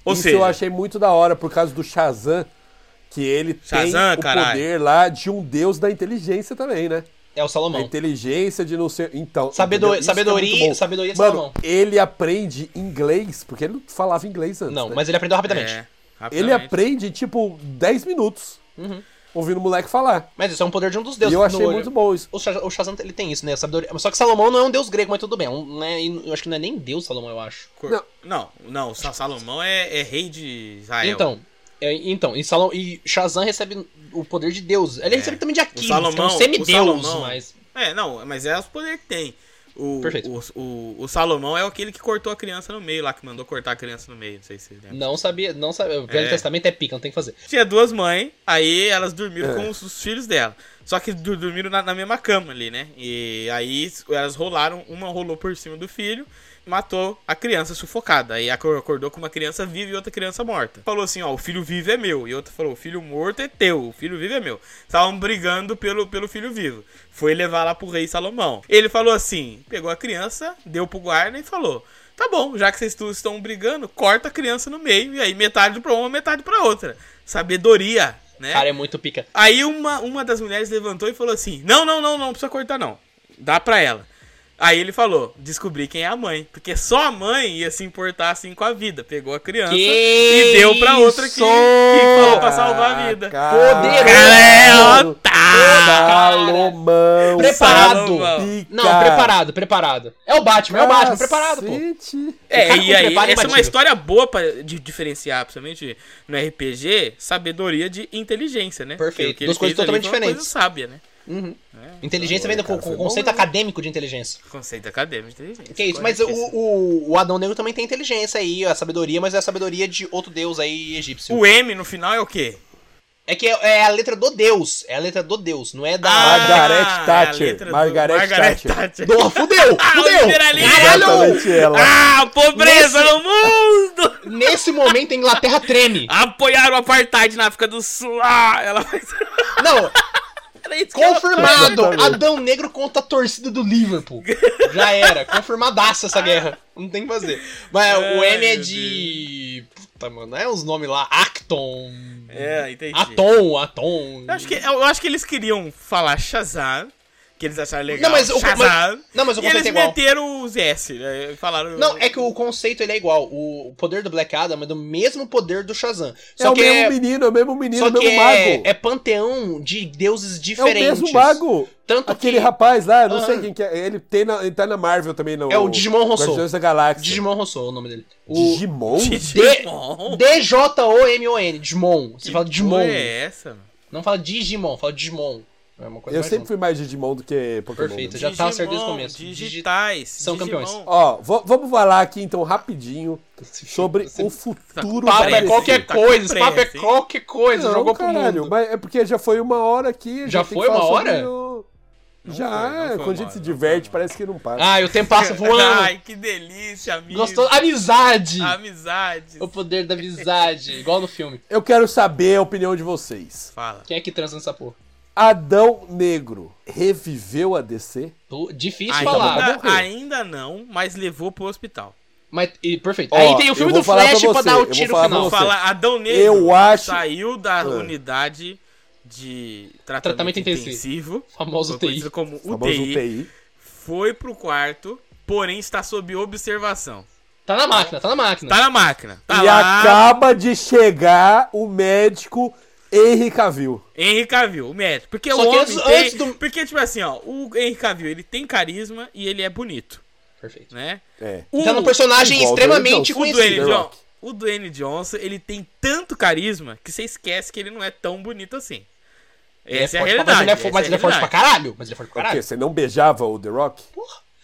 Speaker 1: Ou
Speaker 3: Isso
Speaker 1: seja,
Speaker 3: eu achei muito da hora por causa do Shazam, que ele
Speaker 1: Shazam,
Speaker 3: tem o
Speaker 1: caralho.
Speaker 3: poder lá de um deus da inteligência também, né?
Speaker 2: É o
Speaker 3: A
Speaker 2: Salomão.
Speaker 3: inteligência de não ser. Então.
Speaker 2: Sabedo-
Speaker 3: entendeu? Isso que é
Speaker 2: sabedoria-
Speaker 3: muito bom.
Speaker 2: sabedoria de
Speaker 3: Mano,
Speaker 2: Salomão.
Speaker 3: ele aprende inglês, porque ele não falava inglês antes.
Speaker 2: Não,
Speaker 3: né?
Speaker 2: mas ele aprendeu rapidamente.
Speaker 1: é,
Speaker 3: Ele
Speaker 1: rapidamente.
Speaker 3: aprende, tipo, 10 minutos
Speaker 2: Uhum.
Speaker 3: ouvindo o moleque falar.
Speaker 2: Mas isso é um poder de um dos deuses.
Speaker 3: e eu achei
Speaker 2: no-
Speaker 3: muito bom isso.
Speaker 2: O Shaz- o Shazam ele tem isso, né? Sabedoria. Só que Salomão não é um deus grego, mas tudo bem. é um- né? E Eu acho que não é nem deus Salomão, eu acho.
Speaker 1: Cor-
Speaker 3: Não.
Speaker 1: Não, não, o Sa- Salomão é, é rei de Israel.
Speaker 2: Então, é, então e, Salom, e Shazam recebe o poder de Deus. Ele recebe também de Aquiles, que é um
Speaker 1: É. Salomão-
Speaker 2: semideus,
Speaker 1: o Salomão-
Speaker 2: mas...
Speaker 1: É, não, mas é os poderes que tem. O,
Speaker 2: Perfeito.
Speaker 1: o, o, o Salomão é aquele que cortou a criança no meio lá, que mandou cortar a criança no meio, não sei se vocês lembram.
Speaker 2: Não sabia, não sabia. O Velho
Speaker 1: É.
Speaker 2: Testamento é pica, não tem o que fazer.
Speaker 1: Tinha duas mães, aí elas dormiram
Speaker 3: É.
Speaker 1: com os, os filhos dela. Só que du- dormiram na, na mesma cama ali, né? E aí s- elas rolaram, uma rolou por cima do filho, matou a criança sufocada. Aí acor- acordou com uma criança viva e outra criança morta. Falou assim, ó, o filho vivo é meu. E outra falou, o filho morto é teu, o filho vivo é meu. Estavam brigando pelo, pelo filho vivo. Foi levar lá pro rei Salomão. Ele falou assim, pegou a criança, deu pro guarda e falou... Tá bom, já que vocês tu- estão brigando, corta a criança no meio e aí metade pra uma, metade pra outra. Sabedoria, né?
Speaker 2: Cara, é muito pica.
Speaker 1: Aí uma, uma das mulheres levantou e falou assim: Não, não, não, não precisa cortar, não. Dá pra ela. Aí ele falou: Descobri quem é a mãe. Porque só a mãe ia se importar assim com a vida. Pegou a criança
Speaker 2: Que
Speaker 1: e deu pra outra que, que
Speaker 2: isso!
Speaker 1: falou pra salvar a vida.
Speaker 2: Poderoso! né?
Speaker 1: Cara, é
Speaker 3: Poderoso!
Speaker 1: otário!
Speaker 3: Salomão!
Speaker 2: Ah, Preparado!
Speaker 3: Salomão.
Speaker 2: Não, preparado, preparado. É o Batman, é o
Speaker 3: Ah,
Speaker 2: Batman, preparado, pô.
Speaker 3: Cacete.
Speaker 1: É,
Speaker 2: cara com
Speaker 1: e aí,
Speaker 2: preparo
Speaker 1: essa é uma
Speaker 2: imbatível.
Speaker 1: história boa pra, de diferenciar, principalmente no RPG, sabedoria de inteligência, né? Porque
Speaker 2: Perfeito.
Speaker 1: o que ele
Speaker 2: Duas coisas
Speaker 1: fez ali
Speaker 2: totalmente
Speaker 1: foi uma coisa
Speaker 2: diferentes.
Speaker 1: sábia, né?
Speaker 2: Uhum. Inteligência vem do
Speaker 3: cara,
Speaker 2: co-
Speaker 3: foi bom,
Speaker 2: conceito
Speaker 3: né?
Speaker 2: acadêmico de inteligência.
Speaker 1: Conceito acadêmico de inteligência.
Speaker 2: Que é isso, mas o,
Speaker 1: Corretíssimo.
Speaker 2: o, o Adão Negro também tem inteligência aí, a sabedoria, mas é a sabedoria de outro deus aí egípcio.
Speaker 1: O M no final é o quê?
Speaker 2: É que é, é a letra do deus, é a letra do deus, não é da...
Speaker 3: Margaret
Speaker 1: Ah,
Speaker 3: Thatcher,
Speaker 1: a letra do-
Speaker 3: Margaret
Speaker 1: Margaret
Speaker 3: Thatcher.
Speaker 1: Thatcher.
Speaker 2: Não, fudeu,
Speaker 1: Ah, o
Speaker 2: fudeu!
Speaker 1: liberalismo!
Speaker 2: Caralho!
Speaker 3: Exatamente ela.
Speaker 1: Ah, pobreza
Speaker 2: Nesse-
Speaker 1: no mundo!
Speaker 2: Nesse momento a Inglaterra treme.
Speaker 1: Apoiaram o apartheid na África do Sul. Ah, ela vai
Speaker 2: Não,
Speaker 1: Era isso que ela-
Speaker 2: confirmado!
Speaker 3: Exatamente.
Speaker 2: Adão Negro contra a torcida do Liverpool. Já era, confirmadaço essa guerra. Não tem o que fazer. Mas o
Speaker 1: Ai,
Speaker 2: M é
Speaker 1: meu
Speaker 2: de... Puta, mano, é uns nomes lá, Acton,
Speaker 1: É, entendi.
Speaker 2: Atom, Atom...
Speaker 1: Eu acho, que, eu acho que eles queriam falar Shazam, que eles acharam legal.
Speaker 2: Não, mas o-
Speaker 1: Shazam.
Speaker 2: Não, mas o
Speaker 1: e eles
Speaker 2: conceito é igual.
Speaker 1: meteram os S, né? Falaram.
Speaker 2: Não, é que o conceito ele é igual. O o poder do Black Adam é do mesmo poder do Shazam.
Speaker 3: É
Speaker 2: Só
Speaker 3: o
Speaker 2: que
Speaker 3: mesmo
Speaker 2: é,
Speaker 3: menino, é o mesmo menino, é
Speaker 2: só
Speaker 3: o
Speaker 2: que
Speaker 3: mesmo
Speaker 2: é,
Speaker 3: mago.
Speaker 2: é panteão de deuses
Speaker 3: É o
Speaker 2: diferentes.
Speaker 3: mesmo mago.
Speaker 2: Tanto
Speaker 3: Aquele
Speaker 2: que
Speaker 3: rapaz lá, eu não
Speaker 2: Aham.
Speaker 3: sei quem que é. Ele, tem na, ele tá na Marvel também, não.
Speaker 2: é o Digimon Rousseau.
Speaker 3: Guardiões da Galáxia.
Speaker 2: Digimon Rousseau é o nome dele. O
Speaker 3: Digimon?
Speaker 1: Digimon.
Speaker 2: D-J-O-M-O-N, Digimon. Você fala Digimon.
Speaker 1: Que porra é essa? mano?
Speaker 2: Não fala Digimon, fala Digimon. É uma coisa
Speaker 3: Eu
Speaker 2: mais
Speaker 3: sempre
Speaker 2: longa.
Speaker 3: fui mais Digimon do que Pokémon.
Speaker 2: Perfeito,
Speaker 3: né?
Speaker 2: já tava certo desde o
Speaker 1: um. Digimon,
Speaker 2: começo. Digi-
Speaker 1: Digitais.
Speaker 2: são
Speaker 1: Digimon.
Speaker 2: campeões.
Speaker 3: Ó, va- vamos falar aqui então rapidinho sobre o futuro
Speaker 2: Papo
Speaker 1: Parece,
Speaker 2: é qualquer
Speaker 1: tá com
Speaker 2: coisa, esse
Speaker 1: pressa,
Speaker 2: papo é
Speaker 1: hein?
Speaker 2: qualquer coisa,
Speaker 3: Não,
Speaker 2: jogou pro
Speaker 3: caralho,
Speaker 2: mundo.
Speaker 3: mas é porque já foi uma hora aqui. a gente
Speaker 2: Já
Speaker 3: tem que
Speaker 2: foi
Speaker 3: falar
Speaker 2: uma
Speaker 3: sobre
Speaker 2: hora?
Speaker 3: o-
Speaker 1: Não foi,
Speaker 3: Já, é,
Speaker 1: não foi
Speaker 3: quando a
Speaker 1: mal,
Speaker 3: gente se
Speaker 1: não
Speaker 3: diverte,
Speaker 1: foi mal.
Speaker 3: parece que não para.
Speaker 2: Ai, Ah, o tempo passa voando.
Speaker 1: Ai, que delícia, amigo.
Speaker 2: Gostou? Amizade!
Speaker 1: Amizade.
Speaker 2: O poder da amizade, igual no filme.
Speaker 3: Eu quero saber a opinião de vocês.
Speaker 1: Fala.
Speaker 2: Quem é que transa nessa porra?
Speaker 3: Adão Negro reviveu a DC?
Speaker 2: Tô- Difícil Ah, então falar.
Speaker 3: tá
Speaker 1: Ainda,
Speaker 3: bom, Rei.
Speaker 1: ainda não, mas levou pro hospital.
Speaker 2: Mas, e, perfeito.
Speaker 3: Ó,
Speaker 2: Aí tem o filme
Speaker 3: eu vou
Speaker 2: do
Speaker 3: falar
Speaker 2: Flash
Speaker 3: pra
Speaker 2: pra,
Speaker 3: você,
Speaker 2: dar
Speaker 3: eu
Speaker 2: o
Speaker 3: vou
Speaker 2: tiro
Speaker 3: falar pra
Speaker 2: final.
Speaker 3: você.
Speaker 1: Fala, Adão Negro
Speaker 3: Eu acho-
Speaker 1: saiu da
Speaker 3: Ah.
Speaker 1: unidade de tratamento,
Speaker 2: Tratamento intensivo.
Speaker 1: intensivo. foi
Speaker 2: Famoso TI.
Speaker 1: conhecido como UTI,
Speaker 3: Famoso UTI.
Speaker 1: Foi pro quarto, porém está sob observação.
Speaker 2: Tá na máquina, tá na máquina.
Speaker 1: Tá na máquina. Tá
Speaker 3: e
Speaker 1: lá.
Speaker 3: acaba de chegar o médico Henry Cavill.
Speaker 1: Henry Cavill, o médico. Porque
Speaker 2: Só
Speaker 1: o
Speaker 2: que
Speaker 1: homem
Speaker 2: antes-
Speaker 1: tem-
Speaker 2: antes do-
Speaker 1: Porque, tipo assim, ó, o Henry Cavill, ele tem carisma e ele é bonito,
Speaker 2: Perfeito.
Speaker 1: né?
Speaker 3: É.
Speaker 1: O,
Speaker 2: Tá num personagem
Speaker 3: igual o
Speaker 2: extremamente
Speaker 3: Dwayne
Speaker 1: o Dwayne
Speaker 2: conhecido.
Speaker 3: The
Speaker 1: Johnson,
Speaker 3: Rock.
Speaker 1: o Dwayne Johnson, ele tem tanto carisma que você esquece que ele não é tão bonito assim. Essa é, a
Speaker 2: forte pra-
Speaker 1: realidade.
Speaker 2: Mas ele é, fo-
Speaker 1: essa
Speaker 2: mas
Speaker 1: a
Speaker 2: ele é forte pra
Speaker 1: realidade.
Speaker 2: caralho. Mas ele é forte pra
Speaker 3: O quê?
Speaker 2: caralho.
Speaker 3: Você não beijava o The Rock?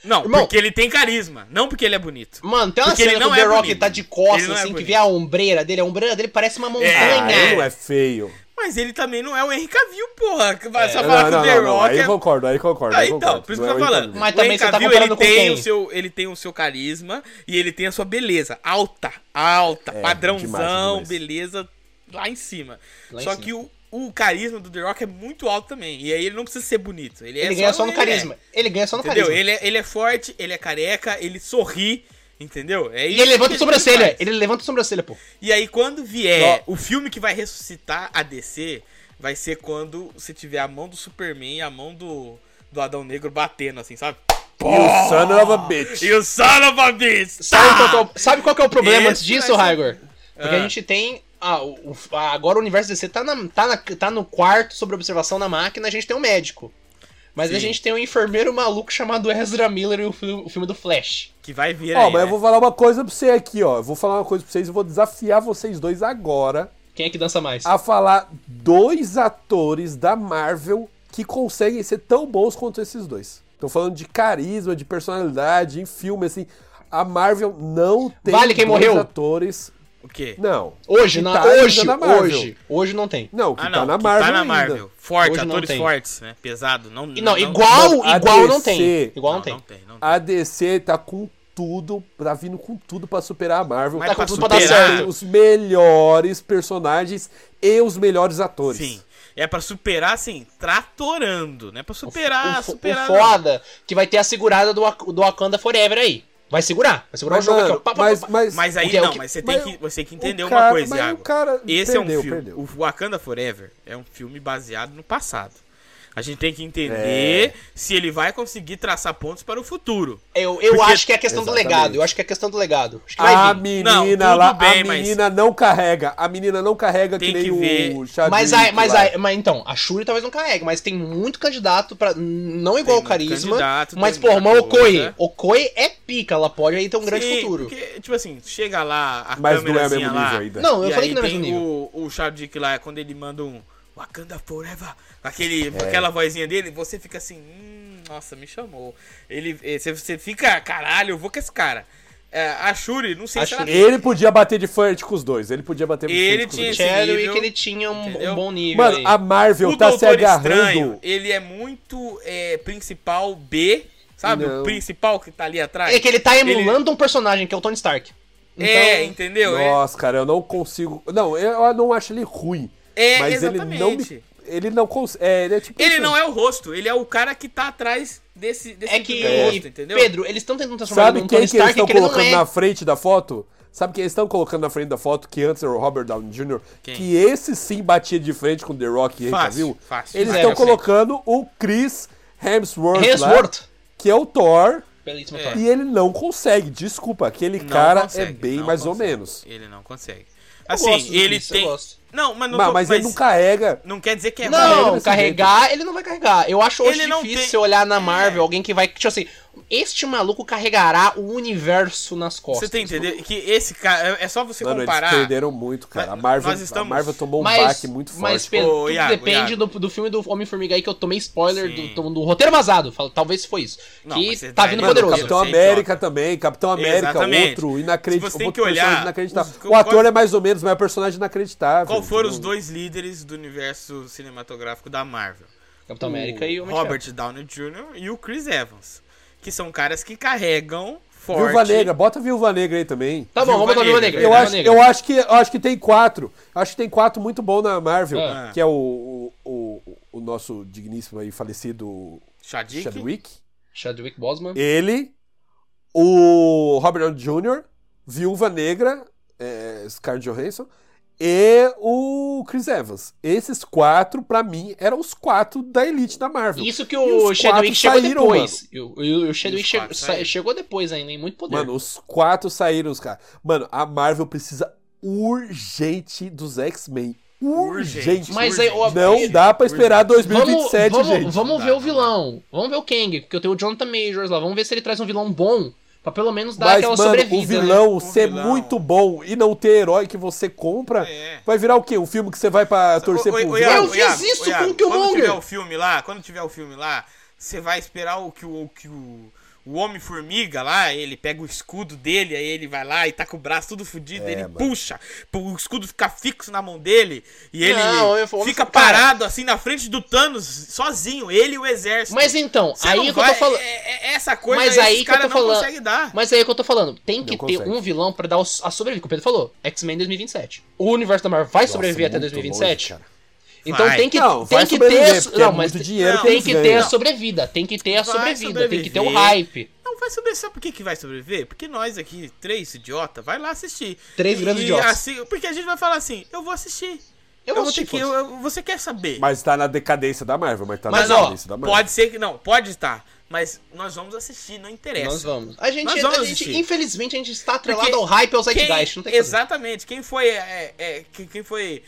Speaker 1: Não,
Speaker 2: Irmão.
Speaker 1: porque ele tem carisma, não porque ele é bonito.
Speaker 2: Mano, tem uma
Speaker 1: Porque ele
Speaker 2: cena que
Speaker 1: não
Speaker 2: o The
Speaker 1: é
Speaker 2: Rock
Speaker 1: bonito.
Speaker 2: tá de
Speaker 1: Ele
Speaker 2: costas,
Speaker 1: não é
Speaker 2: assim, que
Speaker 1: bonito. É,
Speaker 2: vê a ombreira dele. A ombreira dele parece uma
Speaker 3: Ah, ele não
Speaker 2: montanha.
Speaker 3: é feio.
Speaker 1: Mas ele também não é o Henry Cavill, porra. que vai Só
Speaker 3: Não,
Speaker 1: falar Tá
Speaker 3: não,
Speaker 1: que o
Speaker 3: não,
Speaker 1: The
Speaker 3: não, não.
Speaker 1: Rock
Speaker 3: Aí
Speaker 1: é
Speaker 3: eu concordo, aí eu concordo.
Speaker 1: Ah,
Speaker 3: aí eu
Speaker 1: então,
Speaker 3: concordo.
Speaker 1: por isso
Speaker 3: Não
Speaker 1: que eu
Speaker 3: é
Speaker 1: tô
Speaker 3: o Henry
Speaker 1: falando.
Speaker 3: Cavill.
Speaker 2: Mas
Speaker 1: O
Speaker 2: também
Speaker 1: Henry
Speaker 2: você tá
Speaker 1: Cavill,
Speaker 2: comparando
Speaker 1: ele
Speaker 2: com
Speaker 1: tem
Speaker 2: quem?
Speaker 1: O seu, ele tem o seu carisma e ele tem a sua beleza. Alta, alta,
Speaker 3: É,
Speaker 1: padrãozão,
Speaker 3: demais, demais.
Speaker 1: beleza lá em cima.
Speaker 2: Lá em
Speaker 1: Só
Speaker 2: cima.
Speaker 1: que o, o carisma do The Rock é muito alto também. E aí ele não precisa ser bonito. Ele,
Speaker 2: Ele
Speaker 1: é
Speaker 2: ganha só no
Speaker 1: ele é.
Speaker 2: carisma. Ele ganha só no
Speaker 1: Entendeu?
Speaker 2: carisma.
Speaker 1: Ele é, ele é forte, ele é careca, ele sorri. Entendeu? É
Speaker 2: E ele levanta a sobrancelha.
Speaker 1: faz.
Speaker 2: Ele levanta a sobrancelha, pô.
Speaker 1: E aí, quando vier
Speaker 3: Só-
Speaker 1: o filme que vai ressuscitar a DC, vai ser quando você tiver a mão do Superman e a mão do, do Adão Negro batendo, assim, sabe?
Speaker 3: You son of a bitch.
Speaker 1: E o son of a Ah! bitch!
Speaker 3: um
Speaker 2: Sabe, qual, que é o, sabe qual que é o problema
Speaker 1: Esse
Speaker 2: antes disso,
Speaker 1: vai ser-
Speaker 2: Raigor? Porque a
Speaker 1: Ah.
Speaker 2: gente tem. ah, o- o- ah, agora o universo DC tá, na- tá, na- tá no quarto sob observação na máquina, a gente tem um médico. Mas a
Speaker 1: Sim.
Speaker 2: gente tem um enfermeiro maluco chamado Ezra Miller e o, fi- o filme do Flash.
Speaker 1: Que vai vir
Speaker 3: Ó,
Speaker 1: aí,
Speaker 3: mas
Speaker 1: né?
Speaker 3: eu vou falar uma coisa pra você aqui, ó. Eu vou falar uma coisa pra vocês e vou desafiar vocês dois agora
Speaker 2: Quem é que dança mais?
Speaker 1: Ah,
Speaker 3: a falar dois atores da Marvel que conseguem ser tão bons quanto esses dois. Tô falando de carisma, de personalidade, em filme, assim. A Marvel não tem
Speaker 2: Vale quem
Speaker 3: dois
Speaker 2: morreu?
Speaker 3: atores.
Speaker 1: O quê?
Speaker 3: Não.
Speaker 2: Hoje,
Speaker 3: Que
Speaker 2: na,
Speaker 3: tá
Speaker 2: hoje,
Speaker 3: ainda na Marvel.
Speaker 2: hoje. Hoje não tem.
Speaker 3: Não, que
Speaker 1: Ah,
Speaker 3: tá
Speaker 1: não.
Speaker 3: na
Speaker 1: que
Speaker 3: Marvel.
Speaker 1: Tá na Marvel.
Speaker 3: Ainda.
Speaker 1: Forte,
Speaker 2: Hoje não
Speaker 1: atores
Speaker 2: tem.
Speaker 1: fortes, né? Pesado. Não,
Speaker 2: E Não, igual,
Speaker 3: Mano, a
Speaker 2: igual não tem.
Speaker 3: DC
Speaker 2: Igual não,
Speaker 1: Ah, não
Speaker 2: tem.
Speaker 1: Não tem, não tem.
Speaker 3: A DC tá com tudo, tá vindo com tudo pra superar a Marvel.
Speaker 1: Mas
Speaker 2: tá com
Speaker 1: pra
Speaker 2: tudo pra dar
Speaker 1: superar-
Speaker 2: certo.
Speaker 3: Os melhores personagens e os melhores atores.
Speaker 1: Sim. É pra superar, assim, tratorando. Não é pra
Speaker 2: O
Speaker 1: superar,
Speaker 2: fo-
Speaker 1: superar.
Speaker 2: o
Speaker 1: não.
Speaker 2: foda que vai ter a segurada do, Wak- do Wakanda Forever aí. Vai segurar. Vai segurar
Speaker 3: Mas,
Speaker 2: o jogo
Speaker 3: mano,
Speaker 2: aqui, ó. Pá, pá,
Speaker 3: mas,
Speaker 2: pá, pá.
Speaker 3: mas,
Speaker 1: Mas aí
Speaker 2: O que é- o
Speaker 1: não,
Speaker 2: que-
Speaker 1: mas você tem
Speaker 3: mas
Speaker 1: que,
Speaker 3: o-
Speaker 1: você tem que
Speaker 3: o
Speaker 1: entender
Speaker 3: cara-
Speaker 1: uma coisa,
Speaker 3: mas o
Speaker 1: Iago.
Speaker 3: cara
Speaker 1: Esse é
Speaker 3: perdeu,
Speaker 1: um filme.
Speaker 3: perdeu.
Speaker 1: O Wakanda Forever é um filme baseado no passado. A gente tem que
Speaker 3: É.
Speaker 1: entender se ele vai conseguir traçar pontos para o futuro.
Speaker 2: Eu, eu
Speaker 1: Porque-
Speaker 2: acho que é a questão do
Speaker 3: Exatamente. Ah,
Speaker 2: legado. Eu acho que é a questão do legado. Acho que vai
Speaker 3: A
Speaker 2: vir.
Speaker 1: Não,
Speaker 3: menina
Speaker 1: tudo
Speaker 3: lá,
Speaker 1: bem,
Speaker 3: a
Speaker 1: mas-
Speaker 3: menina não carrega. A menina não carrega
Speaker 1: Tem
Speaker 3: que nem
Speaker 1: que ver.
Speaker 3: o Chadwick
Speaker 2: Mas, aí, mas,
Speaker 3: lá.
Speaker 2: aí, mas então, a Shuri talvez não carregue, mas tem muito candidato para Não igual o
Speaker 1: muito
Speaker 2: carisma.
Speaker 1: candidato,
Speaker 2: Mas,
Speaker 1: tem
Speaker 2: pô, uma
Speaker 1: muita
Speaker 2: Okoye.
Speaker 1: coisa.
Speaker 2: Okoye é pica, ela pode aí ter um grande
Speaker 1: Sim,
Speaker 2: futuro.
Speaker 1: Porque, tipo assim, chega lá, a
Speaker 3: Mas não é o
Speaker 1: câmerazinha
Speaker 3: mesmo
Speaker 1: lá,
Speaker 3: nível ainda.
Speaker 2: Não, eu
Speaker 1: e
Speaker 2: falei
Speaker 1: aí
Speaker 2: que não é
Speaker 1: tem
Speaker 2: mesmo nível.
Speaker 1: O, o Chadwick lá, quando ele manda um Wakanda Forever, com aquele,
Speaker 3: É.
Speaker 1: com aquela vozinha dele, você fica assim, hum, nossa, me chamou. Ele, eh, você, você fica, caralho, eu vou com esse cara. É, a Shuri, não sei
Speaker 2: A
Speaker 1: se ela...
Speaker 2: Shuri-
Speaker 3: Ele podia bater de frente com os dois. Ele podia bater de
Speaker 1: Ele
Speaker 3: frente com
Speaker 1: tinha
Speaker 3: os
Speaker 1: esse
Speaker 2: Chadwick,
Speaker 1: nível,
Speaker 2: que ele tinha um,
Speaker 1: entendeu?
Speaker 2: um bom
Speaker 3: dois.
Speaker 2: nível. aí.
Speaker 3: Mano, a Marvel
Speaker 1: o
Speaker 3: tá se
Speaker 1: Doutor
Speaker 3: agarrando.
Speaker 1: Estranho, ele é muito eh, principal B, sabe?
Speaker 3: Não.
Speaker 1: O principal que tá ali atrás.
Speaker 2: É que ele tá emulando um personagem, que é o Tony Stark. Então,
Speaker 1: É, entendeu? É-
Speaker 3: Nossa, cara, eu não consigo. Não, eu não acho ele ruim.
Speaker 1: É,
Speaker 3: mas ele não me...
Speaker 1: exatamente.
Speaker 3: Ele não consegue. É, ele é tipo.
Speaker 1: Ele não é o rosto, ele é o cara que tá atrás desse, desse
Speaker 2: é que.
Speaker 1: primeiro rosto, entendeu?
Speaker 2: Pedro, eles estão tentando transformar
Speaker 3: Sabe
Speaker 2: ele num
Speaker 3: quem
Speaker 2: Tony
Speaker 3: que eles
Speaker 2: Stark
Speaker 3: estão
Speaker 2: que ele não
Speaker 3: colocando
Speaker 2: é.
Speaker 3: na frente da foto? Sabe quem eles estão colocando na frente da foto? Que antes era o Robert Downey Jr.
Speaker 1: Quem?
Speaker 3: Que esse sim batia de frente com The Rock e Henry
Speaker 1: Fácil,
Speaker 3: Cavill.
Speaker 1: fácil. assim.
Speaker 3: Eles
Speaker 2: É,
Speaker 3: estão
Speaker 2: eu sei.
Speaker 3: colocando o Chris Hemsworth, lá,
Speaker 2: Hemsworth.
Speaker 3: que é o Thor,
Speaker 2: Belíssimo
Speaker 1: É.
Speaker 2: Thor.
Speaker 3: e ele não consegue. Desculpa, aquele
Speaker 1: Não
Speaker 3: cara é
Speaker 1: consegue,
Speaker 3: bem
Speaker 1: não
Speaker 3: mais ou
Speaker 1: consegue.
Speaker 3: menos.
Speaker 1: Ele não consegue.
Speaker 2: Eu
Speaker 1: Assim,
Speaker 2: gosto do
Speaker 1: ele
Speaker 2: Chris, eu
Speaker 1: tem.
Speaker 2: gosto.
Speaker 1: Não, mas não,
Speaker 3: Mas,
Speaker 1: tô-
Speaker 3: mas ele
Speaker 1: mas
Speaker 3: não carrega.
Speaker 1: não quer dizer que é ruim.
Speaker 2: Não,
Speaker 3: desse
Speaker 2: carregar, ele não vai carregar. Eu acho hoje
Speaker 1: Ele não
Speaker 2: difícil
Speaker 1: tem-
Speaker 2: você olhar na Marvel
Speaker 1: É.
Speaker 2: alguém que vai, tipo assim, este maluco carregará o universo nas
Speaker 1: Você
Speaker 2: costas.
Speaker 1: tem que entender que esse cara. É só você
Speaker 3: Mano,
Speaker 1: comparar.
Speaker 3: eles perderam muito, cara. A
Speaker 1: Mas
Speaker 3: Marvel,
Speaker 1: nós estamos-
Speaker 3: a Marvel tomou um
Speaker 2: Mas,
Speaker 3: baque muito forte.
Speaker 2: mas Pedro,
Speaker 1: Ô,
Speaker 2: tudo
Speaker 1: Iago,
Speaker 2: depende
Speaker 1: Iago.
Speaker 2: do, do filme do Homem-Formiga aí que eu tomei spoiler do,
Speaker 1: Sim.
Speaker 2: do- do roteiro vazado. Falo, talvez foi isso.
Speaker 1: Não, mas
Speaker 2: que
Speaker 1: você tá
Speaker 2: tá vindo
Speaker 1: indo-
Speaker 3: Mano,
Speaker 2: poderoso.
Speaker 3: Capitão
Speaker 1: Sim,
Speaker 3: América também, Capitão América,
Speaker 1: Exatamente.
Speaker 3: outro
Speaker 1: Se você
Speaker 3: inacreditável.
Speaker 1: tem
Speaker 3: Outro
Speaker 1: que olhar
Speaker 3: personagem inacreditável.
Speaker 1: os-
Speaker 3: O ator
Speaker 1: qual-
Speaker 3: é mais ou menos, mas é um personagem
Speaker 1: Qual
Speaker 3: inacreditável.
Speaker 1: foram os
Speaker 3: entendeu?
Speaker 1: dois líderes do universo cinematográfico da Marvel?
Speaker 2: Capitão América e o Homem de Ferro.
Speaker 1: Robert Downey Jr. e o Chris Evans. Que são caras que carregam forte.
Speaker 3: Viúva Negra, bota Viúva Negra aí também.
Speaker 2: Tá bom,
Speaker 1: Viúva
Speaker 2: vamos botar a Viúva
Speaker 1: Negra.
Speaker 2: Negra.
Speaker 3: Eu
Speaker 2: Viúva
Speaker 3: acho,
Speaker 2: Negra.
Speaker 3: eu acho que eu acho que tem quatro. Acho que tem quatro muito bom na Marvel,
Speaker 1: Ah.
Speaker 3: que é o, o, o, o nosso digníssimo aí falecido
Speaker 1: Chadwick.
Speaker 3: Chadwick.
Speaker 2: Chadwick Boseman.
Speaker 3: Ele, o Robert Downey Jr., Viúva Negra, é, Scarlett Johansson e o Chris Evans. Esses quatro, pra mim, eram os quatro da elite da Marvel.
Speaker 2: Isso que
Speaker 3: E
Speaker 2: o
Speaker 3: os
Speaker 2: Chadwick
Speaker 3: quatro
Speaker 2: chegou
Speaker 3: saíram,
Speaker 2: depois. E o- e o
Speaker 1: E
Speaker 2: Chadwick
Speaker 1: os
Speaker 2: che-
Speaker 1: quatro
Speaker 2: sa-
Speaker 1: saíram.
Speaker 2: chegou depois ainda, em muito poder.
Speaker 3: Mano, os quatro saíram, os caras. Mano, a Marvel precisa urgente dos X-Men. Urgente.
Speaker 2: Mas aí, ó,
Speaker 3: Não dá pra esperar
Speaker 1: Urgente.
Speaker 3: 2027,
Speaker 2: vamos,
Speaker 3: gente.
Speaker 2: vamos, vamos
Speaker 1: Não
Speaker 2: ver
Speaker 1: dá,
Speaker 2: o
Speaker 1: não
Speaker 2: vilão. Vamos ver o Kang, porque eu tenho o Jonathan Majors lá. Vamos ver se ele traz um vilão bom. Pra pelo menos dar
Speaker 3: Mas,
Speaker 2: aquela
Speaker 3: mano,
Speaker 2: sobrevida. né?
Speaker 3: o vilão
Speaker 1: O
Speaker 3: ser
Speaker 1: vilão.
Speaker 3: muito bom e não ter herói que você compra,
Speaker 1: É.
Speaker 3: vai virar o quê? Um filme que você vai pra torcer
Speaker 1: Ô, ô,
Speaker 3: pro
Speaker 1: ô,
Speaker 3: vilão?
Speaker 1: Iago,
Speaker 2: Eu fiz
Speaker 1: Iago,
Speaker 2: isso
Speaker 1: Iago,
Speaker 2: com o Killmonger.
Speaker 1: Quando tiver o filme lá, quando tiver o filme lá, você vai esperar o que o, o que o, o Homem-Formiga lá, ele pega o escudo dele, aí ele vai lá e tá com o braço tudo fudido, ele
Speaker 3: É, mano.
Speaker 1: puxa, pô, o escudo fica fixo na mão dele e ele
Speaker 2: Não, eu vou-
Speaker 1: fica
Speaker 2: cara.
Speaker 1: parado assim na frente do Thanos sozinho, ele e o exército.
Speaker 2: Mas então,
Speaker 1: Você
Speaker 2: aí
Speaker 1: não
Speaker 2: que eu
Speaker 1: vai-
Speaker 2: tô falando.
Speaker 1: é- é- essa coisa
Speaker 2: Mas
Speaker 1: esses
Speaker 2: aí que eu
Speaker 1: cara
Speaker 2: tô
Speaker 1: não
Speaker 2: falando-
Speaker 1: consegue dar.
Speaker 2: Mas aí é que eu tô falando, tem que
Speaker 3: Não
Speaker 2: ter
Speaker 3: consegue.
Speaker 2: um vilão pra dar o- a sobrevivência, que o Pedro falou, X-Men 2027. O universo da Marvel vai
Speaker 3: Nossa,
Speaker 2: sobreviver até
Speaker 3: muito
Speaker 2: 2027?
Speaker 3: longe, cara.
Speaker 2: então
Speaker 1: Vai.
Speaker 2: tem que,
Speaker 3: Não,
Speaker 2: tem
Speaker 3: vai
Speaker 2: que ter
Speaker 3: sobreviver,
Speaker 2: a so-
Speaker 3: porque é
Speaker 2: não, mas
Speaker 3: muito dinheiro
Speaker 2: tem
Speaker 1: que
Speaker 2: tem
Speaker 1: eles
Speaker 2: que
Speaker 1: ganham.
Speaker 2: ter a
Speaker 1: Não.
Speaker 2: sobrevida, tem que ter a
Speaker 1: Vai
Speaker 2: sobrevida, tem que ter o
Speaker 1: sobreviver.
Speaker 2: hype.
Speaker 1: Não vai sobreviver, sabe por que, que vai sobreviver? Porque nós aqui, três idiota, vai lá assistir.
Speaker 2: Três
Speaker 1: E-
Speaker 2: grandes
Speaker 1: e
Speaker 2: idiotas.
Speaker 1: assim- porque a gente vai falar assim, eu vou assistir.
Speaker 2: Eu vou assistir,
Speaker 1: ter que,
Speaker 3: um
Speaker 1: eu- eu- Você quer saber.
Speaker 3: Mas tá na decadência da Marvel, mas tá
Speaker 1: Mas,
Speaker 3: na
Speaker 1: ó,
Speaker 3: decadência da Marvel.
Speaker 1: pode ser que não, pode estar. Mas nós vamos assistir, não interessa.
Speaker 2: Nós vamos. A gente,
Speaker 1: Nós
Speaker 2: a
Speaker 1: vamos
Speaker 2: gente,
Speaker 1: assistir.
Speaker 2: infelizmente, a gente está atrelado
Speaker 1: Porque
Speaker 2: ao hype e ao zeitgeist,
Speaker 1: Quem-
Speaker 2: não tem que fazer.
Speaker 1: Exatamente. Quem foi, é, é, que- quem foi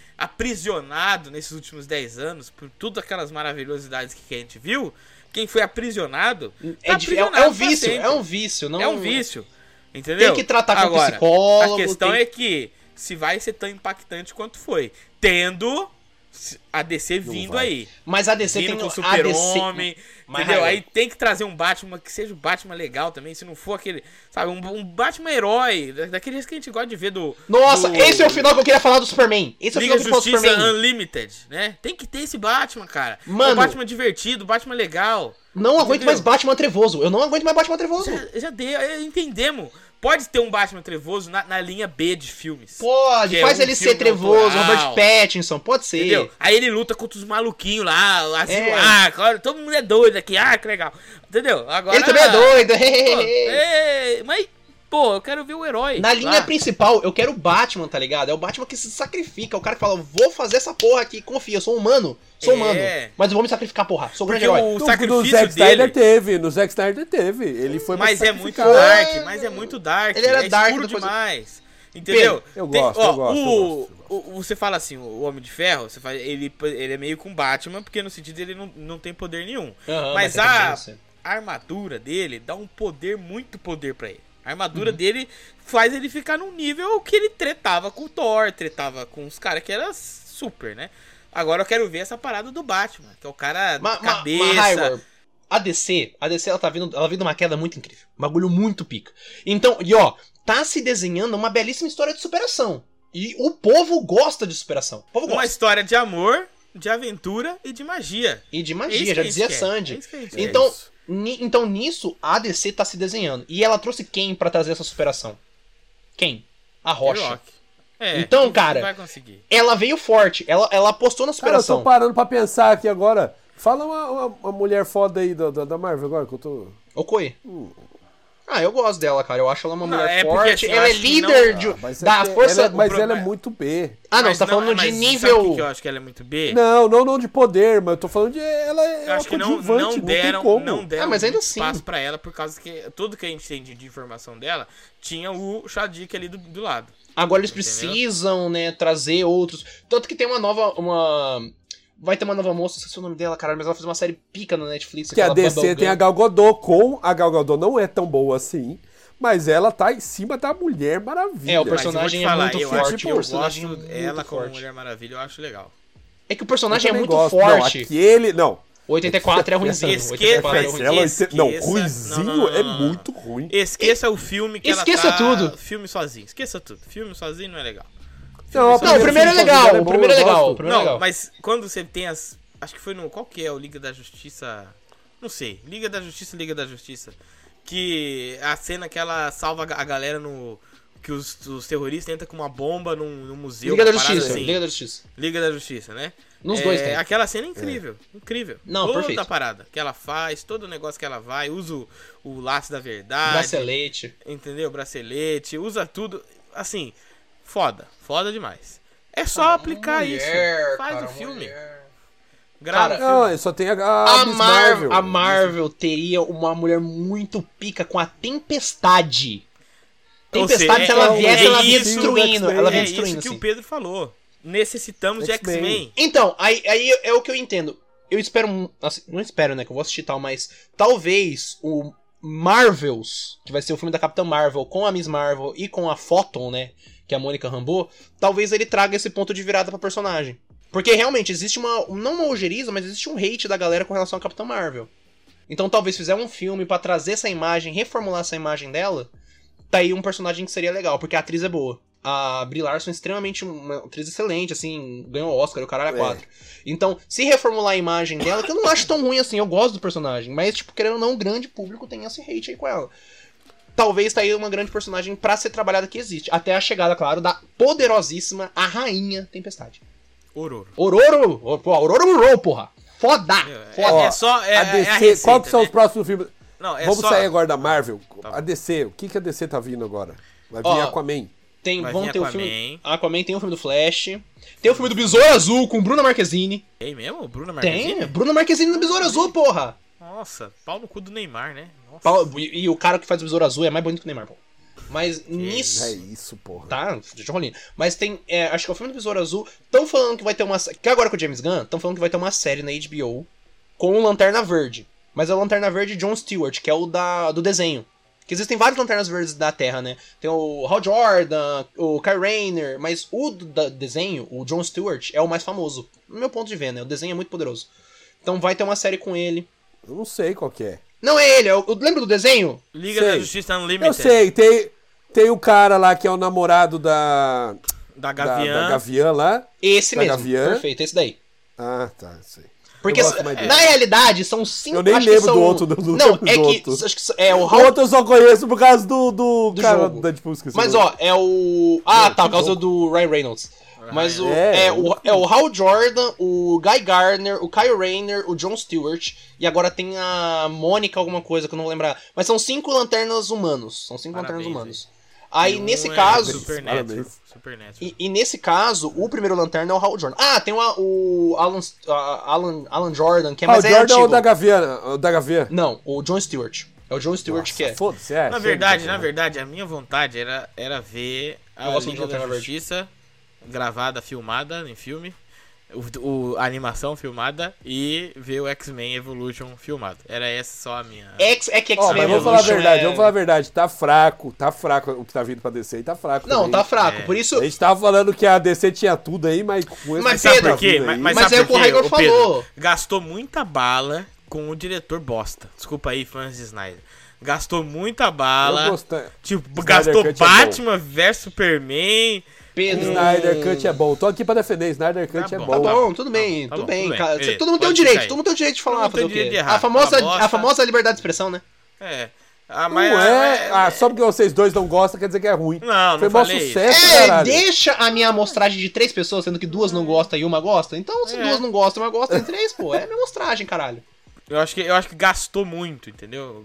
Speaker 1: aprisionado nesses últimos 10 anos por todas aquelas maravilhosidades que a gente viu, quem foi aprisionado.
Speaker 2: É,
Speaker 1: tá
Speaker 2: dif- é um- é
Speaker 1: aprisionado
Speaker 2: um
Speaker 1: pra
Speaker 2: vício,
Speaker 1: sempre.
Speaker 2: é um vício, não
Speaker 1: É um vício. Entendeu?
Speaker 2: Tem que tratar com
Speaker 1: Agora,
Speaker 2: psicólogo,
Speaker 1: A questão
Speaker 2: tem-
Speaker 1: é que se vai ser tão impactante quanto foi. Tendo se- a DC
Speaker 3: Não
Speaker 1: vindo
Speaker 3: vai.
Speaker 1: aí.
Speaker 2: Mas a DC
Speaker 1: Vindo
Speaker 2: tem
Speaker 1: com o
Speaker 2: o ADC.
Speaker 1: Super-Homem.
Speaker 2: Mas, é.
Speaker 1: Entendeu?
Speaker 2: Raio,
Speaker 1: Aí tem que trazer um Batman que seja um Batman legal também. Se não for aquele. Sabe, um, um Batman herói. da- Daqueles que a gente gosta de ver do.
Speaker 2: Nossa,
Speaker 1: do-
Speaker 2: esse é o final que eu queria falar do Superman. Esse é o
Speaker 1: Liga
Speaker 2: final que eu falo do
Speaker 1: Justiça
Speaker 2: Superman.
Speaker 1: Unlimited, né? Tem que ter esse Batman, cara.
Speaker 2: Mano.
Speaker 1: Um Batman divertido, Batman legal.
Speaker 2: Não aguento
Speaker 1: Entendeu?
Speaker 2: mais Batman trevoso. Eu não aguento mais Batman trevoso.
Speaker 1: Já, já deu, é, entendemos. Pode ter um Batman trevoso na, na linha B de filmes.
Speaker 2: Pode,
Speaker 1: Que é
Speaker 2: faz
Speaker 1: um
Speaker 2: ele
Speaker 1: filme
Speaker 2: ser trevoso,
Speaker 1: autoral.
Speaker 2: Robert Pattinson, pode ser.
Speaker 1: Entendeu? Aí ele luta contra os maluquinhos lá, o asilo,
Speaker 2: É.
Speaker 1: ah, claro, todo mundo é doido aqui, ah, que legal. Entendeu? Agora,
Speaker 2: Ele também é doido.
Speaker 1: Pô, é, mas, pô, eu quero ver o herói.
Speaker 2: Na linha
Speaker 1: lá.
Speaker 2: principal, eu quero o Batman, tá ligado? É o Batman que se sacrifica. O cara que fala, vou fazer essa porra aqui, confia, eu sou humano, sou
Speaker 1: É.
Speaker 2: humano. Mas eu vou me sacrificar, porra. Sou um grande
Speaker 1: Porque
Speaker 2: herói.
Speaker 1: o
Speaker 3: No- no
Speaker 1: um sacrifício
Speaker 3: Então, Zack
Speaker 1: dele.
Speaker 3: Snyder teve, no Zack Snyder teve. Ele foi mais
Speaker 1: Mas é muito
Speaker 3: sacrificado.
Speaker 1: dark, mas é muito dark.
Speaker 2: Ele era
Speaker 1: é
Speaker 2: dark,
Speaker 1: escuro
Speaker 2: depois-
Speaker 1: demais. Entendeu?
Speaker 3: Eu
Speaker 1: Tem-
Speaker 3: gosto,
Speaker 1: ó,
Speaker 3: eu gosto, eu
Speaker 1: o-
Speaker 3: gosto, eu
Speaker 1: o- Você fala assim, o Homem de Ferro, você fala, ele, ele é meio com Batman, porque no sentido ele não, não tem poder nenhum.
Speaker 2: Aham,
Speaker 1: mas
Speaker 2: é
Speaker 1: a,
Speaker 2: inteligência.
Speaker 1: a armadura dele dá um poder, muito poder pra ele. A armadura
Speaker 2: Uhum.
Speaker 1: dele faz ele ficar num nível que ele tretava com o Thor, tretava com os caras que era super, né? Agora eu quero ver essa parada do Batman, que é o cara
Speaker 2: Ma- ma- ma-
Speaker 1: cabeça.
Speaker 2: Highward, a DC, a DC ela tá vindo, ela vem de uma queda muito incrível. Um bagulho muito pica. Então, e ó, tá se desenhando uma belíssima história de superação. E o povo gosta de superação. O povo
Speaker 1: uma
Speaker 2: gosta.
Speaker 1: história de amor, de aventura e de magia.
Speaker 2: E
Speaker 1: É
Speaker 2: de
Speaker 1: isso
Speaker 2: magia,
Speaker 1: que
Speaker 2: já
Speaker 1: a gente
Speaker 2: dizia
Speaker 1: quer,
Speaker 2: Sandy.
Speaker 1: é isso que a gente
Speaker 3: É
Speaker 1: quer.
Speaker 2: Então,
Speaker 3: isso.
Speaker 2: ni- então nisso, a DC tá se desenhando. E ela trouxe quem pra trazer essa superação? Quem? A Rocha.
Speaker 1: Rock. É,
Speaker 2: Então,
Speaker 1: não
Speaker 2: cara,
Speaker 1: Vai conseguir.
Speaker 2: Ela veio forte, ela, ela apostou na
Speaker 3: Cara, eu tô
Speaker 2: superação.
Speaker 3: parando pra pensar aqui agora. Fala uma, uma- uma mulher foda aí da, da, da Marvel agora, que eu tô...
Speaker 2: Okoye.
Speaker 3: Hum.
Speaker 2: Ah, eu gosto dela, cara. Eu acho ela uma
Speaker 1: Uh. Não,
Speaker 2: mulher
Speaker 1: é porque, assim,
Speaker 2: forte.
Speaker 1: eu
Speaker 2: ela é
Speaker 1: acho que
Speaker 2: líder
Speaker 1: não-
Speaker 2: de-
Speaker 3: Ah, mas é
Speaker 2: da
Speaker 3: que
Speaker 2: força.
Speaker 3: Ela, é- mas
Speaker 1: problema-
Speaker 3: ela é muito B.
Speaker 2: Ah, não,
Speaker 1: Mas
Speaker 2: você tá falando de
Speaker 1: mas Sabe o
Speaker 2: nível.
Speaker 1: que que eu acho que ela é muito B?
Speaker 3: Não, não, não de poder, mas eu tô falando de... Ela é
Speaker 1: Eu
Speaker 3: uma
Speaker 1: acho que não,
Speaker 3: coadjuvante,
Speaker 1: não
Speaker 3: não
Speaker 1: deram,
Speaker 3: tem como.
Speaker 1: não deram
Speaker 2: Ah, mas ainda
Speaker 1: muito
Speaker 2: assim.
Speaker 1: espaço pra ela, por causa que tudo que a gente tem de, de informação dela, tinha o Shadik ali do, do lado.
Speaker 2: Agora eles
Speaker 1: Entendeu?
Speaker 2: precisam, né, trazer outros. Tanto que tem uma nova. Uma... Vai ter uma nova moça, esqueci é o nome dela, caralho, mas ela fez uma série pica na Netflix.
Speaker 3: Que a
Speaker 2: aquela
Speaker 3: DC
Speaker 2: Bubblegum.
Speaker 3: tem a Gal Gadot com... A Gal Gadot não é tão boa assim, mas ela tá em cima da Mulher Maravilha.
Speaker 2: É, o
Speaker 1: Mas
Speaker 2: personagem-
Speaker 1: eu vou te
Speaker 2: é muito
Speaker 1: eu
Speaker 2: forte,
Speaker 1: Acho que
Speaker 2: o
Speaker 1: eu
Speaker 2: personagem
Speaker 1: gosto
Speaker 2: é muito
Speaker 1: ela como
Speaker 2: forte.
Speaker 1: Mulher Maravilha, eu acho legal.
Speaker 2: É que o
Speaker 3: Eu
Speaker 2: personagem é
Speaker 3: também
Speaker 2: muito
Speaker 3: gosto.
Speaker 2: forte.
Speaker 3: Não, aquele... Não,
Speaker 2: 84 é ruimzinho.
Speaker 1: Esqueça-
Speaker 2: 84 é
Speaker 1: Não,
Speaker 2: ruim.
Speaker 1: esqueça-
Speaker 3: Marcelo, esse- não,
Speaker 1: esqueça-
Speaker 3: ruizinho
Speaker 1: não, não, não,
Speaker 3: é
Speaker 1: não, não.
Speaker 3: muito ruim.
Speaker 1: Esqueça o filme que
Speaker 2: Esqueça
Speaker 1: ela tá...
Speaker 2: tudo.
Speaker 1: Filme sozinho, esqueça tudo. Filme sozinho não é legal.
Speaker 3: Não,
Speaker 2: Não, o primeiro é
Speaker 3: filme sozinho
Speaker 2: legal,
Speaker 3: é
Speaker 2: o
Speaker 3: bom,
Speaker 2: primeiro é
Speaker 3: eu
Speaker 2: legal,
Speaker 3: gosto.
Speaker 2: o primeiro é
Speaker 1: Não,
Speaker 2: legal.
Speaker 1: mas quando você tem as Acho que foi no. Qual que é o Liga da Justiça? Não sei. Liga da Justiça, Liga da Justiça. Que a cena que ela salva a galera no. Que os, os terroristas entram com uma bomba num, num museu.
Speaker 2: Liga da
Speaker 1: uma parada
Speaker 2: Justiça,
Speaker 1: assim.
Speaker 2: Liga da Justiça.
Speaker 1: Liga da Justiça, né?
Speaker 2: Nos
Speaker 1: É,
Speaker 2: dois tem.
Speaker 1: Aquela cena é incrível, incrível.
Speaker 2: Não,
Speaker 1: Toda
Speaker 2: perfeito.
Speaker 1: a parada que ela faz, todo o negócio que ela vai, usa o, o laço da
Speaker 2: Ah,
Speaker 1: verdade,
Speaker 2: Bracelete.
Speaker 1: entendeu? Bracelete, usa tudo. Assim, foda, foda demais. É só aplicar isso. Faz o filme. Grava
Speaker 2: Cara,
Speaker 1: o filme.
Speaker 3: Não, só tem a, a,
Speaker 2: A,
Speaker 3: Miss
Speaker 2: Mar-
Speaker 3: Marvel.
Speaker 2: a Marvel teria uma mulher muito pica com a Tempestade.
Speaker 1: Ou seja,
Speaker 2: Tempestade, se ela
Speaker 1: é-
Speaker 2: viesse,
Speaker 1: é
Speaker 2: ela vinha
Speaker 1: isso,
Speaker 2: destruindo. Ela
Speaker 1: é
Speaker 2: vinha
Speaker 1: isso
Speaker 2: destruindo,
Speaker 1: que
Speaker 2: assim.
Speaker 1: o Pedro falou. Necessitamos de
Speaker 3: X-Men.
Speaker 1: X-Men.
Speaker 2: Então, aí, aí é o que eu entendo. Eu espero. um- assim, não espero, né? Que eu vou assistir tal, mas talvez o Marvels, que vai ser o filme da Capitã Marvel com a Miss Marvel e com a Photon, né? Que é a Mônica Rambeau, talvez ele traga esse ponto de virada pra personagem. Porque realmente existe uma. Não uma ojeriza, mas existe um hate da galera com relação à Capitã Marvel. Então talvez fizer um filme pra trazer essa imagem, reformular essa imagem dela, tá aí um personagem que seria legal, porque a atriz é boa. A Brie Larson é extremamente uma atriz excelente, assim, ganhou o Oscar, o caralho
Speaker 3: É.
Speaker 2: é 4. Então, se reformular a imagem dela, que eu não acho tão ruim assim, eu gosto do personagem, mas, tipo, querendo ou não, o grande público tem esse hate aí com ela. Talvez tá aí uma grande personagem pra ser trabalhada que existe. Até a chegada, claro, da poderosíssima, a rainha Tempestade.
Speaker 1: Ororo.
Speaker 2: Ororo! Or- Pô, Ororo Murou, porra! Foda!
Speaker 1: É,
Speaker 2: Foda!
Speaker 1: é só. É,
Speaker 3: a
Speaker 1: é
Speaker 3: DC,
Speaker 1: a receita,
Speaker 3: qual que são
Speaker 1: né?
Speaker 3: os próximos filmes?
Speaker 1: Não, é
Speaker 3: Vamos
Speaker 1: só-
Speaker 3: sair agora da Marvel.
Speaker 1: Tá
Speaker 3: a DC, o que, que a DC tá vindo agora? Vai vir
Speaker 2: Ó,
Speaker 3: Aquaman.
Speaker 2: Tem,
Speaker 1: Vai
Speaker 2: vão
Speaker 1: vir
Speaker 2: ter o
Speaker 1: Aquaman.
Speaker 2: filme. Aquaman tem o filme do Flash. Tem o filme do Besouro Azul com Bruna Marquezine.
Speaker 1: Tem mesmo? Bruna Marquezine?
Speaker 2: Tem? Bruna Marquezine no Besouro Azul, porra!
Speaker 1: Nossa, pau no cu do Neymar, né? Nossa.
Speaker 2: Pau- E, e o cara que faz o Besouro Azul é mais bonito que o Neymar, pô. Mas nisso.
Speaker 3: É isso, porra.
Speaker 2: Tá, de rolinho. Mas tem. é, acho que é o filme do Besouro Azul. Estão falando que vai ter uma. sé- Que agora com o James Gunn, estão falando que vai ter uma série na HBO com o Lanterna Verde. Mas é o Lanterna Verde John Stewart, que é o da, do desenho. Que existem vários Lanternas Verdes da Terra, né? Tem o Hal Jordan, o Kyle Rayner, mas o do da- desenho, o John Stewart, é o mais famoso. No meu ponto de ver, né? O desenho é muito poderoso. Então vai ter uma série com ele.
Speaker 3: Eu não sei qual que é.
Speaker 2: Não é ele, é o, lembra do desenho?
Speaker 1: Liga
Speaker 3: sei.
Speaker 1: da Justiça Unlimited.
Speaker 3: Eu sei, tem, tem o cara lá que é o namorado
Speaker 1: Da
Speaker 3: da da-
Speaker 1: Gavião.
Speaker 3: da Gaviã lá.
Speaker 2: Esse
Speaker 3: Da
Speaker 2: mesmo.
Speaker 3: Gaviã?
Speaker 2: Perfeito, esse daí.
Speaker 3: Ah, tá, sei.
Speaker 2: Porque
Speaker 3: Eu gosto
Speaker 2: se-
Speaker 1: é,
Speaker 3: mais dele.
Speaker 2: na realidade são cinco.
Speaker 3: Eu nem
Speaker 2: acho que
Speaker 3: lembro
Speaker 2: são-
Speaker 3: do outro, do- do-
Speaker 2: não,
Speaker 3: do
Speaker 2: é que
Speaker 3: outro.
Speaker 2: acho que s- é o
Speaker 3: O
Speaker 2: Hulk.
Speaker 3: outro eu só conheço por causa do, do,
Speaker 2: Do
Speaker 3: cara
Speaker 2: jogo.
Speaker 3: da Deadpool, esqueci.
Speaker 2: Mas
Speaker 3: o nome.
Speaker 2: ó, é o ah
Speaker 3: Meu,
Speaker 2: tá,
Speaker 3: que
Speaker 2: por causa
Speaker 3: louco.
Speaker 2: do Ryan Reynolds. Mas o
Speaker 3: É,
Speaker 2: é, o é o Hal Jordan, o Guy Gardner, o Kyle Rayner, o John Stewart e agora tem a Mônica alguma coisa que eu não vou lembrar. Mas são cinco lanternas humanos, são cinco
Speaker 1: Parabéns, um
Speaker 2: lanternas humanos. Aí nesse
Speaker 1: é
Speaker 2: caso
Speaker 1: Supernatural.
Speaker 3: Parabéns.
Speaker 1: Supernatural.
Speaker 2: e, e nesse caso, o primeiro lanterna é o Hal Jordan. Ah, tem o, o Alan, a- Alan, Alan Jordan, que é
Speaker 3: Ah, o
Speaker 2: mais é
Speaker 3: Jordan é
Speaker 2: antigo.
Speaker 3: o da Gaviã, o da Gaviã.
Speaker 2: Não, o John Stewart. É o John Stewart que é.
Speaker 3: Foda-se, é.
Speaker 1: Na
Speaker 3: chega,
Speaker 1: verdade,
Speaker 3: chega.
Speaker 1: na verdade, a minha vontade era, era ver a
Speaker 2: Eu gosto muito
Speaker 1: Liga
Speaker 2: de
Speaker 1: da
Speaker 2: Lanterna
Speaker 1: Justiça gravada, filmada em filme, o, o- a animação filmada e ver o X-Men Evolution filmado. Era essa só a minha.
Speaker 2: X, é que
Speaker 3: Ó,
Speaker 2: X-Men
Speaker 3: mas vamos falar a
Speaker 2: Evolution
Speaker 3: verdade,
Speaker 2: é-
Speaker 3: vamos falar a verdade. Tá fraco, tá fraco o que tá vindo pra DC aí, tá fraco.
Speaker 2: Não,
Speaker 3: também.
Speaker 2: tá fraco.
Speaker 1: É.
Speaker 2: Por isso.
Speaker 3: A gente tava falando que a DC tinha tudo aí, mas. com esse
Speaker 2: Mas
Speaker 3: que tá
Speaker 2: Pedro,
Speaker 3: vindo
Speaker 1: por quê?
Speaker 3: aí-
Speaker 2: mas- é o que o
Speaker 1: por quê,
Speaker 2: Raigor
Speaker 1: ô Pedro?
Speaker 2: falou.
Speaker 1: Gastou muita bala com o diretor bosta. Desculpa aí, fãs de Snyder. Gastou muita
Speaker 3: Eu
Speaker 1: bala.
Speaker 3: gostei.
Speaker 1: Tipo,
Speaker 3: Snyder
Speaker 1: gastou
Speaker 3: Cut é bom.
Speaker 1: Batman vs Superman.
Speaker 2: Pedro.
Speaker 3: Snyder Cut é bom. Tô aqui pra defender. Snyder Cut
Speaker 1: Tá
Speaker 3: é
Speaker 1: bom.
Speaker 2: Tá
Speaker 3: bom.
Speaker 2: bom, tudo bem,
Speaker 1: tá
Speaker 2: tudo
Speaker 1: bom,
Speaker 2: bem.
Speaker 1: tudo
Speaker 2: cara.
Speaker 1: bem. Beleza,
Speaker 2: todo mundo tem o
Speaker 1: pode
Speaker 2: direito,
Speaker 1: ficar aí.
Speaker 2: todo mundo tem o direito de
Speaker 1: Todo
Speaker 2: falar,
Speaker 1: mundo
Speaker 2: fazer
Speaker 1: tem
Speaker 2: o
Speaker 1: direito
Speaker 2: quê?
Speaker 1: de errar.
Speaker 2: A famosa,
Speaker 1: Uma bosta.
Speaker 2: a famosa liberdade de expressão, né?
Speaker 1: É. Ah,
Speaker 3: Não
Speaker 1: mas.
Speaker 3: é. Ah, só porque vocês dois não gostam quer dizer que é ruim.
Speaker 1: Não, não
Speaker 3: Foi maior
Speaker 1: falei isso.
Speaker 3: sucesso,
Speaker 2: É,
Speaker 3: caralho.
Speaker 2: deixa a minha amostragem de três pessoas, sendo que duas não gostam e uma gosta. Então, se
Speaker 1: É.
Speaker 2: duas não gostam e uma gosta, tem três, pô. É a minha amostragem, caralho.
Speaker 1: Eu acho que, eu acho que gastou muito, entendeu?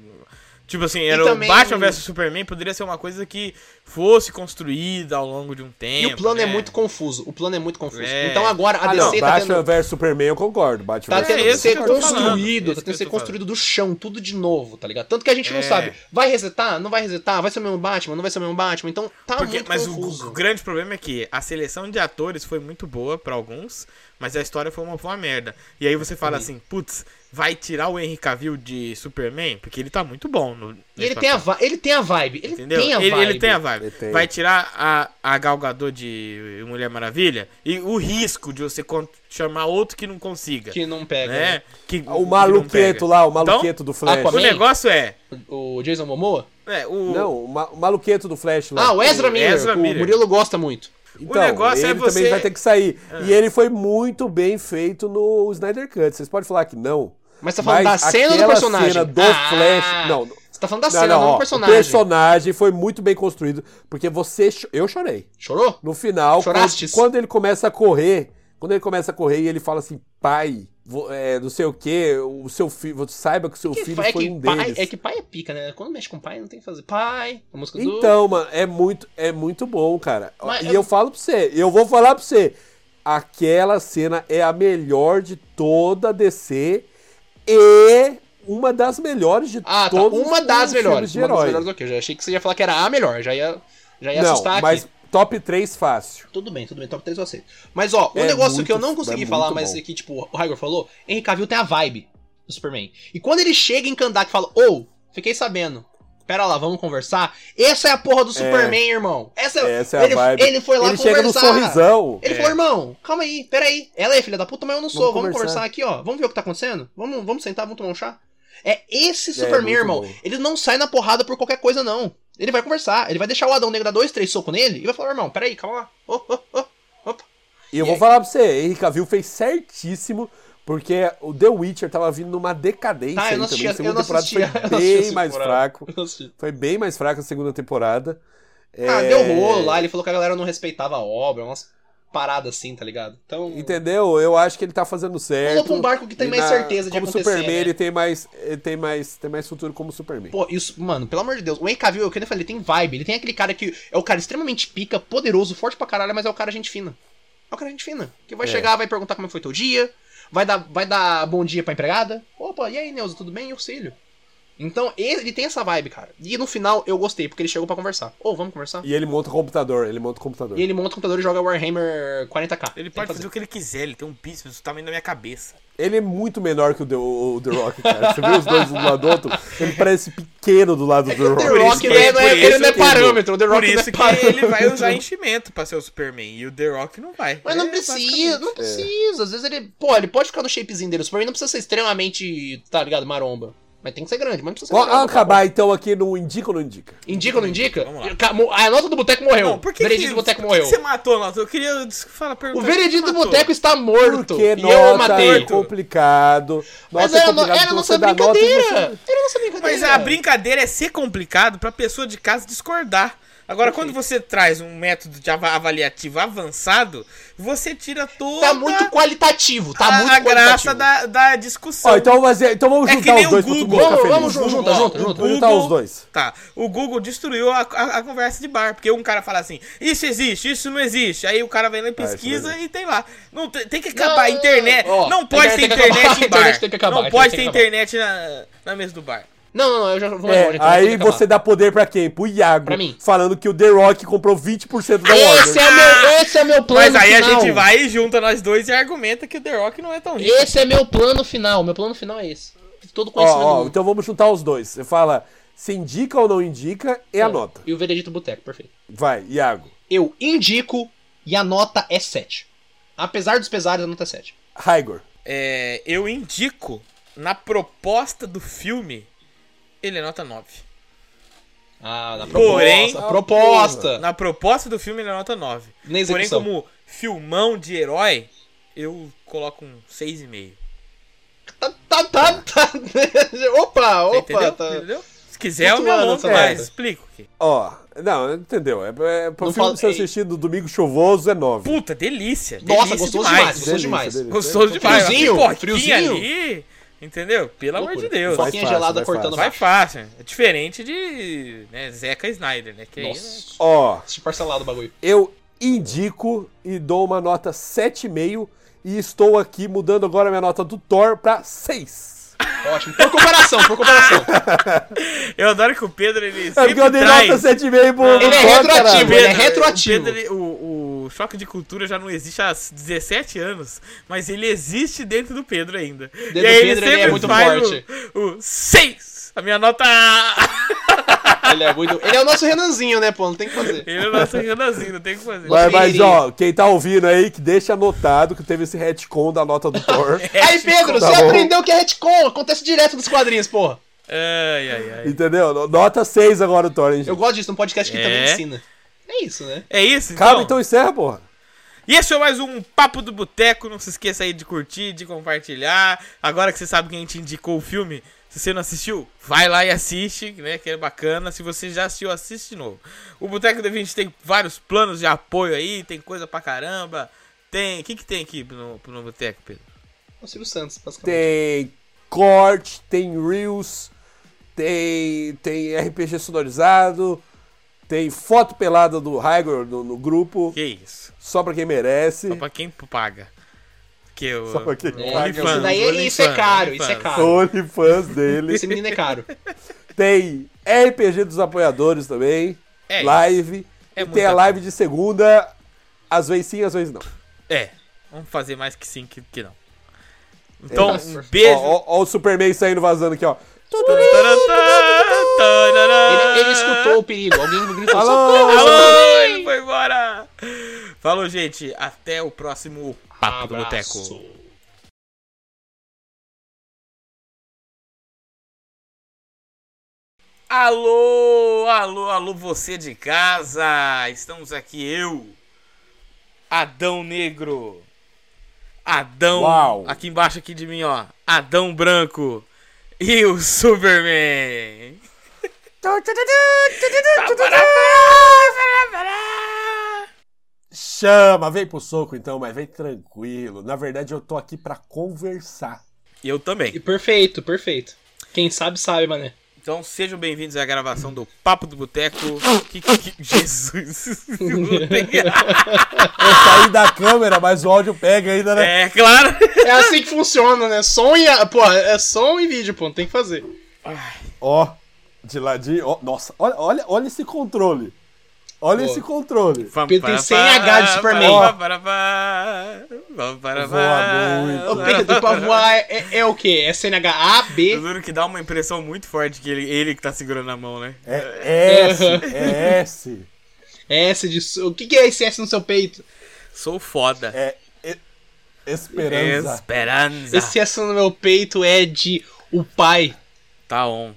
Speaker 1: Tipo assim, era
Speaker 2: também-
Speaker 1: o Batman vs Superman poderia ser uma coisa que fosse construída ao longo de um
Speaker 2: E
Speaker 1: tempo.
Speaker 2: o plano é
Speaker 1: né?
Speaker 2: muito confuso. O plano é muito confuso.
Speaker 1: É.
Speaker 2: Então agora a
Speaker 3: Ah, não,
Speaker 2: DC tá
Speaker 3: Batman
Speaker 2: tendo.
Speaker 3: vs Superman eu concordo. Batman
Speaker 2: Tá
Speaker 3: vs
Speaker 2: tendo
Speaker 1: É
Speaker 2: que
Speaker 1: esse
Speaker 2: ser
Speaker 1: que eu tô falando,
Speaker 2: construído,
Speaker 1: esse
Speaker 2: tá tendo que
Speaker 1: que eu
Speaker 2: ser
Speaker 1: tô
Speaker 2: construído do chão, tudo de novo, tá ligado? Tanto que a gente não
Speaker 1: É.
Speaker 2: sabe, vai resetar? Não vai resetar? Vai ser o mesmo Batman? Não vai ser o mesmo Batman? Então tá
Speaker 1: Porque,
Speaker 2: muito
Speaker 1: mas o- o,
Speaker 2: confuso.
Speaker 1: grande problema é que a seleção de atores foi muito boa pra alguns, mas a história foi uma, foi uma merda. E aí você fala assim, putz, vai tirar o Henry Cavill de Superman? Porque ele tá muito bom. No,
Speaker 2: E ele tem, a vi- ele tem a vibe, ele
Speaker 1: Entendeu?
Speaker 2: tem a
Speaker 1: ele,
Speaker 2: vibe.
Speaker 1: ele tem a vibe.
Speaker 3: Ele tem.
Speaker 1: Vai tirar a, a Galgador de Mulher Maravilha e o risco de você con- chamar outro que não consiga.
Speaker 2: Que não pega.
Speaker 1: né?
Speaker 2: né?
Speaker 1: Que,
Speaker 3: Ah, O maluqueto lá,
Speaker 1: Então,
Speaker 3: o maluqueto do Flash.
Speaker 1: O
Speaker 2: Aquaman.
Speaker 1: negócio é.
Speaker 2: O Jason Momoa?
Speaker 1: é, o,
Speaker 3: Não, o, ma- o maluqueto do Flash lá.
Speaker 2: Ah, o Ezra
Speaker 1: o
Speaker 2: Miller.
Speaker 1: Ezra
Speaker 2: o
Speaker 1: Miller.
Speaker 2: Murilo gosta muito.
Speaker 3: Então,
Speaker 1: negócio é
Speaker 3: ele
Speaker 1: você-
Speaker 3: também vai ter que sair.
Speaker 2: Ah.
Speaker 3: E ele foi muito bem feito no Snyder Cut. Vocês podem falar que não.
Speaker 2: Mas você tá falando da cena ou do
Speaker 3: aquela
Speaker 2: personagem?
Speaker 3: cena do
Speaker 2: Ah!
Speaker 3: Flash... Não,
Speaker 2: Você tá falando da cena, não,
Speaker 3: ó,
Speaker 2: do personagem.
Speaker 3: O personagem foi muito bem construído, porque você... cho- Eu chorei.
Speaker 2: Chorou?
Speaker 3: No final,
Speaker 2: Chorastes?
Speaker 3: quando, quando ele começa a correr, quando ele começa a correr e ele fala assim, pai, vo- é, não sei o quê, o seu filho, saiba que o seu
Speaker 2: Que
Speaker 3: filho
Speaker 2: fa- é,
Speaker 3: foi
Speaker 2: que
Speaker 3: um
Speaker 2: pai,
Speaker 3: deles.
Speaker 2: é que pai é pica, né? Quando mexe com pai, não tem o que fazer. Pai, a música do...
Speaker 3: Então, mano, é muito, é muito bom, cara.
Speaker 2: Mas
Speaker 3: e
Speaker 2: eu-
Speaker 3: eu... falo pra você, eu vou falar pra você. Aquela cena é a melhor de toda a DC e uma das melhores de
Speaker 2: Ah, tá.
Speaker 3: todos
Speaker 2: Uma
Speaker 3: os
Speaker 2: das
Speaker 3: filmes
Speaker 2: melhores.
Speaker 3: de
Speaker 2: Uma das
Speaker 3: herói.
Speaker 2: melhores ok. Eu já achei que você ia falar que era a melhor. Já ia, já ia
Speaker 3: Não,
Speaker 2: assustar
Speaker 3: mas
Speaker 2: aqui.
Speaker 3: top 3 fácil.
Speaker 2: Tudo bem, tudo bem. Top 3 eu aceito. Mas, ó, um
Speaker 3: É
Speaker 2: negócio
Speaker 3: muito-
Speaker 2: que eu não consegui
Speaker 3: é
Speaker 2: falar,
Speaker 3: muito
Speaker 2: mas
Speaker 3: bom.
Speaker 2: que, tipo, o Raigor falou, Henry Cavill tem a vibe do Superman. E quando ele chega em Kandak e fala, ou, fiquei sabendo. Pera lá, vamos conversar. Essa é a porra do Superman, irmão. Essa,
Speaker 3: Essa é a
Speaker 2: ele,
Speaker 3: vibe.
Speaker 2: Ele foi lá
Speaker 3: Ele
Speaker 2: conversar.
Speaker 3: chega no sorrisão.
Speaker 2: Ele falou, irmão, calma aí, peraí. Ela é filha da puta, mas eu não sou. Vamos,
Speaker 3: É. Vamos
Speaker 2: conversar.
Speaker 3: conversar.
Speaker 2: aqui, ó. Vamos ver o que tá acontecendo? Vamos, vamos sentar, vamos tomar um chá? É esse
Speaker 3: muito
Speaker 2: Superman, irmão.
Speaker 3: bom.
Speaker 2: Ele não sai na porrada por qualquer coisa, não. Ele vai conversar. Ele vai deixar o Adão Negro dar dois, três socos nele e vai falar, irmão, peraí, calma lá. Ô, ô, ô.
Speaker 3: E eu vou falar pra você, Henry Cavill fez certíssimo, porque o The Witcher tava vindo numa decadência
Speaker 2: Tá, eu
Speaker 3: aí
Speaker 2: não assisti.
Speaker 3: também. A
Speaker 2: Eu não
Speaker 3: segunda temporada
Speaker 2: assisti.
Speaker 3: foi
Speaker 2: eu não assisti
Speaker 3: bem
Speaker 2: essa
Speaker 3: mais
Speaker 2: temporada.
Speaker 3: fraco.
Speaker 2: Eu não assisti.
Speaker 3: Foi bem mais fraca a segunda temporada.
Speaker 2: Ah,
Speaker 3: É,
Speaker 2: deu rolo lá. Ele falou que a galera não respeitava a obra, umas paradas assim, tá ligado? Então.
Speaker 3: Entendeu? Eu acho que ele tá fazendo certo.
Speaker 2: Pulou pra um barco que tem
Speaker 3: E
Speaker 2: mais
Speaker 3: na-
Speaker 2: certeza de
Speaker 3: como
Speaker 2: acontecer,
Speaker 3: Superman,
Speaker 2: né?
Speaker 3: ele tem mais, ele tem mais, tem mais futuro como Superman.
Speaker 2: Pô, isso, mano, pelo amor de Deus. O Henry Cavill, eu que nem falei, ele tem vibe. Ele tem aquele cara que é o cara extremamente pica, poderoso, forte pra caralho, mas é o cara gente fina. É o cara gente fina. Que vai
Speaker 3: É.
Speaker 2: chegar, vai perguntar como foi teu dia, vai dar, vai dar bom dia pra empregada. Opa, e aí, Neuza, tudo bem? E o filho? Então, ele ele tem essa vibe, cara. E no final, eu gostei, porque ele chegou pra conversar. Ô, vamos conversar?
Speaker 3: E ele monta o computador, ele monta o computador.
Speaker 2: E ele monta o computador e joga Warhammer 40k.
Speaker 1: Ele
Speaker 2: Tem que
Speaker 1: pode fazer o que ele quiser, ele tem um píssaro do tamanho da minha cabeça.
Speaker 3: Ele é muito menor que o The, o The Rock, cara. Você viu os dois um do lado do outro? Ele parece pequeno do lado do
Speaker 2: O The
Speaker 3: The
Speaker 1: Por isso
Speaker 2: Rock
Speaker 1: que-
Speaker 2: não é, não é-
Speaker 1: por
Speaker 2: ele
Speaker 1: isso
Speaker 2: não é
Speaker 1: que-
Speaker 2: parâmetro, o The
Speaker 1: Por
Speaker 2: Rock não é
Speaker 1: isso que
Speaker 2: parâmetro.
Speaker 1: ele vai usar enchimento pra ser o Superman. E o The Rock não vai.
Speaker 2: Mas não
Speaker 1: É,
Speaker 2: precisa, não precisa. Às vezes ele. Pô, ele pode ficar no shapezinho dele. O Superman não precisa ser extremamente, tá ligado, maromba. Mas tem que ser grande, mas não precisa ser
Speaker 3: Vamos
Speaker 2: maromba, tá
Speaker 3: acabar então aqui no Indica ou não Indica?
Speaker 2: bom. Indica ou não indica?
Speaker 1: Vamos lá.
Speaker 2: Ca- mo- A nota do boteco morreu.
Speaker 1: Não, por que, que,
Speaker 2: veredito do boteco
Speaker 1: por que
Speaker 2: morreu.
Speaker 1: que você matou nós? Eu queria des- falar, perguntar.
Speaker 2: O
Speaker 1: por que
Speaker 2: veredito
Speaker 1: você
Speaker 2: do
Speaker 1: matou?
Speaker 2: boteco está morto.
Speaker 3: Porque
Speaker 2: e eu
Speaker 3: nota
Speaker 2: matei.
Speaker 3: é complicado.
Speaker 2: Mas
Speaker 3: Nota é
Speaker 2: era, no-
Speaker 3: complicado
Speaker 2: era
Speaker 3: porque
Speaker 2: nossa
Speaker 3: você dá nota e
Speaker 2: brincadeira.
Speaker 3: você-
Speaker 2: Era nossa brincadeira.
Speaker 1: Mas a brincadeira é ser complicado pra pessoa de casa discordar. Agora, quando você traz um método de ava- avaliativo avançado, você tira toda
Speaker 2: Tá muito qualitativo. Tá
Speaker 1: a,
Speaker 2: muito
Speaker 1: a
Speaker 2: qualitativo.
Speaker 1: graça da, da discussão.
Speaker 3: Ó, então, vamos fazer- então vamos
Speaker 1: É que
Speaker 3: juntar
Speaker 1: nem o
Speaker 3: os dois pra
Speaker 1: Google.
Speaker 3: todo mundo
Speaker 2: Vamos,
Speaker 3: ficar
Speaker 2: vamos
Speaker 3: feliz.
Speaker 2: junto, junta,
Speaker 1: Ó,
Speaker 2: junta,
Speaker 1: o
Speaker 2: junta.
Speaker 3: Vamos juntar os dois.
Speaker 1: Tá, o Google destruiu a, a- a conversa de bar, porque um cara fala assim, isso existe, isso não existe. Aí o cara vem lá e
Speaker 3: Ah, isso
Speaker 1: pesquisa
Speaker 3: daí.
Speaker 1: e tem lá. Não, te- tem, que acabar a internet.
Speaker 2: ó,
Speaker 1: não
Speaker 2: a
Speaker 1: pode ter
Speaker 2: internet tem que
Speaker 1: internet em
Speaker 2: acabar, a internet
Speaker 1: bar.
Speaker 2: tem que acabar, a
Speaker 1: não
Speaker 2: internet
Speaker 1: pode
Speaker 2: tem
Speaker 1: ter
Speaker 2: que acabar.
Speaker 1: internet na, na mesa do bar.
Speaker 2: Não, não, não, eu já vou embora,
Speaker 3: É,
Speaker 2: então, tem que
Speaker 3: aí
Speaker 2: acabar.
Speaker 3: você dá poder pra quem? Pro Iago.
Speaker 2: Pra mim.
Speaker 3: Falando que o The Rock comprou 20% da
Speaker 2: Esse
Speaker 3: Warner.
Speaker 2: é, meu, esse é meu plano
Speaker 1: Mas aí a
Speaker 2: final.
Speaker 1: gente vai e junta nós dois e argumenta que o The Rock não é tão rico.
Speaker 2: Esse é meu plano final. Meu plano final é esse. Todo conhecimento.
Speaker 3: Ó, ó,
Speaker 2: do mundo.
Speaker 3: então vamos juntar os dois. Você fala se indica ou não indica e É a nota.
Speaker 2: E o veredito boteco, perfeito.
Speaker 3: Vai, Iago.
Speaker 2: Eu indico e a nota é 7. Apesar dos pesares, a nota é 7.
Speaker 3: Raigor.
Speaker 1: É, eu indico, na proposta do filme, ele é nota 9.
Speaker 2: Ah, na proposta.
Speaker 1: Porém-
Speaker 2: proposta.
Speaker 1: Na proposta do filme, ele é nota 9.
Speaker 2: Na
Speaker 1: Porém,
Speaker 2: execução.
Speaker 1: como filmão de herói, eu coloco um 6,5.
Speaker 2: Tá, tá, tá, tá. opa,
Speaker 1: Você
Speaker 2: opa.
Speaker 1: entendeu?
Speaker 2: tá.
Speaker 1: Entendeu? Se quiser, eu me
Speaker 2: Flutuando
Speaker 1: monto
Speaker 2: essa
Speaker 1: mais.
Speaker 2: merda.
Speaker 1: Explico aqui.
Speaker 3: Ó, não, entendeu. É, é, pro
Speaker 2: Não
Speaker 3: filme
Speaker 2: fala-
Speaker 3: que você
Speaker 2: ei.
Speaker 3: assistir no domingo chuvoso é 9.
Speaker 1: Puta, delícia. delícia
Speaker 2: Nossa, gostoso
Speaker 1: demais.
Speaker 2: demais. Gostoso demais.
Speaker 1: Gostoso
Speaker 3: Então,
Speaker 1: demais.
Speaker 2: Friozinho,
Speaker 1: Uma pipoquinha
Speaker 2: friozinho.
Speaker 1: ali. Entendeu? Pelo amor de
Speaker 2: Loucura.
Speaker 1: Deus.
Speaker 2: Foquinha
Speaker 3: Vai fácil,
Speaker 2: gelada
Speaker 3: vai
Speaker 2: cortando
Speaker 1: Vai
Speaker 2: macho.
Speaker 1: fácil. É diferente de né, Zeca Snyder, né? Que aí, né?
Speaker 2: Nossa.
Speaker 3: Ó,
Speaker 2: Deixa eu parcelar o bagulho.
Speaker 3: eu indico e dou uma nota 7,5 e estou aqui mudando agora minha nota do Thor pra 6.
Speaker 2: Tá Ótimo. Por comparação, por comparação.
Speaker 1: Eu adoro que o Pedro, ele
Speaker 3: É porque eu
Speaker 1: sempre
Speaker 3: dei
Speaker 1: traz...
Speaker 3: nota 7,5 pro
Speaker 1: Ele
Speaker 3: pro
Speaker 1: é
Speaker 3: Thor,
Speaker 2: retroativo,
Speaker 3: caralho.
Speaker 1: Pedro,
Speaker 2: ele é retroativo.
Speaker 1: O, Pedro, ele- o- o choque de cultura já não existe há 17 anos, mas ele existe dentro do Pedro ainda.
Speaker 2: do Pedro, ele é muito forte.
Speaker 1: O 6! A minha nota.
Speaker 2: Ele é muito. Ele é o nosso Renanzinho, né, pô? Não tem o que fazer.
Speaker 1: Ele é o nosso Renanzinho, não tem o que fazer.
Speaker 3: Mas, mas, ó, quem tá ouvindo aí, que deixa anotado que teve esse retcon da nota do Thor.
Speaker 1: É.
Speaker 2: Aí, Pedro,
Speaker 3: tá
Speaker 2: você
Speaker 3: bom.
Speaker 2: aprendeu o que é retcon. Acontece direto nos quadrinhos, porra.
Speaker 1: Ai, ai, ai.
Speaker 3: entendeu? Nota 6 agora o Thor, hein, gente?
Speaker 2: Eu gosto disso, num podcast que
Speaker 1: É.
Speaker 2: também ensina. É isso, né?
Speaker 1: É isso, então?
Speaker 3: Calma, então encerra, porra.
Speaker 1: E esse foi mais um Papo do Boteco. Não se esqueça aí de curtir, de compartilhar. Agora que você sabe que a gente indicou o filme, se você não assistiu, vai lá e assiste, né? Que é bacana. Se você já assistiu, assiste de novo. O Boteco da gente tem vários planos de apoio aí, tem coisa pra caramba. Tem. O que, que tem aqui no, no Boteco, Pedro?
Speaker 2: É O Silvio Santos, basicamente.
Speaker 3: Tem corte, tem reels, tem, tem RPG sonorizado, tem foto pelada do Hygor no, no grupo,
Speaker 1: Que isso?
Speaker 3: só pra quem merece.
Speaker 1: Só pra quem paga. Que eu.
Speaker 3: Só pra quem
Speaker 2: É,
Speaker 3: paga. né?
Speaker 1: OnlyFans,
Speaker 2: isso daí é- isso é
Speaker 1: OnlyFans,
Speaker 2: caro, isso é
Speaker 1: OnlyFans.
Speaker 2: caro.
Speaker 3: OnlyFans dele.
Speaker 2: Esse menino é caro.
Speaker 3: Tem RPG dos apoiadores também.
Speaker 1: É
Speaker 3: live.
Speaker 1: É
Speaker 3: e tem
Speaker 1: muita
Speaker 3: a live de segunda. Às vezes sim, às vezes não.
Speaker 1: É. Vamos fazer mais que sim que,
Speaker 3: É.
Speaker 1: que não. Então, um
Speaker 2: Nossa.
Speaker 1: beijo.
Speaker 3: Ó, ó, ó o Superman saindo vazando aqui, ó.
Speaker 1: Ah.
Speaker 2: Ele, ele escutou o perigo. Alguém gritou
Speaker 3: Alô!
Speaker 2: socorro.
Speaker 1: Alô, ele foi embora. Falou, gente. Até o próximo Papo do
Speaker 2: Abraço.
Speaker 1: Boteco. Alô, alô, alô, você de casa! Estamos aqui, eu, Adão Negro, Adão,
Speaker 3: Uau.
Speaker 1: aqui embaixo aqui de mim, ó, Adão Branco e o Superman. Tá
Speaker 3: Chama, vem pro soco então, mas vem tranquilo. Na verdade, eu tô aqui pra conversar.
Speaker 1: E eu
Speaker 2: E
Speaker 1: também.
Speaker 2: perfeito, perfeito. Quem sabe, sabe, mané.
Speaker 1: Então sejam bem-vindos à gravação do Papo do Boteco. Que, que- que- Jesus!
Speaker 3: Eu saí da câmera, mas o áudio pega ainda, né?
Speaker 1: é claro.
Speaker 2: É assim que funciona, né? Som e. a- Pô, é som e vídeo, pô. Não tem que fazer.
Speaker 3: Ó, de ladinho. ó, nossa, olha, olha, olha esse controle. Olha
Speaker 2: Boa.
Speaker 3: esse controle.
Speaker 2: Pedro tem 100 H de Superman.
Speaker 3: Voa muito.
Speaker 2: Ô, Pedro, pra voar é, é- é o quê? É CNH A,
Speaker 1: Eu
Speaker 2: B?
Speaker 1: juro que dá uma impressão muito forte que ele, ele que tá segurando a mão, né?
Speaker 3: É S, é S.
Speaker 2: É S de. su- O que, que é esse S no seu peito?
Speaker 1: Sou foda.
Speaker 3: É, e- esperança.
Speaker 1: Esperanza.
Speaker 2: Esse S no meu peito é de. O pai.
Speaker 1: Tá on.